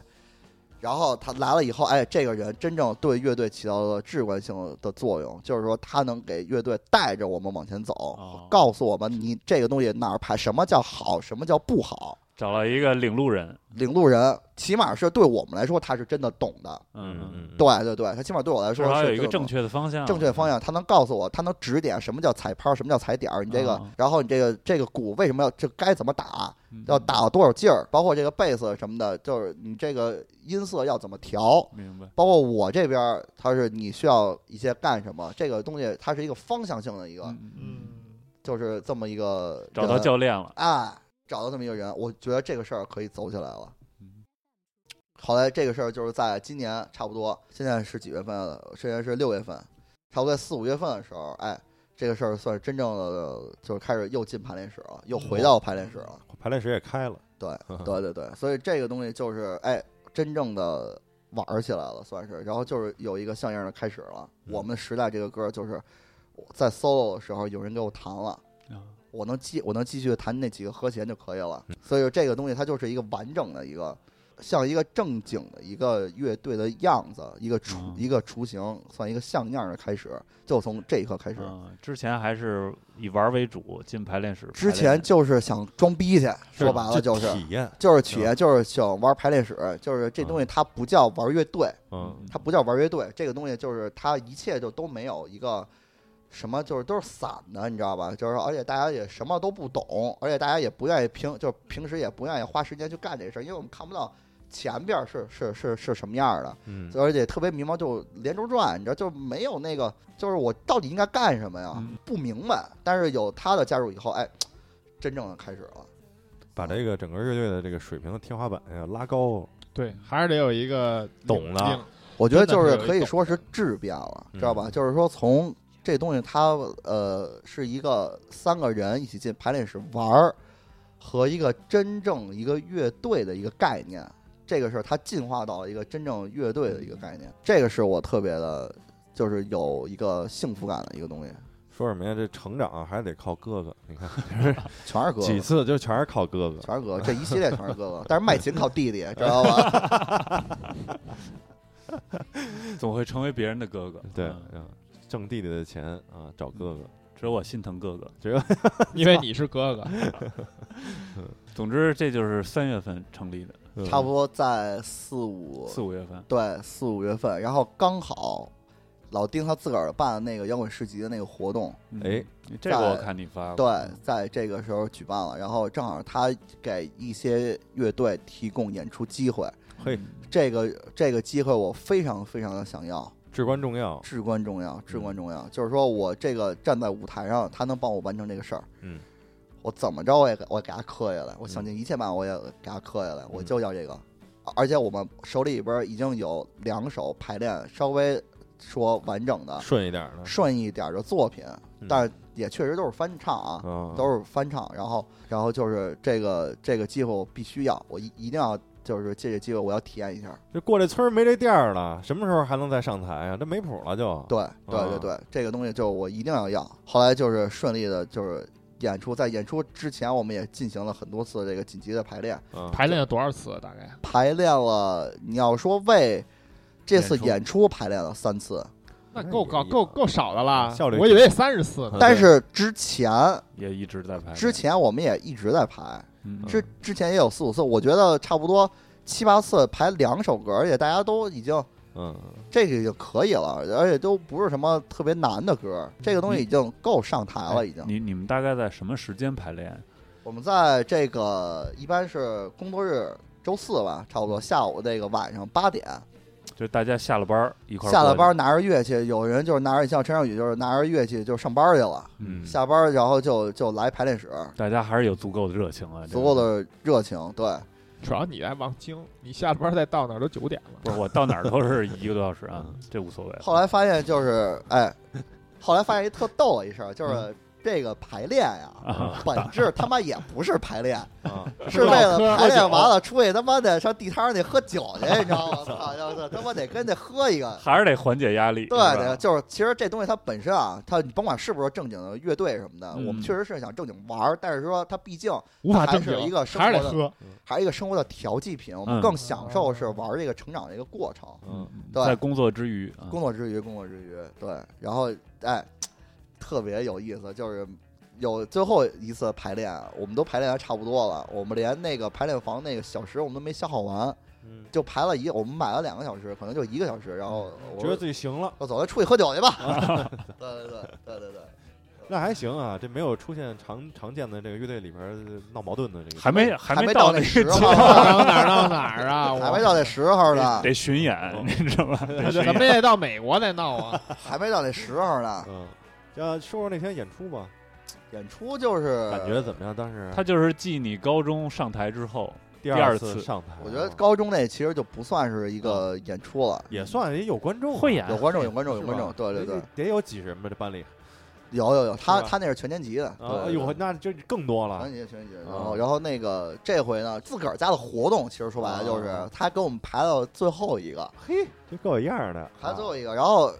[SPEAKER 4] 然后他来了以后，哎，这个人真正对乐队起到了至关性的作用，就是说他能给乐队带着我们往前走
[SPEAKER 5] 哦，
[SPEAKER 4] 告诉我们你这个东西哪儿排，什么叫好，什么叫不好。
[SPEAKER 5] 找了一个领路人，
[SPEAKER 4] 领路人起码是对我们来说，他是真的懂的。
[SPEAKER 1] 嗯
[SPEAKER 5] 嗯，
[SPEAKER 1] 嗯，
[SPEAKER 4] 对对对，他起码对我来
[SPEAKER 5] 至
[SPEAKER 4] 说
[SPEAKER 5] 少
[SPEAKER 4] 是
[SPEAKER 5] 有一个
[SPEAKER 4] 这
[SPEAKER 5] 正
[SPEAKER 4] 种
[SPEAKER 5] 确的方向，
[SPEAKER 4] 正确方向，他能告诉我，他能指点什么叫踩拍，什么叫踩点儿，你这个
[SPEAKER 5] 啊，
[SPEAKER 4] 然后你这个这个鼓为什么要这该怎么打，
[SPEAKER 5] 嗯，
[SPEAKER 4] 要打多少劲儿，包括这个贝斯什么的，就是你这个音色要怎么调，
[SPEAKER 5] 明白，
[SPEAKER 4] 包括我这边儿，它是你需要一些干什么，这个东西它是一个方向性的一个，
[SPEAKER 5] 嗯嗯，
[SPEAKER 2] 嗯，
[SPEAKER 4] 就是这么一个
[SPEAKER 5] 找到
[SPEAKER 4] 人
[SPEAKER 5] 教练了，
[SPEAKER 4] 哎，找到这么一个人，我觉得这个事儿可以走起来了
[SPEAKER 5] 嗯。
[SPEAKER 4] 后来这个事儿就是在今年差不多，现在是几月份了？现在是六月份，差不多在四五月份的时候，哎，这个事儿算是真正的就是开始又进排练室了，又回到排练室了。
[SPEAKER 1] 排练室也开了，
[SPEAKER 4] 对，对对对，所以这个东西就是哎，真正的玩儿起来了，算是，然后就是有一个像样的开始了。
[SPEAKER 1] 嗯
[SPEAKER 4] 我们时代这个歌就是我在 solo 的时候有人给我弹了
[SPEAKER 5] 啊。
[SPEAKER 4] 我能继我能继续弹那几个和弦就可以了，
[SPEAKER 5] 嗯
[SPEAKER 4] 所以这个东西它就是一个完整的一个，像一个正经的一个乐队的样子，一个雏、
[SPEAKER 5] 嗯
[SPEAKER 4] 一个雏形，算一个像样的开始，就从这一刻开始。
[SPEAKER 5] 嗯，之前还是以玩为主，进排练室。
[SPEAKER 4] 之
[SPEAKER 5] 排
[SPEAKER 4] 前
[SPEAKER 5] 练
[SPEAKER 4] 就是想装逼去， <laughs> 说白了
[SPEAKER 1] 就
[SPEAKER 4] 就是
[SPEAKER 1] 体验，
[SPEAKER 5] 嗯
[SPEAKER 4] 就是企业，就是想玩排练室，就是这东西它不叫玩乐队，
[SPEAKER 1] 嗯，
[SPEAKER 4] 它不叫玩乐队，这个东西就是它一切就都没有一个什么，就是都是散的，你知道吧？就是说而且大家也什么都不懂，而且大家也不愿意平，就是平时也不愿意花时间去干这事儿，因为我们看不到前边儿是是是是什么样儿的。
[SPEAKER 1] 嗯，
[SPEAKER 4] 而且特别迷茫，就连轴转，你知道，就没有那个，就是我到底应该干什么呀？
[SPEAKER 5] 嗯
[SPEAKER 4] 不明白。但是有他的加入以后，哎，真正的开始了。
[SPEAKER 1] 把这个整个乐队的这个水平的天花板呀拉高，
[SPEAKER 2] 对，还是得有一个
[SPEAKER 1] 懂了
[SPEAKER 2] 领
[SPEAKER 4] 我觉得
[SPEAKER 2] 真的
[SPEAKER 4] 就是是
[SPEAKER 2] 有一
[SPEAKER 4] 可以
[SPEAKER 2] 种
[SPEAKER 4] 说是质变了，
[SPEAKER 1] 嗯
[SPEAKER 4] 知道吧？就是说从这东西它呃是一个三个人一起进排练室玩儿和一个真正一个乐队的一个概念，这个事儿它进化到了一个真正乐队的一个概念，这个是我特别的，就是有一个幸福感的一个东西。
[SPEAKER 1] 说什么呀？这成长啊还得靠哥哥。你看
[SPEAKER 4] 全是哥
[SPEAKER 1] 几
[SPEAKER 4] 哥，
[SPEAKER 1] 次就全是靠哥哥。
[SPEAKER 4] 全是哥哥，这一系列全是哥哥，但是卖琴靠弟弟，知道吧？
[SPEAKER 5] 总会成为别人的哥哥。
[SPEAKER 1] 对
[SPEAKER 5] 嗯，
[SPEAKER 1] 嗯，挣弟弟的钱啊，找哥哥。
[SPEAKER 5] 只有我心疼哥哥。
[SPEAKER 2] <laughs> 因为你是哥哥，
[SPEAKER 5] 总之，这就是三月份成立的，
[SPEAKER 1] 嗯
[SPEAKER 4] 差不多在四五
[SPEAKER 5] 四五月份。
[SPEAKER 4] 对四五月份，然后刚好老丁他自个儿办的那个摇滚市集的那个活动，
[SPEAKER 5] 嗯
[SPEAKER 1] 哎，
[SPEAKER 5] 这个我看你发嗯过。
[SPEAKER 4] 对，在这个时候举办了，然后正好他给一些乐队提供演出机会，
[SPEAKER 1] 嘿
[SPEAKER 5] 嗯，
[SPEAKER 4] 这个这个机会我非常非常的想要，
[SPEAKER 1] 至关重要。
[SPEAKER 4] 至关重
[SPEAKER 1] 嗯
[SPEAKER 4] 要，至关重要。就是说我这个站在舞台上，他能帮我完成这个事儿，
[SPEAKER 1] 嗯，
[SPEAKER 4] 我怎么着我也给我给他磕下来，我想尽一切办法我也给他磕下
[SPEAKER 1] 嗯
[SPEAKER 4] 来，我就要这个。而且我们手里边已经有两首排练稍微说完整的、
[SPEAKER 1] 顺一点儿的，
[SPEAKER 4] 顺一点的作品，
[SPEAKER 1] 嗯
[SPEAKER 4] 但是也确实都是翻唱啊，
[SPEAKER 1] 啊
[SPEAKER 4] 都是翻唱，然后然后就是这个这个机会我必须要，我一一定要就是借这机会我要体验一下。
[SPEAKER 1] 这过这村儿没这店儿了，什么时候还能再上台啊？这啊没谱了就。
[SPEAKER 4] 对对对对，这个东西就我一定要要。后来就是顺利的，就是演出，在演出之前我们也进行了很多次这个紧急的排练，
[SPEAKER 1] 嗯，
[SPEAKER 2] 排练了多少次啊？大概
[SPEAKER 4] 排练了。你要说为这次
[SPEAKER 1] 演出啊
[SPEAKER 4] 演出排练了三次，
[SPEAKER 2] 那够高，够够少的啦。
[SPEAKER 1] 效率
[SPEAKER 2] 我以为三十次呢。
[SPEAKER 4] 但是之前
[SPEAKER 1] 哎
[SPEAKER 5] 也一直在拍。
[SPEAKER 4] 之前我们也一直在排，
[SPEAKER 5] 嗯
[SPEAKER 4] 之之前也有四五次，我觉得差不多七八次排两首歌，而且大家都已经。
[SPEAKER 1] 嗯，
[SPEAKER 4] 这个就可以了，而且都不是什么特别难的歌，这个东西已经够上台
[SPEAKER 1] 哎
[SPEAKER 4] 了，已经。
[SPEAKER 5] 哎你你们大概在什么时间排练？
[SPEAKER 4] 我们在这个一般是工作日周四吧，差不多下午这个晚上八点，
[SPEAKER 5] 就是大家下了班儿一块儿
[SPEAKER 4] 下
[SPEAKER 5] 过
[SPEAKER 4] 了
[SPEAKER 5] 去
[SPEAKER 4] 班儿拿着乐器，有人就是拿着像陈少宇就是拿着乐器就上班儿去了，
[SPEAKER 5] 嗯，
[SPEAKER 4] 下班儿然后就就来排练室，
[SPEAKER 5] 大家还是有足够的热情啊，这个
[SPEAKER 4] 足够。的热情，对，
[SPEAKER 2] 主要你来望京，你下了班再到那儿都九点了。
[SPEAKER 5] 不是我到哪儿都是一个多小时啊，这无所谓。
[SPEAKER 4] 嗯后来发现就是，哎，后来发现一特逗的一事儿，就是这个排练呀、本质他妈也不是排练，
[SPEAKER 1] 啊
[SPEAKER 4] 是为了排练完了出去他妈的上地摊儿去喝酒去，你知道吗？操，要是他妈得跟那喝一个。
[SPEAKER 5] 还是得缓解压力。
[SPEAKER 4] 对
[SPEAKER 5] 是吧
[SPEAKER 4] 对，就是其实这东西它本身啊，它你甭管是不是正经的乐队什么的，
[SPEAKER 5] 嗯
[SPEAKER 4] 我们确实是想正经玩儿，但是说它毕竟
[SPEAKER 2] 无法
[SPEAKER 4] 还
[SPEAKER 2] 证
[SPEAKER 4] 是
[SPEAKER 2] 明，
[SPEAKER 4] 一个生
[SPEAKER 2] 还是
[SPEAKER 4] 活
[SPEAKER 2] 得
[SPEAKER 4] 的
[SPEAKER 2] 喝。
[SPEAKER 4] 还是一个生活的调剂品，我
[SPEAKER 5] 嗯
[SPEAKER 4] 们更享受是玩儿这个成长的一个过程。
[SPEAKER 1] 嗯，
[SPEAKER 4] 对
[SPEAKER 5] 在工作之余，啊
[SPEAKER 4] 工作之余，工作之余，对，然后哎，特别有意思，就是有最后一次排练，我们都排练的差不多了，我们连那个排练房那个小时我们都没消耗完，
[SPEAKER 1] 嗯
[SPEAKER 4] 就排了一，我们买了两个小时，可能就一个小时，然后
[SPEAKER 5] 嗯
[SPEAKER 4] 我
[SPEAKER 1] 觉得
[SPEAKER 4] 说
[SPEAKER 1] 自己行了，
[SPEAKER 4] 我走，咱出去喝酒
[SPEAKER 5] <laughs>
[SPEAKER 4] 去吧。对对对对对对，
[SPEAKER 1] 那还行啊，这没有出现常常见的这个乐队里边儿闹矛盾的这个，<laughs>
[SPEAKER 5] 还没还
[SPEAKER 4] 还没
[SPEAKER 5] 到
[SPEAKER 4] 那
[SPEAKER 5] 个
[SPEAKER 4] 时
[SPEAKER 5] 阶
[SPEAKER 4] 候
[SPEAKER 5] 段，
[SPEAKER 2] <laughs>
[SPEAKER 4] 呢，
[SPEAKER 2] 到哦哪儿到哪儿
[SPEAKER 4] <laughs>
[SPEAKER 2] 啊？我
[SPEAKER 4] 还没到那时候呢，
[SPEAKER 5] 得巡
[SPEAKER 1] 哦
[SPEAKER 5] 演， <laughs> 你知道吧？得巡
[SPEAKER 2] 怎么
[SPEAKER 5] 演
[SPEAKER 2] 也到美国再闹
[SPEAKER 4] <laughs>
[SPEAKER 2] 啊！
[SPEAKER 4] 还没到那时候呢。
[SPEAKER 1] 嗯，要说说那天演出吧，
[SPEAKER 4] 演出就是
[SPEAKER 1] 感觉怎么样？当时
[SPEAKER 5] 他就是继你高中上台之后，
[SPEAKER 1] 第
[SPEAKER 5] 第二
[SPEAKER 1] 次
[SPEAKER 5] 次
[SPEAKER 1] 上台啊，
[SPEAKER 4] 我觉得高中那其实就不算是一个
[SPEAKER 1] 嗯
[SPEAKER 4] 演出了，
[SPEAKER 1] 也算也有观众啊，
[SPEAKER 5] 会演
[SPEAKER 4] 有观众，有观众，有观众，
[SPEAKER 1] 是吧
[SPEAKER 4] 对对对
[SPEAKER 1] 得。得有几人吧？这班里
[SPEAKER 4] 有有有，他
[SPEAKER 1] 吧
[SPEAKER 4] 他那是全年级的，
[SPEAKER 1] 啊，哎
[SPEAKER 4] 对对哎
[SPEAKER 1] 呦，
[SPEAKER 4] 对
[SPEAKER 1] 那就更多了
[SPEAKER 4] 全，年级全年级。然
[SPEAKER 1] 啊
[SPEAKER 4] 后然后那个这回呢，自个儿家的活动，其实说白了就是
[SPEAKER 1] 啊
[SPEAKER 4] 他给我们排到最后一个，
[SPEAKER 1] 嘿，就够有样儿的，
[SPEAKER 4] 排到最
[SPEAKER 1] 啊
[SPEAKER 4] 后一个。然后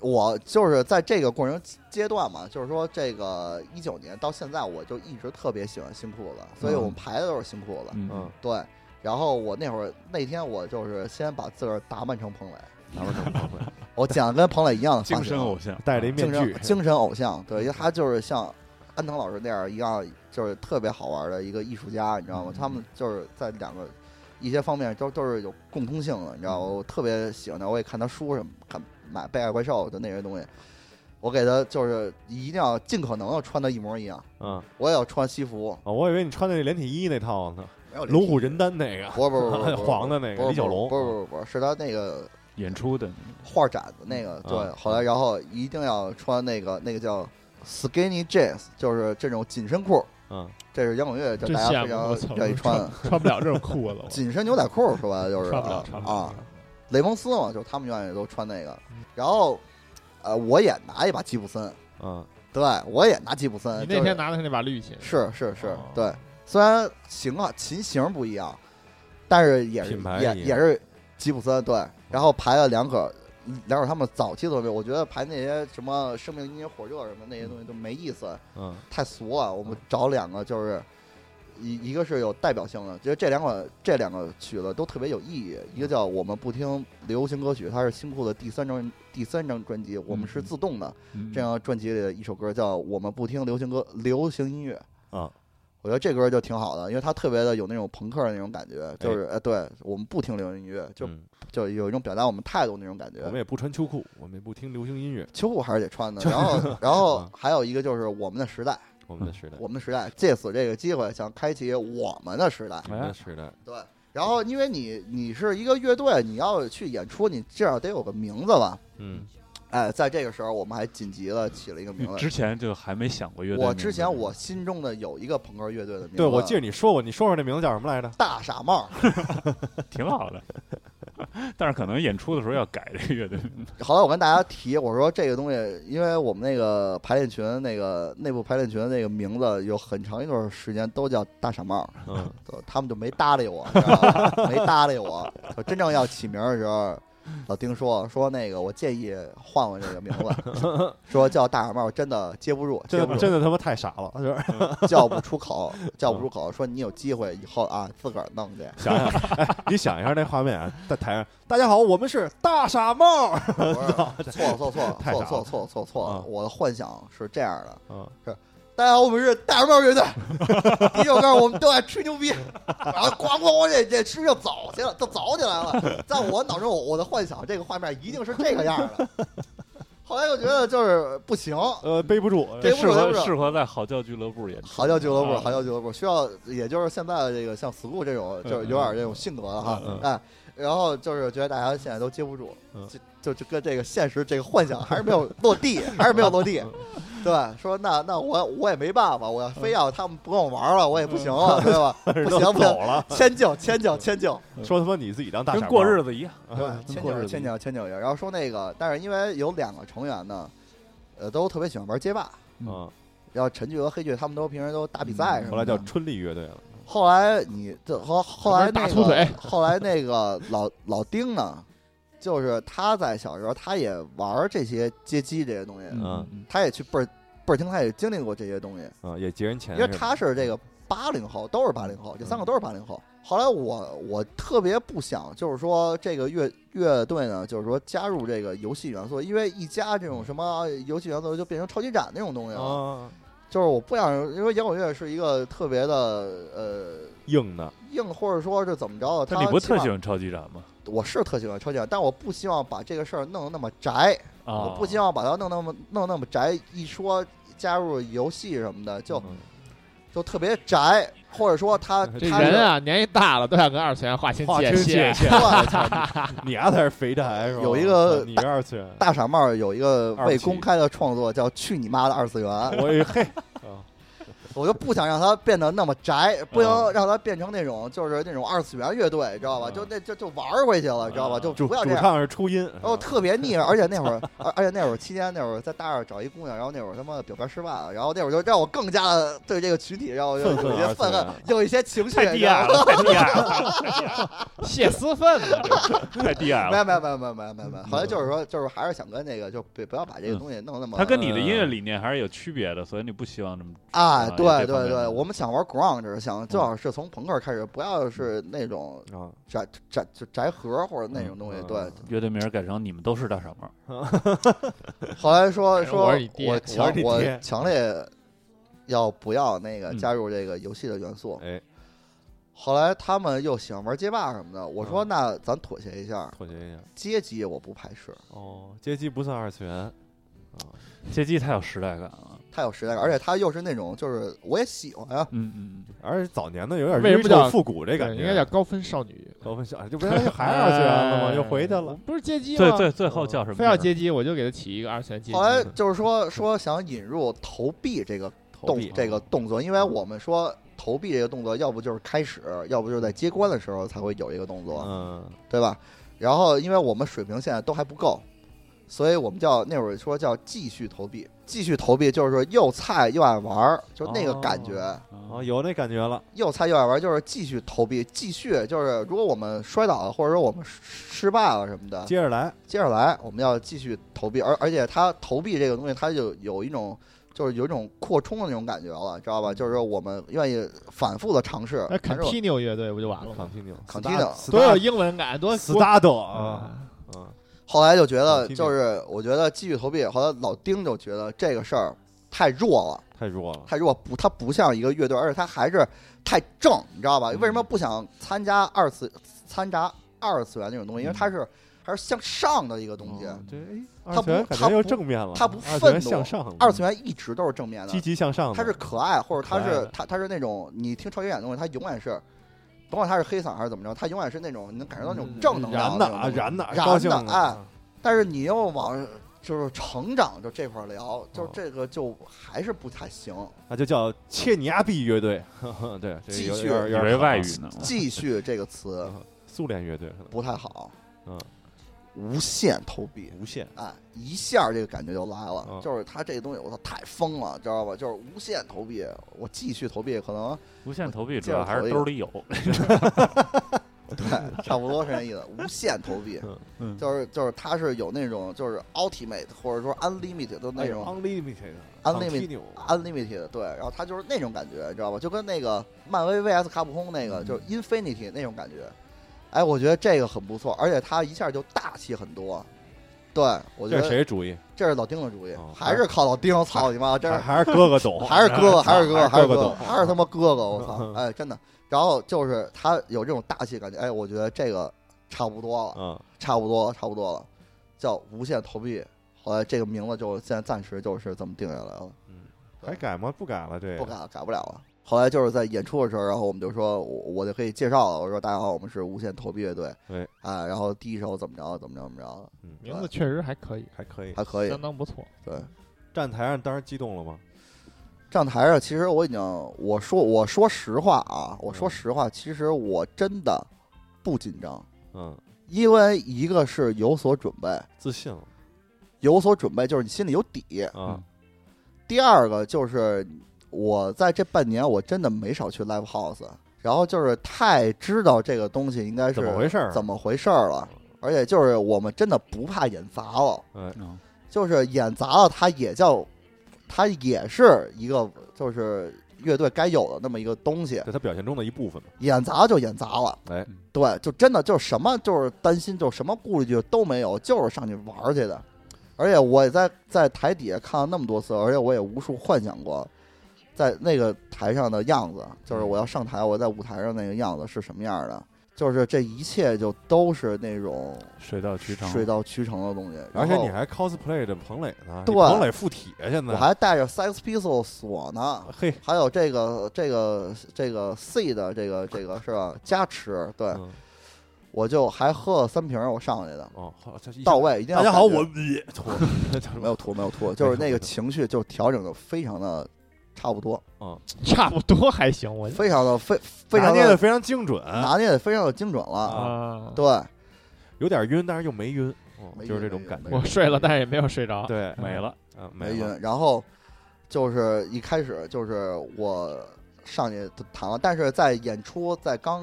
[SPEAKER 4] 我就是在这个过程阶段嘛，就是说这个一九年到现在，我就一直特别喜欢新裤子，所以我们排的都是新裤子。
[SPEAKER 5] 嗯
[SPEAKER 1] 嗯，
[SPEAKER 4] 对，然后我那会儿那天我就是先把自个儿打扮成彭磊，
[SPEAKER 1] 哪边儿
[SPEAKER 5] <laughs>
[SPEAKER 1] 都会
[SPEAKER 4] 我剪得跟彭磊一样的
[SPEAKER 5] 精
[SPEAKER 4] 发型
[SPEAKER 5] 神，偶像，啊
[SPEAKER 1] 戴着一面
[SPEAKER 4] 精
[SPEAKER 1] 具
[SPEAKER 4] 神，精神偶像，对，因为他就是像安藤老师那样一样，就是特别好玩的一个艺术家，你知道吗？他们就是在两个一些方面都都是有共通性的，你知道吗？我特别喜欢他，我也看他书什么，看买《被爱怪兽》的那些东西，我给他就是一定要尽可能的穿的一模一样，
[SPEAKER 1] 嗯
[SPEAKER 4] 我也要穿西服，
[SPEAKER 1] 啊，我以为你穿的那连体衣那套呢，
[SPEAKER 4] 没有
[SPEAKER 1] 龙虎人丹那个，
[SPEAKER 4] 不是不是不是不是
[SPEAKER 1] <laughs> 黄的那个
[SPEAKER 4] 不是
[SPEAKER 1] 李小龙，嗯
[SPEAKER 4] 不是不是不是，是他那个
[SPEAKER 5] 演出的
[SPEAKER 4] 画展的那个，对，
[SPEAKER 1] 嗯
[SPEAKER 4] 后来然后一定要穿那个那个叫 skinny jeans，就是这种紧身裤，
[SPEAKER 1] 嗯，
[SPEAKER 4] 这是摇滚乐，这
[SPEAKER 2] 真
[SPEAKER 4] 大家
[SPEAKER 2] 羡
[SPEAKER 4] 非
[SPEAKER 2] 慕，我操
[SPEAKER 4] 常，愿意穿的。 <laughs>
[SPEAKER 2] 穿不了这种裤子，
[SPEAKER 4] 紧身牛仔裤说白了就
[SPEAKER 2] 我 <laughs>
[SPEAKER 4] 是
[SPEAKER 2] 穿不了，
[SPEAKER 4] 啊
[SPEAKER 2] 穿不了嗯
[SPEAKER 4] 啊，。雷蒙斯嘛，就是他们愿意都穿那个。然后，呃，我也拿一把吉普森，
[SPEAKER 1] 嗯，
[SPEAKER 4] 对我也拿吉普森。
[SPEAKER 2] 你
[SPEAKER 4] 呃就
[SPEAKER 2] 那
[SPEAKER 4] 是
[SPEAKER 2] 天拿的是那把绿琴，
[SPEAKER 4] 是是是
[SPEAKER 2] 哦，
[SPEAKER 4] 对，虽然型啊琴型不一样，但是也是
[SPEAKER 1] 品牌
[SPEAKER 4] 也
[SPEAKER 1] 一样嗯
[SPEAKER 4] 也是吉普森对。然后排了两个聊会儿他们早期的作品，我觉得排那些什么《生命因为火热》什么那些东西都没意思，
[SPEAKER 1] 嗯
[SPEAKER 4] 太俗了。我们找两个就是
[SPEAKER 1] 嗯
[SPEAKER 4] 一一个是有代表性的，觉得这两个这两个曲子都特别有意义。一个叫《我们不听流行歌曲》，它是新裤子第三张第三张专辑，我们是自动的。
[SPEAKER 3] 嗯
[SPEAKER 4] 这张专辑里的一首歌叫《我们不听流行歌流行音乐》
[SPEAKER 1] 啊。
[SPEAKER 4] 我觉得这歌就挺好的，因为它特别的有那种朋克的那种感觉，就是呃，对我们不听流行音乐，就
[SPEAKER 1] 哎嗯
[SPEAKER 4] 就有一种表达我们态度那种感觉。
[SPEAKER 1] 我们也不穿秋裤，我们也不听流行音乐，
[SPEAKER 4] 秋裤还是得
[SPEAKER 1] <laughs>
[SPEAKER 4] 穿的。然后，然后
[SPEAKER 1] 啊
[SPEAKER 4] 还有一个就是我们的时代，
[SPEAKER 1] 我们的时代，
[SPEAKER 4] 我们的时代借此这个机会想开启我们的时代。
[SPEAKER 1] 我们的时代，
[SPEAKER 4] 对，然后因为你你是一个乐队，你要去演出，你至少得有个名字吧？
[SPEAKER 1] 嗯
[SPEAKER 4] 哎，在这个时候，我们还紧急的起了一个名字
[SPEAKER 5] 嗯之。前就还没想过乐队名字。
[SPEAKER 4] 我之前我心中的有一个朋克乐队的名字，
[SPEAKER 1] 对，我记得你说过，你说说那名字叫什么来着？
[SPEAKER 4] 大傻帽，
[SPEAKER 5] 挺好的， <laughs> 但是可能演出的时候要改这个乐队名字。
[SPEAKER 4] 后来我跟大家提，我说这个东西，因为我们那个排练群那个内部排练群那个名字有很长一段时间都叫大傻帽，
[SPEAKER 1] 嗯，
[SPEAKER 4] 都他们就没搭理我，你知道吗 <laughs> 没搭理我。我真正要起名儿的时候，老丁说说那个，我建议换换这个名字，
[SPEAKER 5] <laughs>
[SPEAKER 4] 说叫大傻帽真的接不住，接
[SPEAKER 1] 真
[SPEAKER 4] 不
[SPEAKER 1] 的
[SPEAKER 4] 住
[SPEAKER 1] 真，的他妈太傻了，是吧
[SPEAKER 4] 叫不出口，叫
[SPEAKER 5] 嗯
[SPEAKER 4] 不出口。说你有机会以后啊，自个儿弄去。
[SPEAKER 1] 想想，哎，你想一下那画面啊，在台上，大家好，我们是大傻帽，
[SPEAKER 4] 我说 <laughs> 错错错
[SPEAKER 1] 太傻
[SPEAKER 4] 错
[SPEAKER 1] 了
[SPEAKER 4] 错错错错
[SPEAKER 1] 啊
[SPEAKER 4] 了，我的幻想是这样的。
[SPEAKER 1] 嗯，
[SPEAKER 4] 大家好，我们是大傻帽
[SPEAKER 1] <laughs>
[SPEAKER 4] 乐队。第一首歌我们都爱吹牛逼，然后咣咣咣，这这吃就走起来，都走起来了。在我脑中，我我的幻想这个画面一定是这个样的。 <laughs> 后来又觉得就是不行，
[SPEAKER 1] 呃，背不住，
[SPEAKER 4] 这
[SPEAKER 5] 适
[SPEAKER 4] 不是
[SPEAKER 5] 合
[SPEAKER 4] 不是
[SPEAKER 5] 适合在嚎叫俱乐部演出。
[SPEAKER 4] 嚎叫俱乐部，
[SPEAKER 5] 啊
[SPEAKER 4] 嚎叫俱乐部需要，也就是现在的这个像 school 这种，就是有点这种性格了哈
[SPEAKER 1] 嗯，
[SPEAKER 4] 哎，然后就是觉得大家现在都接不住
[SPEAKER 1] 嗯，
[SPEAKER 4] 就就就跟这个现实这
[SPEAKER 1] <laughs>
[SPEAKER 4] 个幻想还是没有落地，还是没有落地，
[SPEAKER 1] 嗯
[SPEAKER 4] 对吧？说那那我我也没办法，我要非要他们不跟我玩
[SPEAKER 1] 嗯
[SPEAKER 4] 了，我也不
[SPEAKER 1] <laughs>
[SPEAKER 4] 行啊，对吧？不
[SPEAKER 1] 都
[SPEAKER 4] 行不行，
[SPEAKER 1] 走了，
[SPEAKER 4] 迁就迁就迁就，
[SPEAKER 1] 说他妈你自己当大傻
[SPEAKER 5] 跟
[SPEAKER 1] 帽，
[SPEAKER 5] 过日子一样。
[SPEAKER 1] 嗯
[SPEAKER 4] 对，
[SPEAKER 5] 跟
[SPEAKER 4] 迁
[SPEAKER 5] 过
[SPEAKER 4] 就
[SPEAKER 5] 日子
[SPEAKER 4] 迁
[SPEAKER 5] 一样。
[SPEAKER 4] 就迁就一下。然后说那个，但是因为有两个成员呢，呃，都特别喜欢玩街霸。
[SPEAKER 1] 嗯，
[SPEAKER 4] 然后陈俊和黑俊他们都平时都打比赛什么的，
[SPEAKER 1] 后来叫春丽乐队了，
[SPEAKER 4] 后来你这后后来那
[SPEAKER 2] 大粗腿
[SPEAKER 4] 个 <laughs> 后来那个老老丁呢，就是他在小时候他也玩这些街机这些东西，
[SPEAKER 1] 嗯
[SPEAKER 3] 嗯
[SPEAKER 4] 他也去倍儿倍儿听，他也经历过这些东西，
[SPEAKER 1] 嗯，也结人钱
[SPEAKER 4] 因
[SPEAKER 1] 是吧，嗯
[SPEAKER 4] 为他是这个八零后，都是八零后，这三个都是八零后。后来我我特别不想，就是说这个乐乐队呢，就是说加入这个游戏元素，因为一加这种什么啊游戏元素就变成超级展那种东西了，
[SPEAKER 1] 啊，
[SPEAKER 4] 就是我不想，因为摇滚乐是一个特别的呃。
[SPEAKER 1] 硬的，
[SPEAKER 4] 硬或者说是怎么着的，
[SPEAKER 5] 但
[SPEAKER 4] 他
[SPEAKER 5] 你不
[SPEAKER 4] 起
[SPEAKER 5] 特
[SPEAKER 4] 码
[SPEAKER 5] 喜欢超级展吗？
[SPEAKER 4] 我是特喜欢超级碗，但我不希望把这个事儿弄得那么宅，
[SPEAKER 5] 啊，
[SPEAKER 4] 我不希望把它弄那么弄那么宅。一说加入游戏什么的，就
[SPEAKER 1] 嗯
[SPEAKER 4] 就特别宅，或者说他
[SPEAKER 1] 这
[SPEAKER 2] <laughs>
[SPEAKER 4] 他
[SPEAKER 2] 这
[SPEAKER 4] 是
[SPEAKER 2] 人啊，年纪大了都想跟二次元划清
[SPEAKER 1] 划清
[SPEAKER 2] 界
[SPEAKER 1] 界
[SPEAKER 2] 限。
[SPEAKER 1] 限，
[SPEAKER 4] 我操
[SPEAKER 1] <laughs> 你丫才是肥宅是吧？
[SPEAKER 4] 有一个
[SPEAKER 1] 啊你是二
[SPEAKER 4] <laughs>
[SPEAKER 1] 次元，
[SPEAKER 4] 大傻帽有
[SPEAKER 5] <laughs>
[SPEAKER 4] 一个
[SPEAKER 1] 二
[SPEAKER 4] 未
[SPEAKER 1] 级
[SPEAKER 4] 公开的创作叫《去你妈的二次元》，
[SPEAKER 1] 我也嘿，
[SPEAKER 4] 我就不想让它变得那么宅，不能
[SPEAKER 5] 嗯
[SPEAKER 4] 让它变成那种就是那种二次元乐队，知道吧？
[SPEAKER 5] 嗯
[SPEAKER 4] 就那就就玩儿回去啊了，知道吧？
[SPEAKER 5] 嗯
[SPEAKER 4] 就
[SPEAKER 1] 主
[SPEAKER 4] 不要这
[SPEAKER 1] 主
[SPEAKER 4] 样。哦
[SPEAKER 1] 唱是初音，是吧
[SPEAKER 4] 然后特别腻歪，而且那会儿，而而且那会儿期间，那会儿在大二找一姑娘，然后那会儿他妈表白失败了，然后那会儿就让我更加的对这个群体，让我有有一些愤恨，有一些情绪，
[SPEAKER 5] 太
[SPEAKER 4] 你
[SPEAKER 5] 低
[SPEAKER 4] 知道
[SPEAKER 5] 矮了，
[SPEAKER 4] 吗
[SPEAKER 5] 太低矮
[SPEAKER 4] <laughs>
[SPEAKER 5] 了，
[SPEAKER 2] 泄私愤 <laughs> 呢，这
[SPEAKER 5] 太低矮
[SPEAKER 4] 没
[SPEAKER 5] 了。
[SPEAKER 4] 有没有没有没有没有没有没有，后来就是说，就是还是想跟那个，就别不要把这个东西弄那么。
[SPEAKER 5] 它跟你的音乐理念还是有区别的，所以你不希望这么
[SPEAKER 4] 啊，
[SPEAKER 5] 啊这
[SPEAKER 4] 对
[SPEAKER 5] 方
[SPEAKER 4] 对
[SPEAKER 5] 面
[SPEAKER 4] 对，
[SPEAKER 5] 的
[SPEAKER 4] 我们想玩 grunge，想最好是从朋克开始，不要是那种
[SPEAKER 1] 啊，
[SPEAKER 4] 宅宅就宅盒或者那种东西。
[SPEAKER 1] 嗯
[SPEAKER 4] 对，
[SPEAKER 5] 乐队名儿改成你们都是大傻帽。
[SPEAKER 4] 后来说说，
[SPEAKER 2] 我是你爹
[SPEAKER 4] 我
[SPEAKER 1] 我
[SPEAKER 4] 强
[SPEAKER 1] 是你
[SPEAKER 4] 我
[SPEAKER 1] 爹
[SPEAKER 4] 强烈要不要那个
[SPEAKER 5] 嗯
[SPEAKER 4] 加入这个游戏的元素？
[SPEAKER 1] 哎，
[SPEAKER 4] 后来他们又喜欢玩街霸什么的，我说
[SPEAKER 1] 嗯
[SPEAKER 4] 那咱妥协一下，
[SPEAKER 1] 妥协一
[SPEAKER 4] <laughs>
[SPEAKER 1] 下，
[SPEAKER 4] 街机我不排斥，
[SPEAKER 1] 哦，街机不算二次元，
[SPEAKER 5] 街机太有时代感了。
[SPEAKER 4] 太有时代感，而且他又是那种就是我也喜欢啊，
[SPEAKER 5] 嗯嗯，嗯
[SPEAKER 1] 而且早年的有点
[SPEAKER 2] 为什么
[SPEAKER 1] 日
[SPEAKER 2] 叫
[SPEAKER 1] 旧复古这感
[SPEAKER 2] 对
[SPEAKER 1] 觉，
[SPEAKER 2] 应该叫高分少女。
[SPEAKER 1] 高分小，这不是
[SPEAKER 2] <laughs>
[SPEAKER 1] 还是二次元了吗？
[SPEAKER 5] 哎
[SPEAKER 1] 又回去
[SPEAKER 2] 我
[SPEAKER 1] 了，
[SPEAKER 2] 不是街机吗？
[SPEAKER 4] 啊
[SPEAKER 5] 最最最
[SPEAKER 4] 呃
[SPEAKER 5] 后叫什么名儿？
[SPEAKER 2] 非要街机，我就给他起一个二次元街机
[SPEAKER 4] 后。来就是说说想引入投币这
[SPEAKER 2] 哎
[SPEAKER 4] 个
[SPEAKER 1] 投
[SPEAKER 4] 动
[SPEAKER 1] 币
[SPEAKER 4] 这个
[SPEAKER 2] 啊
[SPEAKER 4] 动作，因为我们说投币这个动作，要不就是开始，要不就是在接关的时候才会有一个动
[SPEAKER 2] 啊
[SPEAKER 4] 作，
[SPEAKER 1] 嗯，
[SPEAKER 4] 对吧？然后因为我们水平现在都还不够，所以我们叫那会儿说叫继续投币，继续投币，就是说又菜又爱玩儿，就是那个感觉。
[SPEAKER 1] 哦，有那感觉了，
[SPEAKER 4] 又菜又爱玩儿，就是继续投币，继续就是如果我们摔倒了，或者说我们失败了什么的，
[SPEAKER 1] 接着来，
[SPEAKER 4] 接着来，我们要继续投币，而而且它投币这个东西，它就有一种就是有一种扩充的那种感觉了，知
[SPEAKER 1] 嗯
[SPEAKER 4] 道吧？就是说我们愿意反复的尝试
[SPEAKER 1] 哎
[SPEAKER 2] 那，
[SPEAKER 4] 反正我
[SPEAKER 2] continue 乐队不就
[SPEAKER 4] 啊
[SPEAKER 2] 完了
[SPEAKER 1] 康
[SPEAKER 2] 吗？
[SPEAKER 1] 听听，
[SPEAKER 4] 康听听
[SPEAKER 2] 多有英文感，多
[SPEAKER 1] s t a r d 啊，
[SPEAKER 2] 啊！
[SPEAKER 1] 嗯
[SPEAKER 4] 后来就觉得
[SPEAKER 1] 好听听
[SPEAKER 4] 就是我觉得继续投币，后来老丁就觉得这个事儿太弱了，
[SPEAKER 1] 太弱了，
[SPEAKER 4] 太弱不，它不像一个乐队，而且它还是太正，你知道吧？
[SPEAKER 1] 嗯
[SPEAKER 4] 为什么不想参加二次参加二次元那种东西？因为它是还是向上的一个东西。
[SPEAKER 1] 嗯哦对，哎，
[SPEAKER 4] 他
[SPEAKER 1] 二
[SPEAKER 4] 不
[SPEAKER 1] 次元感
[SPEAKER 4] 他
[SPEAKER 1] 觉又
[SPEAKER 4] 不
[SPEAKER 1] 正面了，
[SPEAKER 4] 他不
[SPEAKER 1] 二次
[SPEAKER 4] 愤
[SPEAKER 1] 元
[SPEAKER 4] 怒
[SPEAKER 1] 向上了，
[SPEAKER 4] 二次元一直都是正面的
[SPEAKER 1] 积，极向上的，
[SPEAKER 4] 它是可爱，或者它
[SPEAKER 1] 可爱
[SPEAKER 4] 是
[SPEAKER 1] 的
[SPEAKER 4] 它它是那种你听超级演的东西，它永远是，甭管它是黑嗓还是怎么着，它永远是那种你能感受到那种正能量
[SPEAKER 1] 燃的啊，
[SPEAKER 4] 那种东西
[SPEAKER 1] 燃的，
[SPEAKER 4] 燃
[SPEAKER 1] 高兴啊
[SPEAKER 4] 的
[SPEAKER 1] 的
[SPEAKER 4] 哎，但是你又往就是成长就这块儿聊，
[SPEAKER 1] 哦
[SPEAKER 4] 就是这个就还是不
[SPEAKER 1] <laughs>
[SPEAKER 4] 太行。
[SPEAKER 1] 那就叫切尼亚币乐队， <laughs> 呵呵对，这
[SPEAKER 4] 继
[SPEAKER 1] 有
[SPEAKER 4] 续
[SPEAKER 1] 点儿
[SPEAKER 5] 以
[SPEAKER 1] 有点儿
[SPEAKER 5] 为
[SPEAKER 1] 好
[SPEAKER 5] 外
[SPEAKER 1] 啊
[SPEAKER 5] 语呢，
[SPEAKER 4] 继续这个词
[SPEAKER 1] 嗯苏联乐队可能
[SPEAKER 4] 不太好，
[SPEAKER 1] 嗯，
[SPEAKER 4] 无限投币。
[SPEAKER 1] 无限，
[SPEAKER 4] 哎，一下这个感觉就来了，
[SPEAKER 1] 嗯
[SPEAKER 4] 就是他这东西，我操，太疯了，知道吧？就是无限投币，我继续投币，可
[SPEAKER 1] <laughs>
[SPEAKER 4] 能
[SPEAKER 5] 无限投币主要还是兜里有，
[SPEAKER 4] 对，差不多是那意思，无限投币，
[SPEAKER 5] 嗯
[SPEAKER 4] 就是就是它是有那种就是 ultimate 或者说 unlimited 的那
[SPEAKER 1] 哎
[SPEAKER 4] 种
[SPEAKER 1] unlimited
[SPEAKER 4] Unlimited
[SPEAKER 1] continue
[SPEAKER 4] 哎 unlimited，对，然后它就是那种感觉，你知道吧？就跟那个漫威 vs 卡普空那个
[SPEAKER 5] 嗯
[SPEAKER 4] 就是 infinity 那种感觉，哎，我觉得这个很不错，而且它一下就大气很多。对，我觉
[SPEAKER 1] 这是
[SPEAKER 4] 得
[SPEAKER 1] 谁主意？
[SPEAKER 4] 这是老丁的主意
[SPEAKER 1] 哦，
[SPEAKER 4] 还是靠老丁，操你妈！这
[SPEAKER 1] 还
[SPEAKER 4] 是
[SPEAKER 1] 还是哥哥懂，
[SPEAKER 4] <laughs> 还是哥哥，还
[SPEAKER 1] <laughs>
[SPEAKER 4] 是哥哥，还是
[SPEAKER 1] 哥哥
[SPEAKER 4] 哥啊哥，
[SPEAKER 1] 懂
[SPEAKER 4] 还是他妈哥哥，
[SPEAKER 1] <laughs>
[SPEAKER 4] 我操！哎，真的。然后就是他有这种大气感觉，哎，我觉得这个差不多了，
[SPEAKER 1] 嗯，
[SPEAKER 4] 差不多，差不多了，叫无限投币。后来这个名字就现在暂时就是这么定下来了，
[SPEAKER 1] 还改吗？不改了，这个
[SPEAKER 4] 不改了改不了了。后来就是在演出的时候，然后我们就说，我我就可以介绍了。我说大家好，我们是无限投币乐队，
[SPEAKER 1] 对，
[SPEAKER 4] 啊，然后第一首怎么着怎么着怎么着，
[SPEAKER 1] 嗯
[SPEAKER 2] 名字确实还可以，
[SPEAKER 1] 还可以。
[SPEAKER 4] 还可以
[SPEAKER 2] 相。当不错。
[SPEAKER 4] 对，
[SPEAKER 1] 站台上当时激动了吗？
[SPEAKER 4] 站台上其实我已经我说我说实话啊，我说实话，其实我真的不紧张，
[SPEAKER 1] 嗯，
[SPEAKER 4] 因为一个是有所准备，
[SPEAKER 1] 自信了
[SPEAKER 4] 有所准备就是你心里有底，
[SPEAKER 1] 啊，
[SPEAKER 4] 第二个就是我在这半年我真的没少去 live house，然后就是太知道这个东西应该是
[SPEAKER 1] 怎么回事儿
[SPEAKER 4] 怎么回事儿了，而且就是我们真的不怕演砸了，
[SPEAKER 5] 嗯
[SPEAKER 4] 就是演砸了它也叫，它也是一个就是乐队该有的那么一个东西，
[SPEAKER 1] 这他表现中的一部分嘛。
[SPEAKER 4] 演砸就演砸了，
[SPEAKER 1] 哎，
[SPEAKER 4] 对，就真的就是什么就是担心，就是什么顾虑就都没有，就是上去玩儿去的。而且我也在在台底下看了那么多次，而且我也无数幻想过，在那个台上的样子，就是
[SPEAKER 1] 嗯
[SPEAKER 4] 我要上台，我在舞台上那个样子是什么样的，就是这一切就都是那种
[SPEAKER 3] 水到渠成，
[SPEAKER 4] 水到渠成的东西。
[SPEAKER 1] 而且
[SPEAKER 4] 然后
[SPEAKER 1] 你还 cosplay 着彭磊呢，
[SPEAKER 4] 对
[SPEAKER 1] 你彭磊附体啊现在
[SPEAKER 4] 我还带着 Sex Pistol 锁呢，
[SPEAKER 1] 嘿，
[SPEAKER 4] 还有这个这个这个 C 的这个这个是吧？加持，对、
[SPEAKER 1] 嗯
[SPEAKER 4] 我就还喝了三瓶儿，我上去的。
[SPEAKER 1] 哦，好，这一下
[SPEAKER 4] 到位，一定
[SPEAKER 1] 大
[SPEAKER 4] 要 <laughs>
[SPEAKER 1] 家好，
[SPEAKER 4] 感觉
[SPEAKER 1] 我 <laughs> 吐了
[SPEAKER 4] 没有吐，没有吐，就是那个情绪就调整的非常的差不多，
[SPEAKER 2] 差不多还行，我
[SPEAKER 4] 非常的非非常
[SPEAKER 1] 拿捏的
[SPEAKER 4] 的
[SPEAKER 1] 非常精准，
[SPEAKER 4] 拿捏的非常的精准了，
[SPEAKER 2] 啊，
[SPEAKER 4] 对，
[SPEAKER 1] 有点晕，但是又没晕，哦
[SPEAKER 4] 没
[SPEAKER 1] 就是这
[SPEAKER 4] 晕没
[SPEAKER 1] 种
[SPEAKER 4] 晕
[SPEAKER 1] 感觉
[SPEAKER 4] 没。
[SPEAKER 2] 我睡了，但是也没有睡着。
[SPEAKER 1] 对，
[SPEAKER 5] 没了，
[SPEAKER 1] 啊，
[SPEAKER 4] 没
[SPEAKER 1] 没了，
[SPEAKER 4] 晕。然后就是一开始就是我上去弹了，但是在演出在刚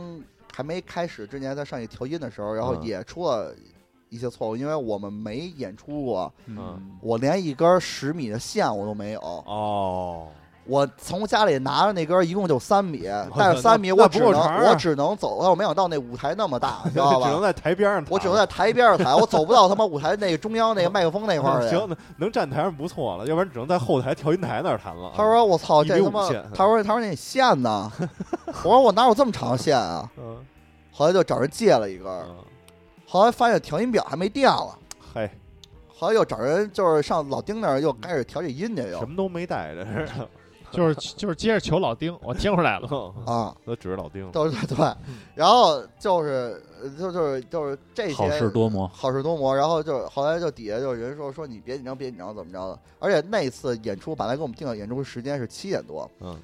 [SPEAKER 4] 还没开始之前，在上去调音的时候，然后
[SPEAKER 1] 嗯
[SPEAKER 4] 也出了一些错误，因为我们没演出过，
[SPEAKER 5] 嗯，
[SPEAKER 4] 我连一根十米的线我都没有，
[SPEAKER 1] 哦，
[SPEAKER 4] 我从家里拿着那根儿一共就三米，
[SPEAKER 1] 操
[SPEAKER 4] 但是三米
[SPEAKER 1] 那
[SPEAKER 4] 我
[SPEAKER 1] 那
[SPEAKER 4] 只
[SPEAKER 1] 不够
[SPEAKER 4] 能、
[SPEAKER 1] 长啊
[SPEAKER 4] 我只能走到，我没想到那舞台那
[SPEAKER 1] <laughs>
[SPEAKER 4] 么大，你知
[SPEAKER 1] 只
[SPEAKER 4] 道吧
[SPEAKER 1] 能？在台边上躺，
[SPEAKER 4] 我只能在台边上抬，我走不到他妈舞台那个中央那个麦克风那块儿
[SPEAKER 1] 嗯
[SPEAKER 4] 去。
[SPEAKER 1] 行，能能站台上不错了，要不然只能在后台调音台那儿弹了。
[SPEAKER 4] 他，说：“我操，这他
[SPEAKER 1] 一
[SPEAKER 4] 妈
[SPEAKER 1] 米五线！”
[SPEAKER 4] 他说：“他说那线呢？”我说：“我哪有这么长线啊 <laughs>
[SPEAKER 1] 嗯，？”
[SPEAKER 4] 后来就找人借了一根儿，
[SPEAKER 1] 嗯
[SPEAKER 4] 后来发现调音表还没电了，
[SPEAKER 1] 嗨，
[SPEAKER 4] 后来又找人就是上老丁那儿又开始调这音去又
[SPEAKER 1] 什么都没带着，这是，
[SPEAKER 2] 就是就是接着求老丁，我听出来了
[SPEAKER 1] <laughs> 都
[SPEAKER 4] 啊，
[SPEAKER 1] 指着老丁了。
[SPEAKER 4] 都是对，然后就是呃就就是就是这些
[SPEAKER 3] 好事多磨。
[SPEAKER 4] 好事多磨，然后就后来就底下就有人说说你别紧张，别紧张，怎么着的？而且那次演出本来给我们定的演出时间是七点多，
[SPEAKER 1] 嗯，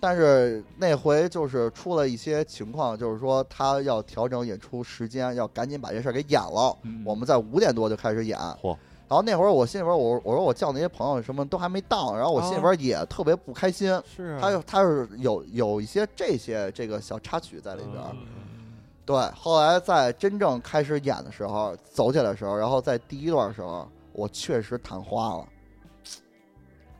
[SPEAKER 4] 但是那回就是出了一些情况，就是说他要调整演出时间，要赶紧把这事儿给演了。
[SPEAKER 5] 嗯
[SPEAKER 4] 我们在五点多就开始演，
[SPEAKER 1] 嚯
[SPEAKER 4] 然后那会儿我心里边儿我我说我叫那些朋友什么都还没到，然后我心里
[SPEAKER 1] 啊
[SPEAKER 4] 边儿也特别不开心。
[SPEAKER 1] 是啊，
[SPEAKER 4] 他有他是有有一些这些这个小插曲在里
[SPEAKER 1] 嗯
[SPEAKER 4] 边儿。对，后来在真正开始演的时候，走起来的时候，然后在第一段的时候，我确实谈花了，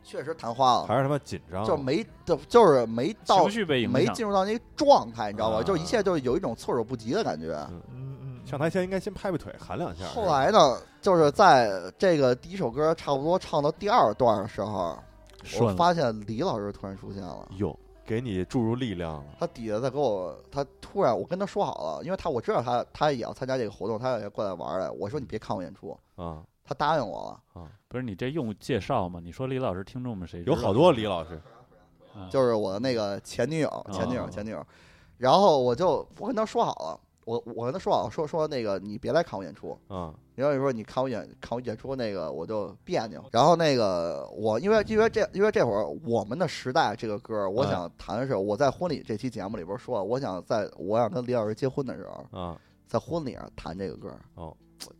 [SPEAKER 4] 确实谈花了，
[SPEAKER 1] 还是哦他妈紧张，
[SPEAKER 4] 就没就就是没到
[SPEAKER 5] 情绪被影
[SPEAKER 4] 没
[SPEAKER 5] 响，
[SPEAKER 4] 进入到那个状态，你知道吧？
[SPEAKER 1] 啊
[SPEAKER 4] 就是一切就是有一种措手不及的感觉。
[SPEAKER 2] 嗯嗯，
[SPEAKER 1] 上台前应该先拍拍腿，喊两下。
[SPEAKER 4] 后来呢，就是在这个第一首歌差不多唱到第二段的时候，我
[SPEAKER 3] 顺了，
[SPEAKER 4] 发现李老师突然出现了。
[SPEAKER 1] 哟，给你注入力量了。
[SPEAKER 4] 他底下在给我，他突然我跟他说好了，因为他我知道他他也要参加这个活动，他也过来玩儿来。我说你别看我演出，
[SPEAKER 1] 啊，
[SPEAKER 4] 他答应我了。
[SPEAKER 5] 不是你这用介绍吗？你说李老师，听众们谁知道
[SPEAKER 1] 有好多李老师，
[SPEAKER 5] 啊
[SPEAKER 4] 就是我的那个前女
[SPEAKER 1] 啊
[SPEAKER 4] 友，前女友，
[SPEAKER 5] 哦
[SPEAKER 4] 前女友。然后我就我跟他说好了，我我跟他说好了，说说那个你别来看我演出，
[SPEAKER 1] 啊，
[SPEAKER 4] 你要是说你看我演看我演出那个我就别扭。然后那个我因为因为这因为这会儿我们的时代这个歌，我
[SPEAKER 1] 嗯
[SPEAKER 4] 想谈的是我在婚礼这期节目里边说，我想在我想跟李老师结婚的时候，
[SPEAKER 1] 啊，
[SPEAKER 4] 在婚礼上弹这个歌，
[SPEAKER 1] 哦，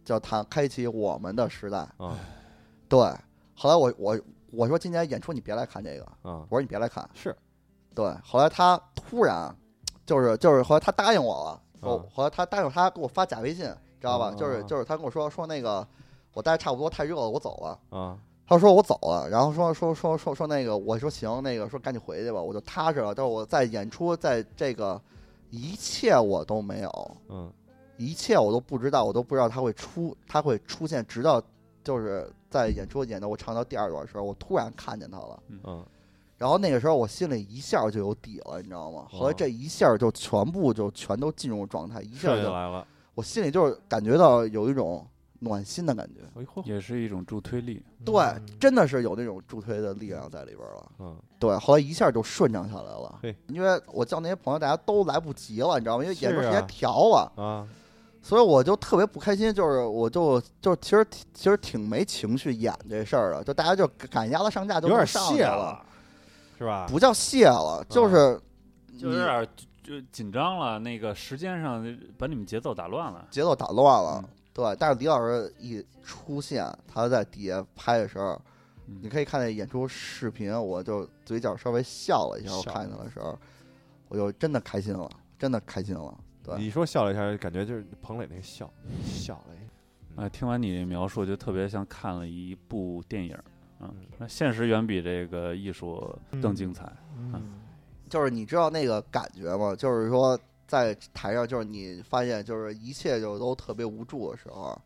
[SPEAKER 4] 叫谈开启我们的时代。
[SPEAKER 1] 啊，
[SPEAKER 4] 对，后来我我我说今年演出你别来看这个，
[SPEAKER 1] 啊，
[SPEAKER 4] 我说你别来看。
[SPEAKER 1] 是，
[SPEAKER 4] 对，后来他突然就是就是后来他答应我了，我、
[SPEAKER 1] 啊
[SPEAKER 4] 后来他答应他给我发假微信，知道吧？就
[SPEAKER 1] 啊
[SPEAKER 4] 是
[SPEAKER 1] 啊啊
[SPEAKER 4] 就是他跟我说说那个我待差不多太热了，我走了。
[SPEAKER 1] 啊，
[SPEAKER 4] 他说我走了，然后说说说说说那个，我说行，那个说赶紧回去吧，我就踏实了。但是我在演出，在这个一切我都没有，
[SPEAKER 1] 嗯，
[SPEAKER 4] 一切我都不知道，我都不知道他会出，他会出现，直到就是在演出演到我唱到第二段的时候，我突然看见他了。
[SPEAKER 1] 嗯，
[SPEAKER 4] 然后那个时候我心里一下就有底了，你知道吗？
[SPEAKER 1] 哦
[SPEAKER 4] 后来这一下就全部就全都进入状态，一下
[SPEAKER 1] 顺下
[SPEAKER 4] 就
[SPEAKER 1] 来了。
[SPEAKER 4] 我心里就是感觉到有一种暖心的感觉，
[SPEAKER 1] 哎呦，
[SPEAKER 5] 也是一种助推力，
[SPEAKER 4] 嗯
[SPEAKER 2] 嗯
[SPEAKER 4] 对，真的是有那种助推的力量在里边了。
[SPEAKER 1] 嗯，
[SPEAKER 4] 对，后来一下就顺畅下来了
[SPEAKER 1] 嘿。
[SPEAKER 4] 因为我叫那些朋友，大家都来不及了，你知道吗？因为演出时
[SPEAKER 1] 是啊
[SPEAKER 4] 间调了，
[SPEAKER 1] 啊，
[SPEAKER 4] 所以我就特别不开心，就是我就就其实其实挺没情绪演这事儿的，就大家就赶鸭子上架就
[SPEAKER 1] 有点
[SPEAKER 4] 弄上去
[SPEAKER 1] 泄嗯
[SPEAKER 4] 了，，
[SPEAKER 1] 是吧？
[SPEAKER 4] 不叫泄了，就是
[SPEAKER 5] 就有点就紧张了，那个时间上把你们节奏打乱了。
[SPEAKER 4] 节奏打乱了
[SPEAKER 5] 嗯。
[SPEAKER 4] 对，但是李老师一出现，他在底下拍的时候，
[SPEAKER 5] 嗯
[SPEAKER 4] 你可以看那演出视频，我就嘴角稍微笑了一下。我
[SPEAKER 1] 笑
[SPEAKER 4] 看见他的时候，我就真的开心了，真的开心了。对
[SPEAKER 1] 你说笑了一下，感觉就是彭磊那个笑，笑了一下。
[SPEAKER 3] 呃
[SPEAKER 5] 啊，听完你描述，就特别像看了一部电影。啊
[SPEAKER 1] 嗯，
[SPEAKER 5] 那现实远比这个艺术更精彩。
[SPEAKER 2] 嗯
[SPEAKER 4] 就是你知道那个感觉吗？就是说在台上，就是你发现就是一切就都特别无助的时候，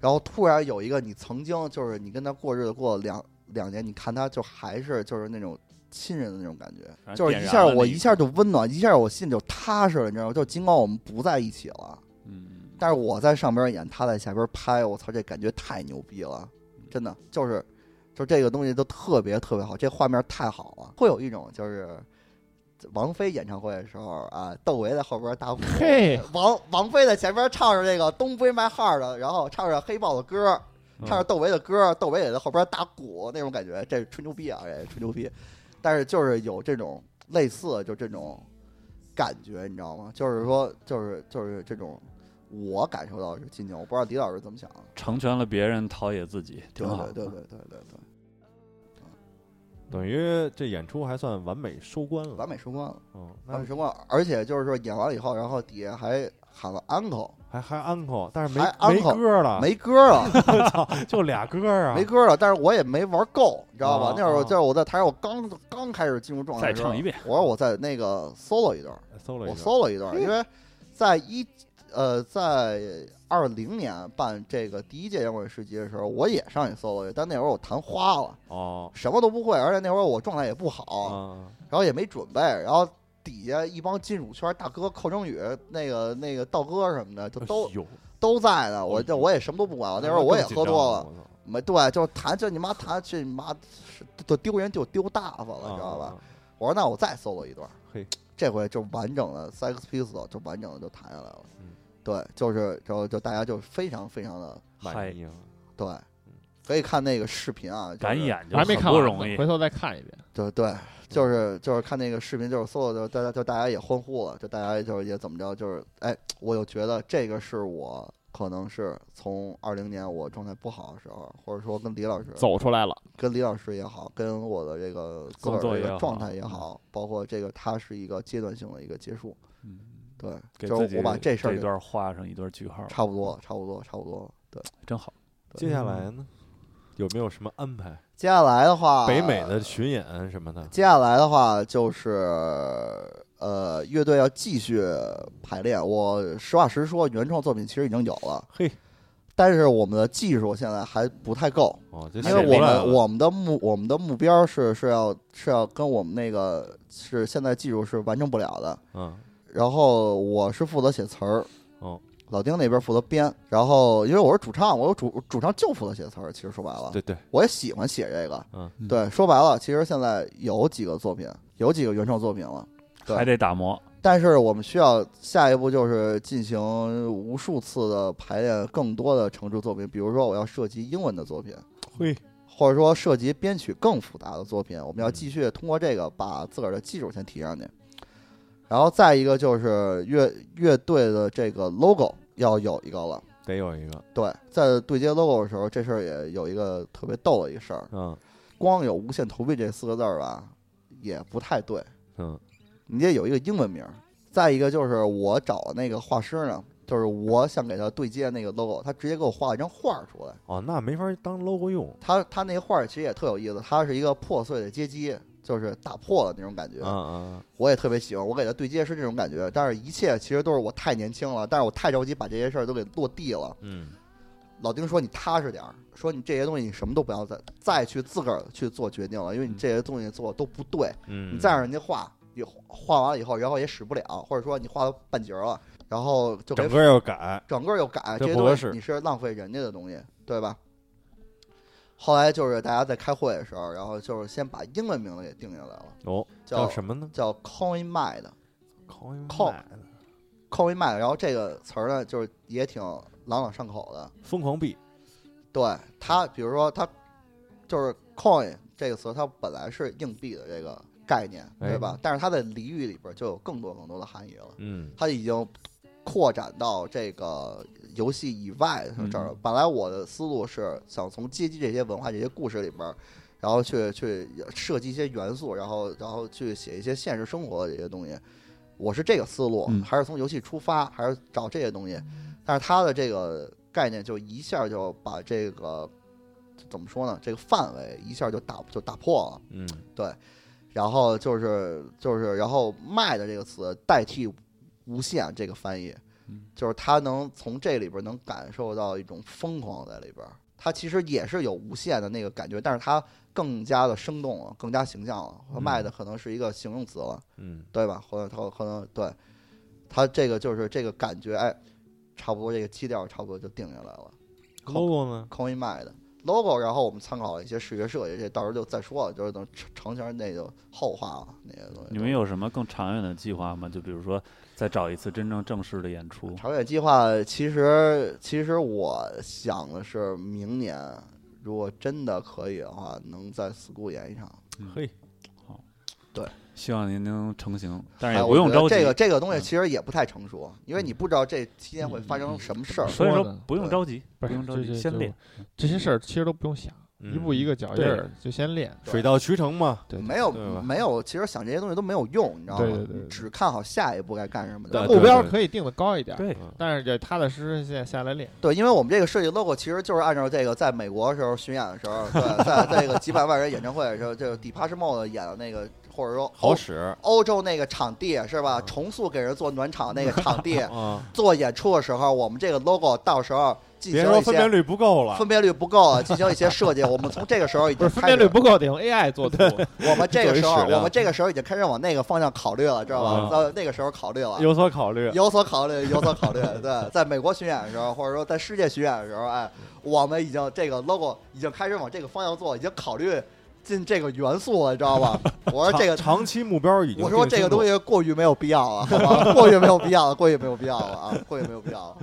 [SPEAKER 4] 然后突然有一个你曾经就是你跟他过日子过了两两年，你看他就还是就是那种亲人的那种感觉，
[SPEAKER 5] 然后
[SPEAKER 4] 嗯就是
[SPEAKER 5] 点
[SPEAKER 4] 一
[SPEAKER 5] 燃
[SPEAKER 4] 下
[SPEAKER 5] 了
[SPEAKER 4] 我
[SPEAKER 5] 你
[SPEAKER 4] 一下就温暖，一下我心里就踏实了，你知道吗？就尽管我们不在一起了，
[SPEAKER 5] 嗯，
[SPEAKER 4] 但是我在上边演，他在下边拍，我操，这感觉太牛逼了，
[SPEAKER 5] 嗯
[SPEAKER 4] 真的就是，就这个东西都特别特别好，这画面太好了，会有一种就是王菲演唱会的时候啊，窦唯在后边打鼓，
[SPEAKER 2] 嘿，
[SPEAKER 4] 王王菲在前边唱着这个《东归 My Heart》的，然后唱着黑豹的歌，
[SPEAKER 5] 嗯
[SPEAKER 4] 唱着窦唯的歌，窦唯也在后边打鼓，那种感觉，这是吹牛逼啊，这是吹牛逼，但是就是有这种类似就这种感觉，你知道吗？就是说，就是就是这种。我感受到的是今年，我不知道李老师怎么想啊。
[SPEAKER 5] 成全了别人，陶冶自己，挺
[SPEAKER 4] 对
[SPEAKER 5] 好。
[SPEAKER 4] 对对对对对对，
[SPEAKER 1] 等于这演出还算完美收官了。
[SPEAKER 4] 完美收官了，
[SPEAKER 1] 嗯，
[SPEAKER 4] 完
[SPEAKER 1] 那
[SPEAKER 4] 美收官了。而且就是说演完了以后，然后底下还喊了 uncle，
[SPEAKER 1] 还还 uncle，但是没
[SPEAKER 4] 还
[SPEAKER 1] 没
[SPEAKER 4] uncle，
[SPEAKER 1] 歌
[SPEAKER 5] 啊
[SPEAKER 1] 了，
[SPEAKER 4] 没歌了。
[SPEAKER 5] <laughs>
[SPEAKER 1] 就俩歌啊。
[SPEAKER 4] 没歌了，但是我也没玩够，你知道吧？
[SPEAKER 1] 啊
[SPEAKER 4] 那会儿
[SPEAKER 1] 啊
[SPEAKER 4] 就是我在台上，我刚刚开始进入状态
[SPEAKER 5] 再
[SPEAKER 4] 的时候，
[SPEAKER 5] 唱一遍，
[SPEAKER 4] 我说我在那个 solo 一段，
[SPEAKER 1] 搜了
[SPEAKER 4] 我
[SPEAKER 1] 一个，
[SPEAKER 4] solo 一段，因为在一呃在二零年办这个第一届摇滚市集的时候，我也上去 solo 去，但那会儿我弹花了，
[SPEAKER 1] 哦，
[SPEAKER 4] 什么都不会，而且那会儿我状态也不好，
[SPEAKER 1] 啊，
[SPEAKER 4] 然后也没准备，然后。底下一帮金属圈大哥寇征宇、那个那个道哥什么的，就都
[SPEAKER 1] 有。
[SPEAKER 4] 都在呢。
[SPEAKER 1] 哦
[SPEAKER 4] 我这我也什么都不管，我那会儿我也喝多
[SPEAKER 1] 我
[SPEAKER 4] 了，
[SPEAKER 1] 操，
[SPEAKER 4] 没对，就是弹就你妈弹去你妈是就丢人就丢大发了，
[SPEAKER 1] 啊
[SPEAKER 4] 你知道吧？？
[SPEAKER 1] 啊
[SPEAKER 4] 我说那我再 solo 一段，
[SPEAKER 1] 嘿，
[SPEAKER 4] 这回就完整的 Sex Pistol 就完整的就弹下来了。
[SPEAKER 1] 嗯
[SPEAKER 4] 对，就是就就大家就非常非常的
[SPEAKER 1] 满意啊！
[SPEAKER 4] 对，可以看那个视频啊，就是
[SPEAKER 5] 敢，演就
[SPEAKER 2] <laughs> 还没
[SPEAKER 5] 很
[SPEAKER 2] 看
[SPEAKER 5] 不
[SPEAKER 2] 完呢
[SPEAKER 5] 容易
[SPEAKER 2] 回。头再看一遍。
[SPEAKER 4] 对
[SPEAKER 1] 嗯
[SPEAKER 4] 对，就是就是看那个视频，就是 solo 就大家就大家也欢呼了，就大家就是也怎么着，就是哎，我就觉得这个是我可能是从二零年我状态不好的时候，或者说跟李老师
[SPEAKER 2] 走出来了，
[SPEAKER 4] 跟李老师也好，跟我的这个自个
[SPEAKER 3] 工
[SPEAKER 4] 儿
[SPEAKER 3] 作
[SPEAKER 4] 的这
[SPEAKER 3] 也
[SPEAKER 4] 个
[SPEAKER 3] 好
[SPEAKER 4] 状态也
[SPEAKER 3] 嗯
[SPEAKER 4] 好，包括这个它是一个阶段性的一个结束。 <laughs>
[SPEAKER 3] 嗯，
[SPEAKER 4] 对，
[SPEAKER 3] 给
[SPEAKER 4] 就
[SPEAKER 3] 自
[SPEAKER 4] 是
[SPEAKER 3] 己
[SPEAKER 4] 我把
[SPEAKER 3] 这
[SPEAKER 4] 事儿
[SPEAKER 3] 一
[SPEAKER 4] 给
[SPEAKER 3] 段画上一段句号，
[SPEAKER 4] 差不多，差不多，差不多。对，
[SPEAKER 3] 真好。
[SPEAKER 1] 接下来呢，有没有什么安排？
[SPEAKER 4] 接下来的话，
[SPEAKER 1] 北美的巡演什么的，
[SPEAKER 4] 接下来的话就是，呃，乐队要继续排练。我实话实说，原创作品其实已经有了，
[SPEAKER 1] 嘿，
[SPEAKER 4] 但是我们的技术现在还不太够，
[SPEAKER 1] 哦，这
[SPEAKER 4] 因为我
[SPEAKER 1] 写出来了
[SPEAKER 4] 们我们的目我们的目标是是要是要跟我们那个是现在技术是完成不了的。
[SPEAKER 1] 嗯，
[SPEAKER 4] 然后我是负责写词儿，
[SPEAKER 1] 哦，
[SPEAKER 4] 老丁那边负责编。然后因为我是主唱，我有主主唱就负责写词儿。其实说白了，
[SPEAKER 1] 对对，
[SPEAKER 4] 我也喜欢写这个。
[SPEAKER 1] 嗯
[SPEAKER 3] 嗯
[SPEAKER 4] 对，说白了，其实现在有几个作品，有几个原创作品了，对
[SPEAKER 3] 还得打磨，
[SPEAKER 4] 但是我们需要下一步就是进行无数次的排练，更多的成熟作品。比如说，我要涉及英文的作品，
[SPEAKER 1] 嘿，
[SPEAKER 4] 或者说涉及编曲更复杂的作品，我们要继续通过这个把自个儿的技术先提上去。然后再一个就是乐乐队的这个 logo 要有一个了。
[SPEAKER 1] 得有一个，
[SPEAKER 4] 对，在对接 logo 的时候，这事儿也有一个特别逗的一事儿，
[SPEAKER 1] 嗯
[SPEAKER 4] 光有“无限投币”这四个字儿吧，也不太对，
[SPEAKER 1] 嗯，
[SPEAKER 4] 你得有一个英文名儿。再一个就是我找那个画师呢，就是我想给他对接那个 logo，他直接给我画一张画儿出来。
[SPEAKER 1] 哦，那没法当 logo 用
[SPEAKER 4] 他他那画儿其实也特有意思，它是一个破碎的街机，就是打破了那种感觉。
[SPEAKER 1] 啊啊，
[SPEAKER 4] 我也特别喜欢，我给他对接是这种感觉。但是一切其实都是我太年轻了，但是我太着急把这些事儿都给落地了。
[SPEAKER 1] 嗯，
[SPEAKER 4] 老丁说你踏实点儿，说你这些东西你什么都不要再再去自个儿去做决定了，因为你这些东西做都不对。
[SPEAKER 1] 嗯，
[SPEAKER 4] 你再让人家画，你画完了以后，然后也使不了，或者说你画到半截儿了，然后就给
[SPEAKER 1] 整个要改，
[SPEAKER 4] 整个又改，
[SPEAKER 1] 这
[SPEAKER 4] 这些
[SPEAKER 1] 不
[SPEAKER 4] 东
[SPEAKER 1] 合
[SPEAKER 4] 西
[SPEAKER 1] 适
[SPEAKER 4] 你是浪费人家的东西，对吧？后来就是大家在开会的时候，然后就是先把英文名字给定下来了，
[SPEAKER 1] 哦，
[SPEAKER 4] 叫
[SPEAKER 1] 叫什么呢
[SPEAKER 4] 叫 Coin Mind
[SPEAKER 1] ？coin
[SPEAKER 4] Call
[SPEAKER 1] Mine
[SPEAKER 4] Coin Mind，然后这个词儿呢，就是也挺朗朗上口的。
[SPEAKER 1] 疯狂币，
[SPEAKER 4] 对它，比如说它就是 coin 这个词，它本来是硬币的这个概念，
[SPEAKER 1] 哎
[SPEAKER 4] 对吧？但是它在俚语里边儿就有更多更多的含义了。
[SPEAKER 1] 嗯
[SPEAKER 4] 它已经扩展到这个游戏以外的这儿了。
[SPEAKER 3] 嗯
[SPEAKER 4] 本来我的思路是想从街机这些文化、这些故事里边儿，然后去去设计一些元素，然后然后去写一些现实生活的这些东西。我是这个思路，
[SPEAKER 3] 嗯
[SPEAKER 4] 还是从游戏出发，还是找这些东西？但是它的这个概念就一下就把这个怎么说呢？这个范围一下就打就打破了。
[SPEAKER 1] 嗯，
[SPEAKER 4] 然后就是就是，然后“卖”的这个词代替“无限”这个翻译
[SPEAKER 3] 嗯，
[SPEAKER 4] 就是他能从这里边能感受到一种疯狂在里边儿。他其实也是有无限的那个感觉，但是他更加的生动了，更加形象了。它
[SPEAKER 1] 嗯
[SPEAKER 4] 卖的可能是一个形容词了，
[SPEAKER 1] 嗯
[SPEAKER 4] 对吧？或者他可能对，他这个就是这个感觉，哎，差不多这个基调差不多就定下来了。
[SPEAKER 1] ，logo 呢？
[SPEAKER 4] coin 卖的 logo，然后我们参考了一些视觉设计，这到时候就再说了，就是等成成型儿那就后话了，那些东西。
[SPEAKER 3] 你们有什么更长远的计划吗？就比如说再找一次真正正式的演出，
[SPEAKER 4] 长远计划？其实其实我想的是，明年如果真的可以的话，能在 school 演一场。
[SPEAKER 1] 嘿，
[SPEAKER 3] 希望您能成型，但是
[SPEAKER 4] 哎，
[SPEAKER 3] 也
[SPEAKER 4] 我
[SPEAKER 3] 不用
[SPEAKER 4] 觉
[SPEAKER 3] 着
[SPEAKER 4] 得
[SPEAKER 3] 急。
[SPEAKER 4] 这个这个东西
[SPEAKER 3] 嗯
[SPEAKER 4] 其实也不太成熟，因为你不知道这期间会发生什么事儿。
[SPEAKER 3] 所以
[SPEAKER 2] 说
[SPEAKER 3] 说
[SPEAKER 2] 呢
[SPEAKER 3] 不用
[SPEAKER 4] 对
[SPEAKER 3] 着急，不
[SPEAKER 2] 不是
[SPEAKER 3] 用着
[SPEAKER 2] 这
[SPEAKER 3] 急，
[SPEAKER 2] 这
[SPEAKER 3] 先
[SPEAKER 2] 就
[SPEAKER 3] 练。
[SPEAKER 2] 这些事儿其实都不用想，
[SPEAKER 1] 嗯
[SPEAKER 2] 一步一个脚印儿就先练。
[SPEAKER 4] 对
[SPEAKER 1] 水到渠成嘛，
[SPEAKER 2] 对，
[SPEAKER 4] 没有
[SPEAKER 1] 对吧
[SPEAKER 4] 没有，其实想这些东西都没有用，你知道吗？
[SPEAKER 2] 对对对对
[SPEAKER 4] 只看好下一步该干什么。
[SPEAKER 1] 对
[SPEAKER 2] 目
[SPEAKER 1] 对
[SPEAKER 2] 标
[SPEAKER 1] 对
[SPEAKER 2] 可以定的高一点，
[SPEAKER 3] 对
[SPEAKER 1] 嗯
[SPEAKER 2] 但是得踏踏实实现在下来练。
[SPEAKER 4] 对，因为我们这个设计 logo 其实就是按照这个，在美国的时候巡演的时候，对，在在这个几百万人演唱会的时候，这个 Depeche Mode 演的那个，或者说
[SPEAKER 1] 好嗯
[SPEAKER 4] 欧
[SPEAKER 1] 使
[SPEAKER 4] 欧洲那个场地是吧？重塑给人做暖场那个场地
[SPEAKER 1] 啊！
[SPEAKER 4] 做演出的时候，我们这个 logo 到时候进
[SPEAKER 1] 别
[SPEAKER 4] 行
[SPEAKER 1] 说
[SPEAKER 4] 一
[SPEAKER 1] 分辨
[SPEAKER 4] 些
[SPEAKER 1] 率不够了，
[SPEAKER 4] 分辨率不够啊，进行一些设计。我们从这个时候
[SPEAKER 2] <laughs>
[SPEAKER 4] 已
[SPEAKER 2] 不是
[SPEAKER 4] 经
[SPEAKER 2] 分
[SPEAKER 4] 开
[SPEAKER 2] 辨率
[SPEAKER 4] 始，
[SPEAKER 2] 不够，得用 AI 做 <laughs> 图。
[SPEAKER 4] 我们这个时候，
[SPEAKER 1] 作为矢量
[SPEAKER 4] 我们这个时候已经开始往那个方向考虑了，知道吧
[SPEAKER 1] 啊？
[SPEAKER 4] 到那个时候考虑了，
[SPEAKER 1] 有所考虑。
[SPEAKER 4] 有所考虑，有所考虑。
[SPEAKER 1] <laughs>
[SPEAKER 4] 对，在美国巡演的时候，或者说在世界巡演的时候，哎，我们已经这个 logo 已经开始往这个方向做，已经考虑进这个元素了，你知道
[SPEAKER 1] <laughs>
[SPEAKER 4] 吧？我说这个，
[SPEAKER 1] 长期目标已经
[SPEAKER 4] 我说这个东西过于没有必要了，好吧？ <laughs> 过于没有必要了，过于没有必要了啊，过于没有必
[SPEAKER 1] <laughs>
[SPEAKER 4] 要了。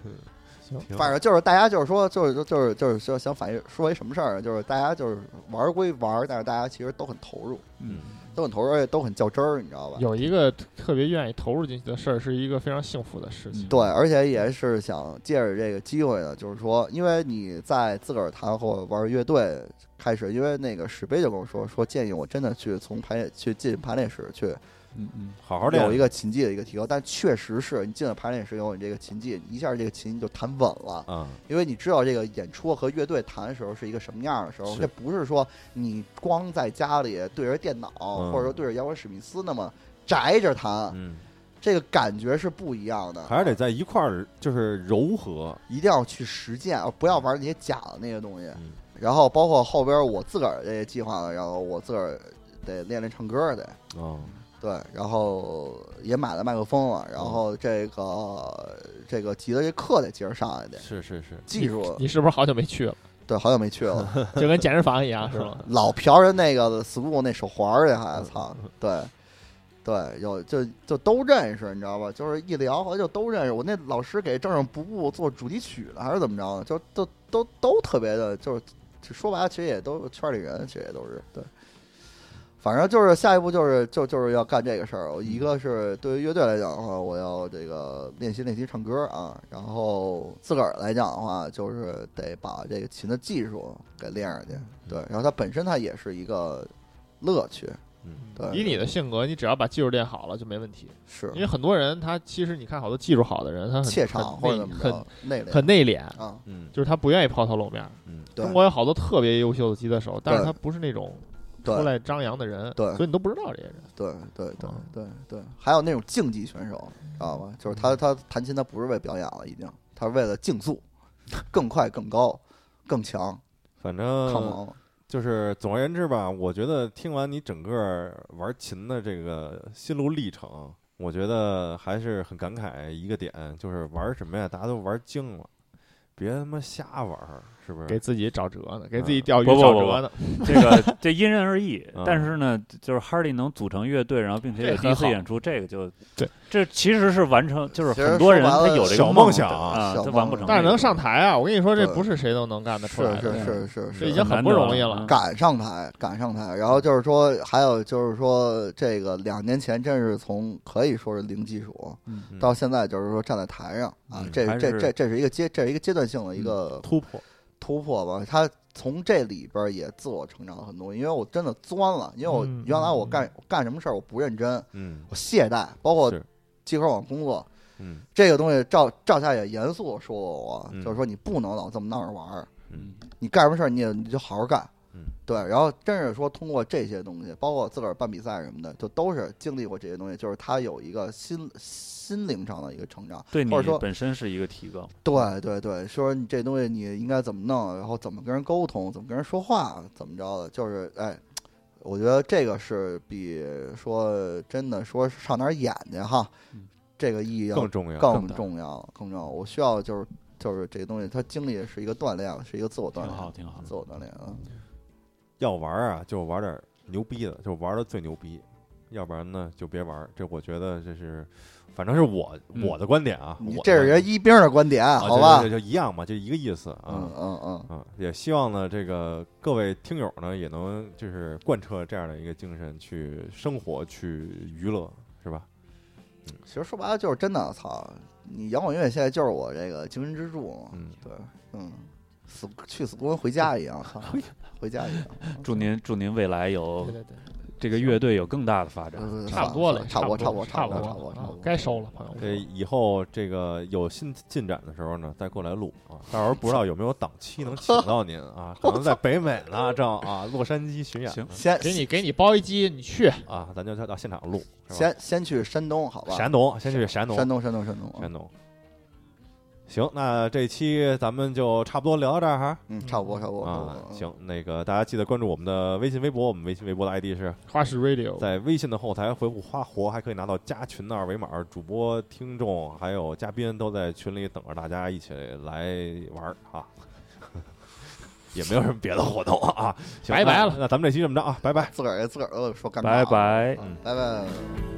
[SPEAKER 1] 西
[SPEAKER 4] 反正就是大家就是说，就是就是就是就是想反映说一什么事儿，就是大家就是玩归玩，但是大家其实都很投入。
[SPEAKER 1] 嗯，
[SPEAKER 4] 都很投入，而且都很较真儿，你知道吧？
[SPEAKER 2] 有一个特特别愿意投入进去的事儿，是一个非常幸福的事情。
[SPEAKER 4] 对，而且也是想借着这个机会呢，就是说，因为你在自个儿弹或玩乐队开始，因为那个史杯就跟我说，说建议我真的去从排练去进排练室去
[SPEAKER 3] 嗯嗯，
[SPEAKER 1] 好好练
[SPEAKER 4] 有一个琴技的一个提高，但确实是你进了排练室以后，你这个琴技一下这个琴就弹稳了，
[SPEAKER 1] 啊，
[SPEAKER 4] 因为你知道这个演出和乐队弹的时候是一个什么样的时候，
[SPEAKER 1] 是
[SPEAKER 4] 这不是说你光在家里对着电脑、或者说对着摇滚史密斯那么宅着弹，
[SPEAKER 1] 嗯，
[SPEAKER 4] 这个感觉是不一样的，
[SPEAKER 1] 还是得在一块儿就是柔和，
[SPEAKER 4] 一定要去实践，哦不要玩那些假的那些东西。
[SPEAKER 1] 嗯
[SPEAKER 4] 然后包括后边我自个儿这些计划了，然后我自个儿得练练唱歌得。
[SPEAKER 1] 啊，
[SPEAKER 4] 对，然后也买了麦克风
[SPEAKER 2] 嗯
[SPEAKER 4] 了，然后这个、这个吉他这课得接着上来得，
[SPEAKER 1] 是是是，
[SPEAKER 4] 技术
[SPEAKER 2] 你是不是好久没
[SPEAKER 4] <laughs>
[SPEAKER 2] 去了？
[SPEAKER 4] 对，好久没去了，
[SPEAKER 2] 就跟健身房一样，是吗？
[SPEAKER 4] 老嫖着那个 spoon 那手环儿去，还操，对，对，有就就都认识，你知道吧？就是一聊好像就都认识。我那老师给正正不误做主题曲了，还是怎么着呢？就都都都特别的，就是就说白了，其实也都圈里人，其实也都是对。反正就是下一步就是就就是要干这个事儿。我一个是对于乐队来讲的话，我要这个练习练习唱歌啊，然后自个儿来讲的话，就是得把这个琴的技术给练上去。
[SPEAKER 2] 嗯
[SPEAKER 4] 对，然后它本身它也是一个乐趣，对
[SPEAKER 2] 以你的性格，你只要把技术练好了就没问题。
[SPEAKER 4] 是
[SPEAKER 2] 因为很多人他其实你看好多技术好的人，他很
[SPEAKER 4] 怯场或者怎么
[SPEAKER 2] 很内
[SPEAKER 4] 着内
[SPEAKER 2] 很
[SPEAKER 4] 敛
[SPEAKER 2] 很内敛，
[SPEAKER 4] 啊，
[SPEAKER 1] 嗯
[SPEAKER 2] 就是他不愿意抛头露面。
[SPEAKER 1] 嗯，
[SPEAKER 4] 对
[SPEAKER 2] 中国有好多特别优秀的吉他手，但是
[SPEAKER 4] 对
[SPEAKER 2] 他不是那种
[SPEAKER 4] 对
[SPEAKER 2] 出来张扬的人，
[SPEAKER 4] 对
[SPEAKER 2] 所以你都不知道这些人。
[SPEAKER 4] 对对对
[SPEAKER 2] 嗯
[SPEAKER 4] 对对，还有那种竞技选手，知道吧？就是他他弹琴他不是为表演了，已经，他是为了竞速，更快更高更强，
[SPEAKER 1] 反
[SPEAKER 2] 嗯
[SPEAKER 4] 抗
[SPEAKER 1] 正
[SPEAKER 4] 盲
[SPEAKER 1] 就是总而言之吧，我觉得听完你整个玩琴的这个心路历程，我觉得还是很感慨一个点，就是玩什么呀，大家都玩精了，别他妈瞎玩儿，是不
[SPEAKER 2] 给
[SPEAKER 1] 是？
[SPEAKER 2] 自己找辙呢，给
[SPEAKER 1] 嗯
[SPEAKER 2] 自己钓鱼
[SPEAKER 5] 不不
[SPEAKER 2] 找
[SPEAKER 5] 不
[SPEAKER 2] 辙呢，
[SPEAKER 5] 这个这因人而异
[SPEAKER 1] 嗯，
[SPEAKER 5] 但是呢，就是 Hardy 能组成乐队，然后并且
[SPEAKER 2] 这
[SPEAKER 5] 有第一
[SPEAKER 2] 很
[SPEAKER 5] 次
[SPEAKER 2] 好
[SPEAKER 5] 演出，这个就
[SPEAKER 2] 对，
[SPEAKER 5] 这其实是完成，就是
[SPEAKER 4] 其实
[SPEAKER 5] 很多人
[SPEAKER 4] 说白
[SPEAKER 5] 他
[SPEAKER 4] 了
[SPEAKER 5] 有这
[SPEAKER 1] 小
[SPEAKER 5] 个
[SPEAKER 1] 梦
[SPEAKER 5] 梦
[SPEAKER 1] 想
[SPEAKER 5] 啊，
[SPEAKER 4] 小
[SPEAKER 5] 他
[SPEAKER 4] 梦
[SPEAKER 5] 完不成这个，
[SPEAKER 2] 但是能上台啊！我跟你说，这
[SPEAKER 4] 对
[SPEAKER 2] 不是谁都能干得出来的。
[SPEAKER 4] 是是是
[SPEAKER 2] 这已
[SPEAKER 4] 是
[SPEAKER 2] 经
[SPEAKER 4] 是，
[SPEAKER 2] 很不容易
[SPEAKER 5] 很难得了
[SPEAKER 2] 了
[SPEAKER 5] 嗯。
[SPEAKER 4] 赶上台赶上台，然后就是说，还有就是说，这个两年前真是从可以说是零基础。
[SPEAKER 1] 嗯
[SPEAKER 4] 到现在就是说站在台上啊，
[SPEAKER 5] 嗯
[SPEAKER 4] 这
[SPEAKER 5] 还
[SPEAKER 4] 这
[SPEAKER 5] 是
[SPEAKER 4] 这这是一个阶这是一个阶段性的一个
[SPEAKER 1] 突破，
[SPEAKER 4] 突破吧。他从这里边儿也自我成长了很多，因为我真的钻了，因为我
[SPEAKER 2] 嗯
[SPEAKER 4] 原来我
[SPEAKER 2] 嗯
[SPEAKER 4] 干、我干什么事儿我不认真，
[SPEAKER 1] 嗯
[SPEAKER 4] 我懈怠，包括
[SPEAKER 1] 是
[SPEAKER 4] 集合网工作
[SPEAKER 1] 嗯
[SPEAKER 4] 这个东西赵，赵夏也严肃地说过我，
[SPEAKER 1] 嗯
[SPEAKER 4] 就是说你不能老这么闹着玩儿，
[SPEAKER 1] 嗯
[SPEAKER 4] 你干什么事儿你也你就好好干。
[SPEAKER 1] 嗯
[SPEAKER 4] 对，然后真是说通过这些东西，包括自个儿办比赛什么的，就都是经历过这些东西，就是他有一个心心灵上的一个成长。
[SPEAKER 5] 对你
[SPEAKER 4] 或者说
[SPEAKER 5] 本身是一个提高，
[SPEAKER 4] 对对对，说你这东西你应该怎么弄，然后怎么跟人沟通，怎么跟人说话，怎么着的，就是哎，我觉得这个是比说真的说上哪儿演去哈
[SPEAKER 5] 嗯，
[SPEAKER 4] 这个意义要
[SPEAKER 1] 更重要，
[SPEAKER 4] 更
[SPEAKER 5] 大
[SPEAKER 4] 重要，更重要。我需要就是就是这东西，它经历是一个锻炼，是一个自我锻
[SPEAKER 5] 挺好
[SPEAKER 4] 炼，
[SPEAKER 5] 挺好。
[SPEAKER 4] 自我锻炼啊。
[SPEAKER 1] 嗯要玩儿啊，就玩点儿牛逼的，就玩的最牛逼，要不然呢就别玩儿。这我觉得这是，反正是我、
[SPEAKER 5] 嗯
[SPEAKER 1] 我的观点啊，
[SPEAKER 4] 你
[SPEAKER 1] 我啊
[SPEAKER 4] 这是人
[SPEAKER 1] 一
[SPEAKER 4] 一冰的观点，好吧
[SPEAKER 1] 就？就一样嘛，就一个意思啊。
[SPEAKER 4] 嗯嗯嗯，
[SPEAKER 1] 啊，也希望呢，这个各位听友呢，也能就是贯彻这样的一个精神去生活、去娱乐，是吧？
[SPEAKER 4] 其实说白了就是真的，操！你摇滚乐现在就是我这个精神支柱嘛，
[SPEAKER 1] 嗯
[SPEAKER 4] 对，嗯，死去死不跟回家一样，
[SPEAKER 1] <laughs>
[SPEAKER 4] 操回家一样，
[SPEAKER 5] 祝您祝您未来有
[SPEAKER 2] 对对对，
[SPEAKER 5] 这个乐队有更大的发展。
[SPEAKER 4] 嗯
[SPEAKER 2] 差不多了，
[SPEAKER 4] 差不多，
[SPEAKER 2] 差
[SPEAKER 4] 不多，
[SPEAKER 2] 差
[SPEAKER 4] 差不多，差
[SPEAKER 2] 不多
[SPEAKER 4] 不多，
[SPEAKER 2] 啊
[SPEAKER 4] 差不多，
[SPEAKER 2] 该收了，朋友
[SPEAKER 1] 这
[SPEAKER 2] 们。
[SPEAKER 1] 以后这个有新进展的时候呢，再过来录啊。到时候不知道有没有档期能请到您啊？可能在北美呢，正啊，洛杉矶巡演呢
[SPEAKER 5] 行
[SPEAKER 4] 先
[SPEAKER 2] 给你给你包一机，你去。
[SPEAKER 1] 啊，咱就到现场录，是吧？
[SPEAKER 4] 先先去山东，好吧？
[SPEAKER 1] 山东，先去山东，
[SPEAKER 4] 山东，山东，山东，
[SPEAKER 1] 山东。行，那这期咱们就差不多聊到这儿哈
[SPEAKER 4] 嗯，差不多，差不多，差
[SPEAKER 1] 啊
[SPEAKER 4] 不。多，
[SPEAKER 1] 行，那个大家记得关注我们的微信、微博，我们微信、微博的 ID 是
[SPEAKER 2] 花式 Radio，
[SPEAKER 1] 在微信的后台回复“花活”，还可以拿到加群的二维码。主播、听众还有嘉宾都在群里等着大家一起来玩儿
[SPEAKER 2] <laughs>
[SPEAKER 1] 啊！也没有什么别的活动啊，行
[SPEAKER 2] 拜拜
[SPEAKER 1] 那
[SPEAKER 2] 了
[SPEAKER 1] 那咱们这期这么着啊，拜拜。
[SPEAKER 4] 自个儿自个儿都说干嘛？
[SPEAKER 5] 拜拜。
[SPEAKER 4] 拜拜。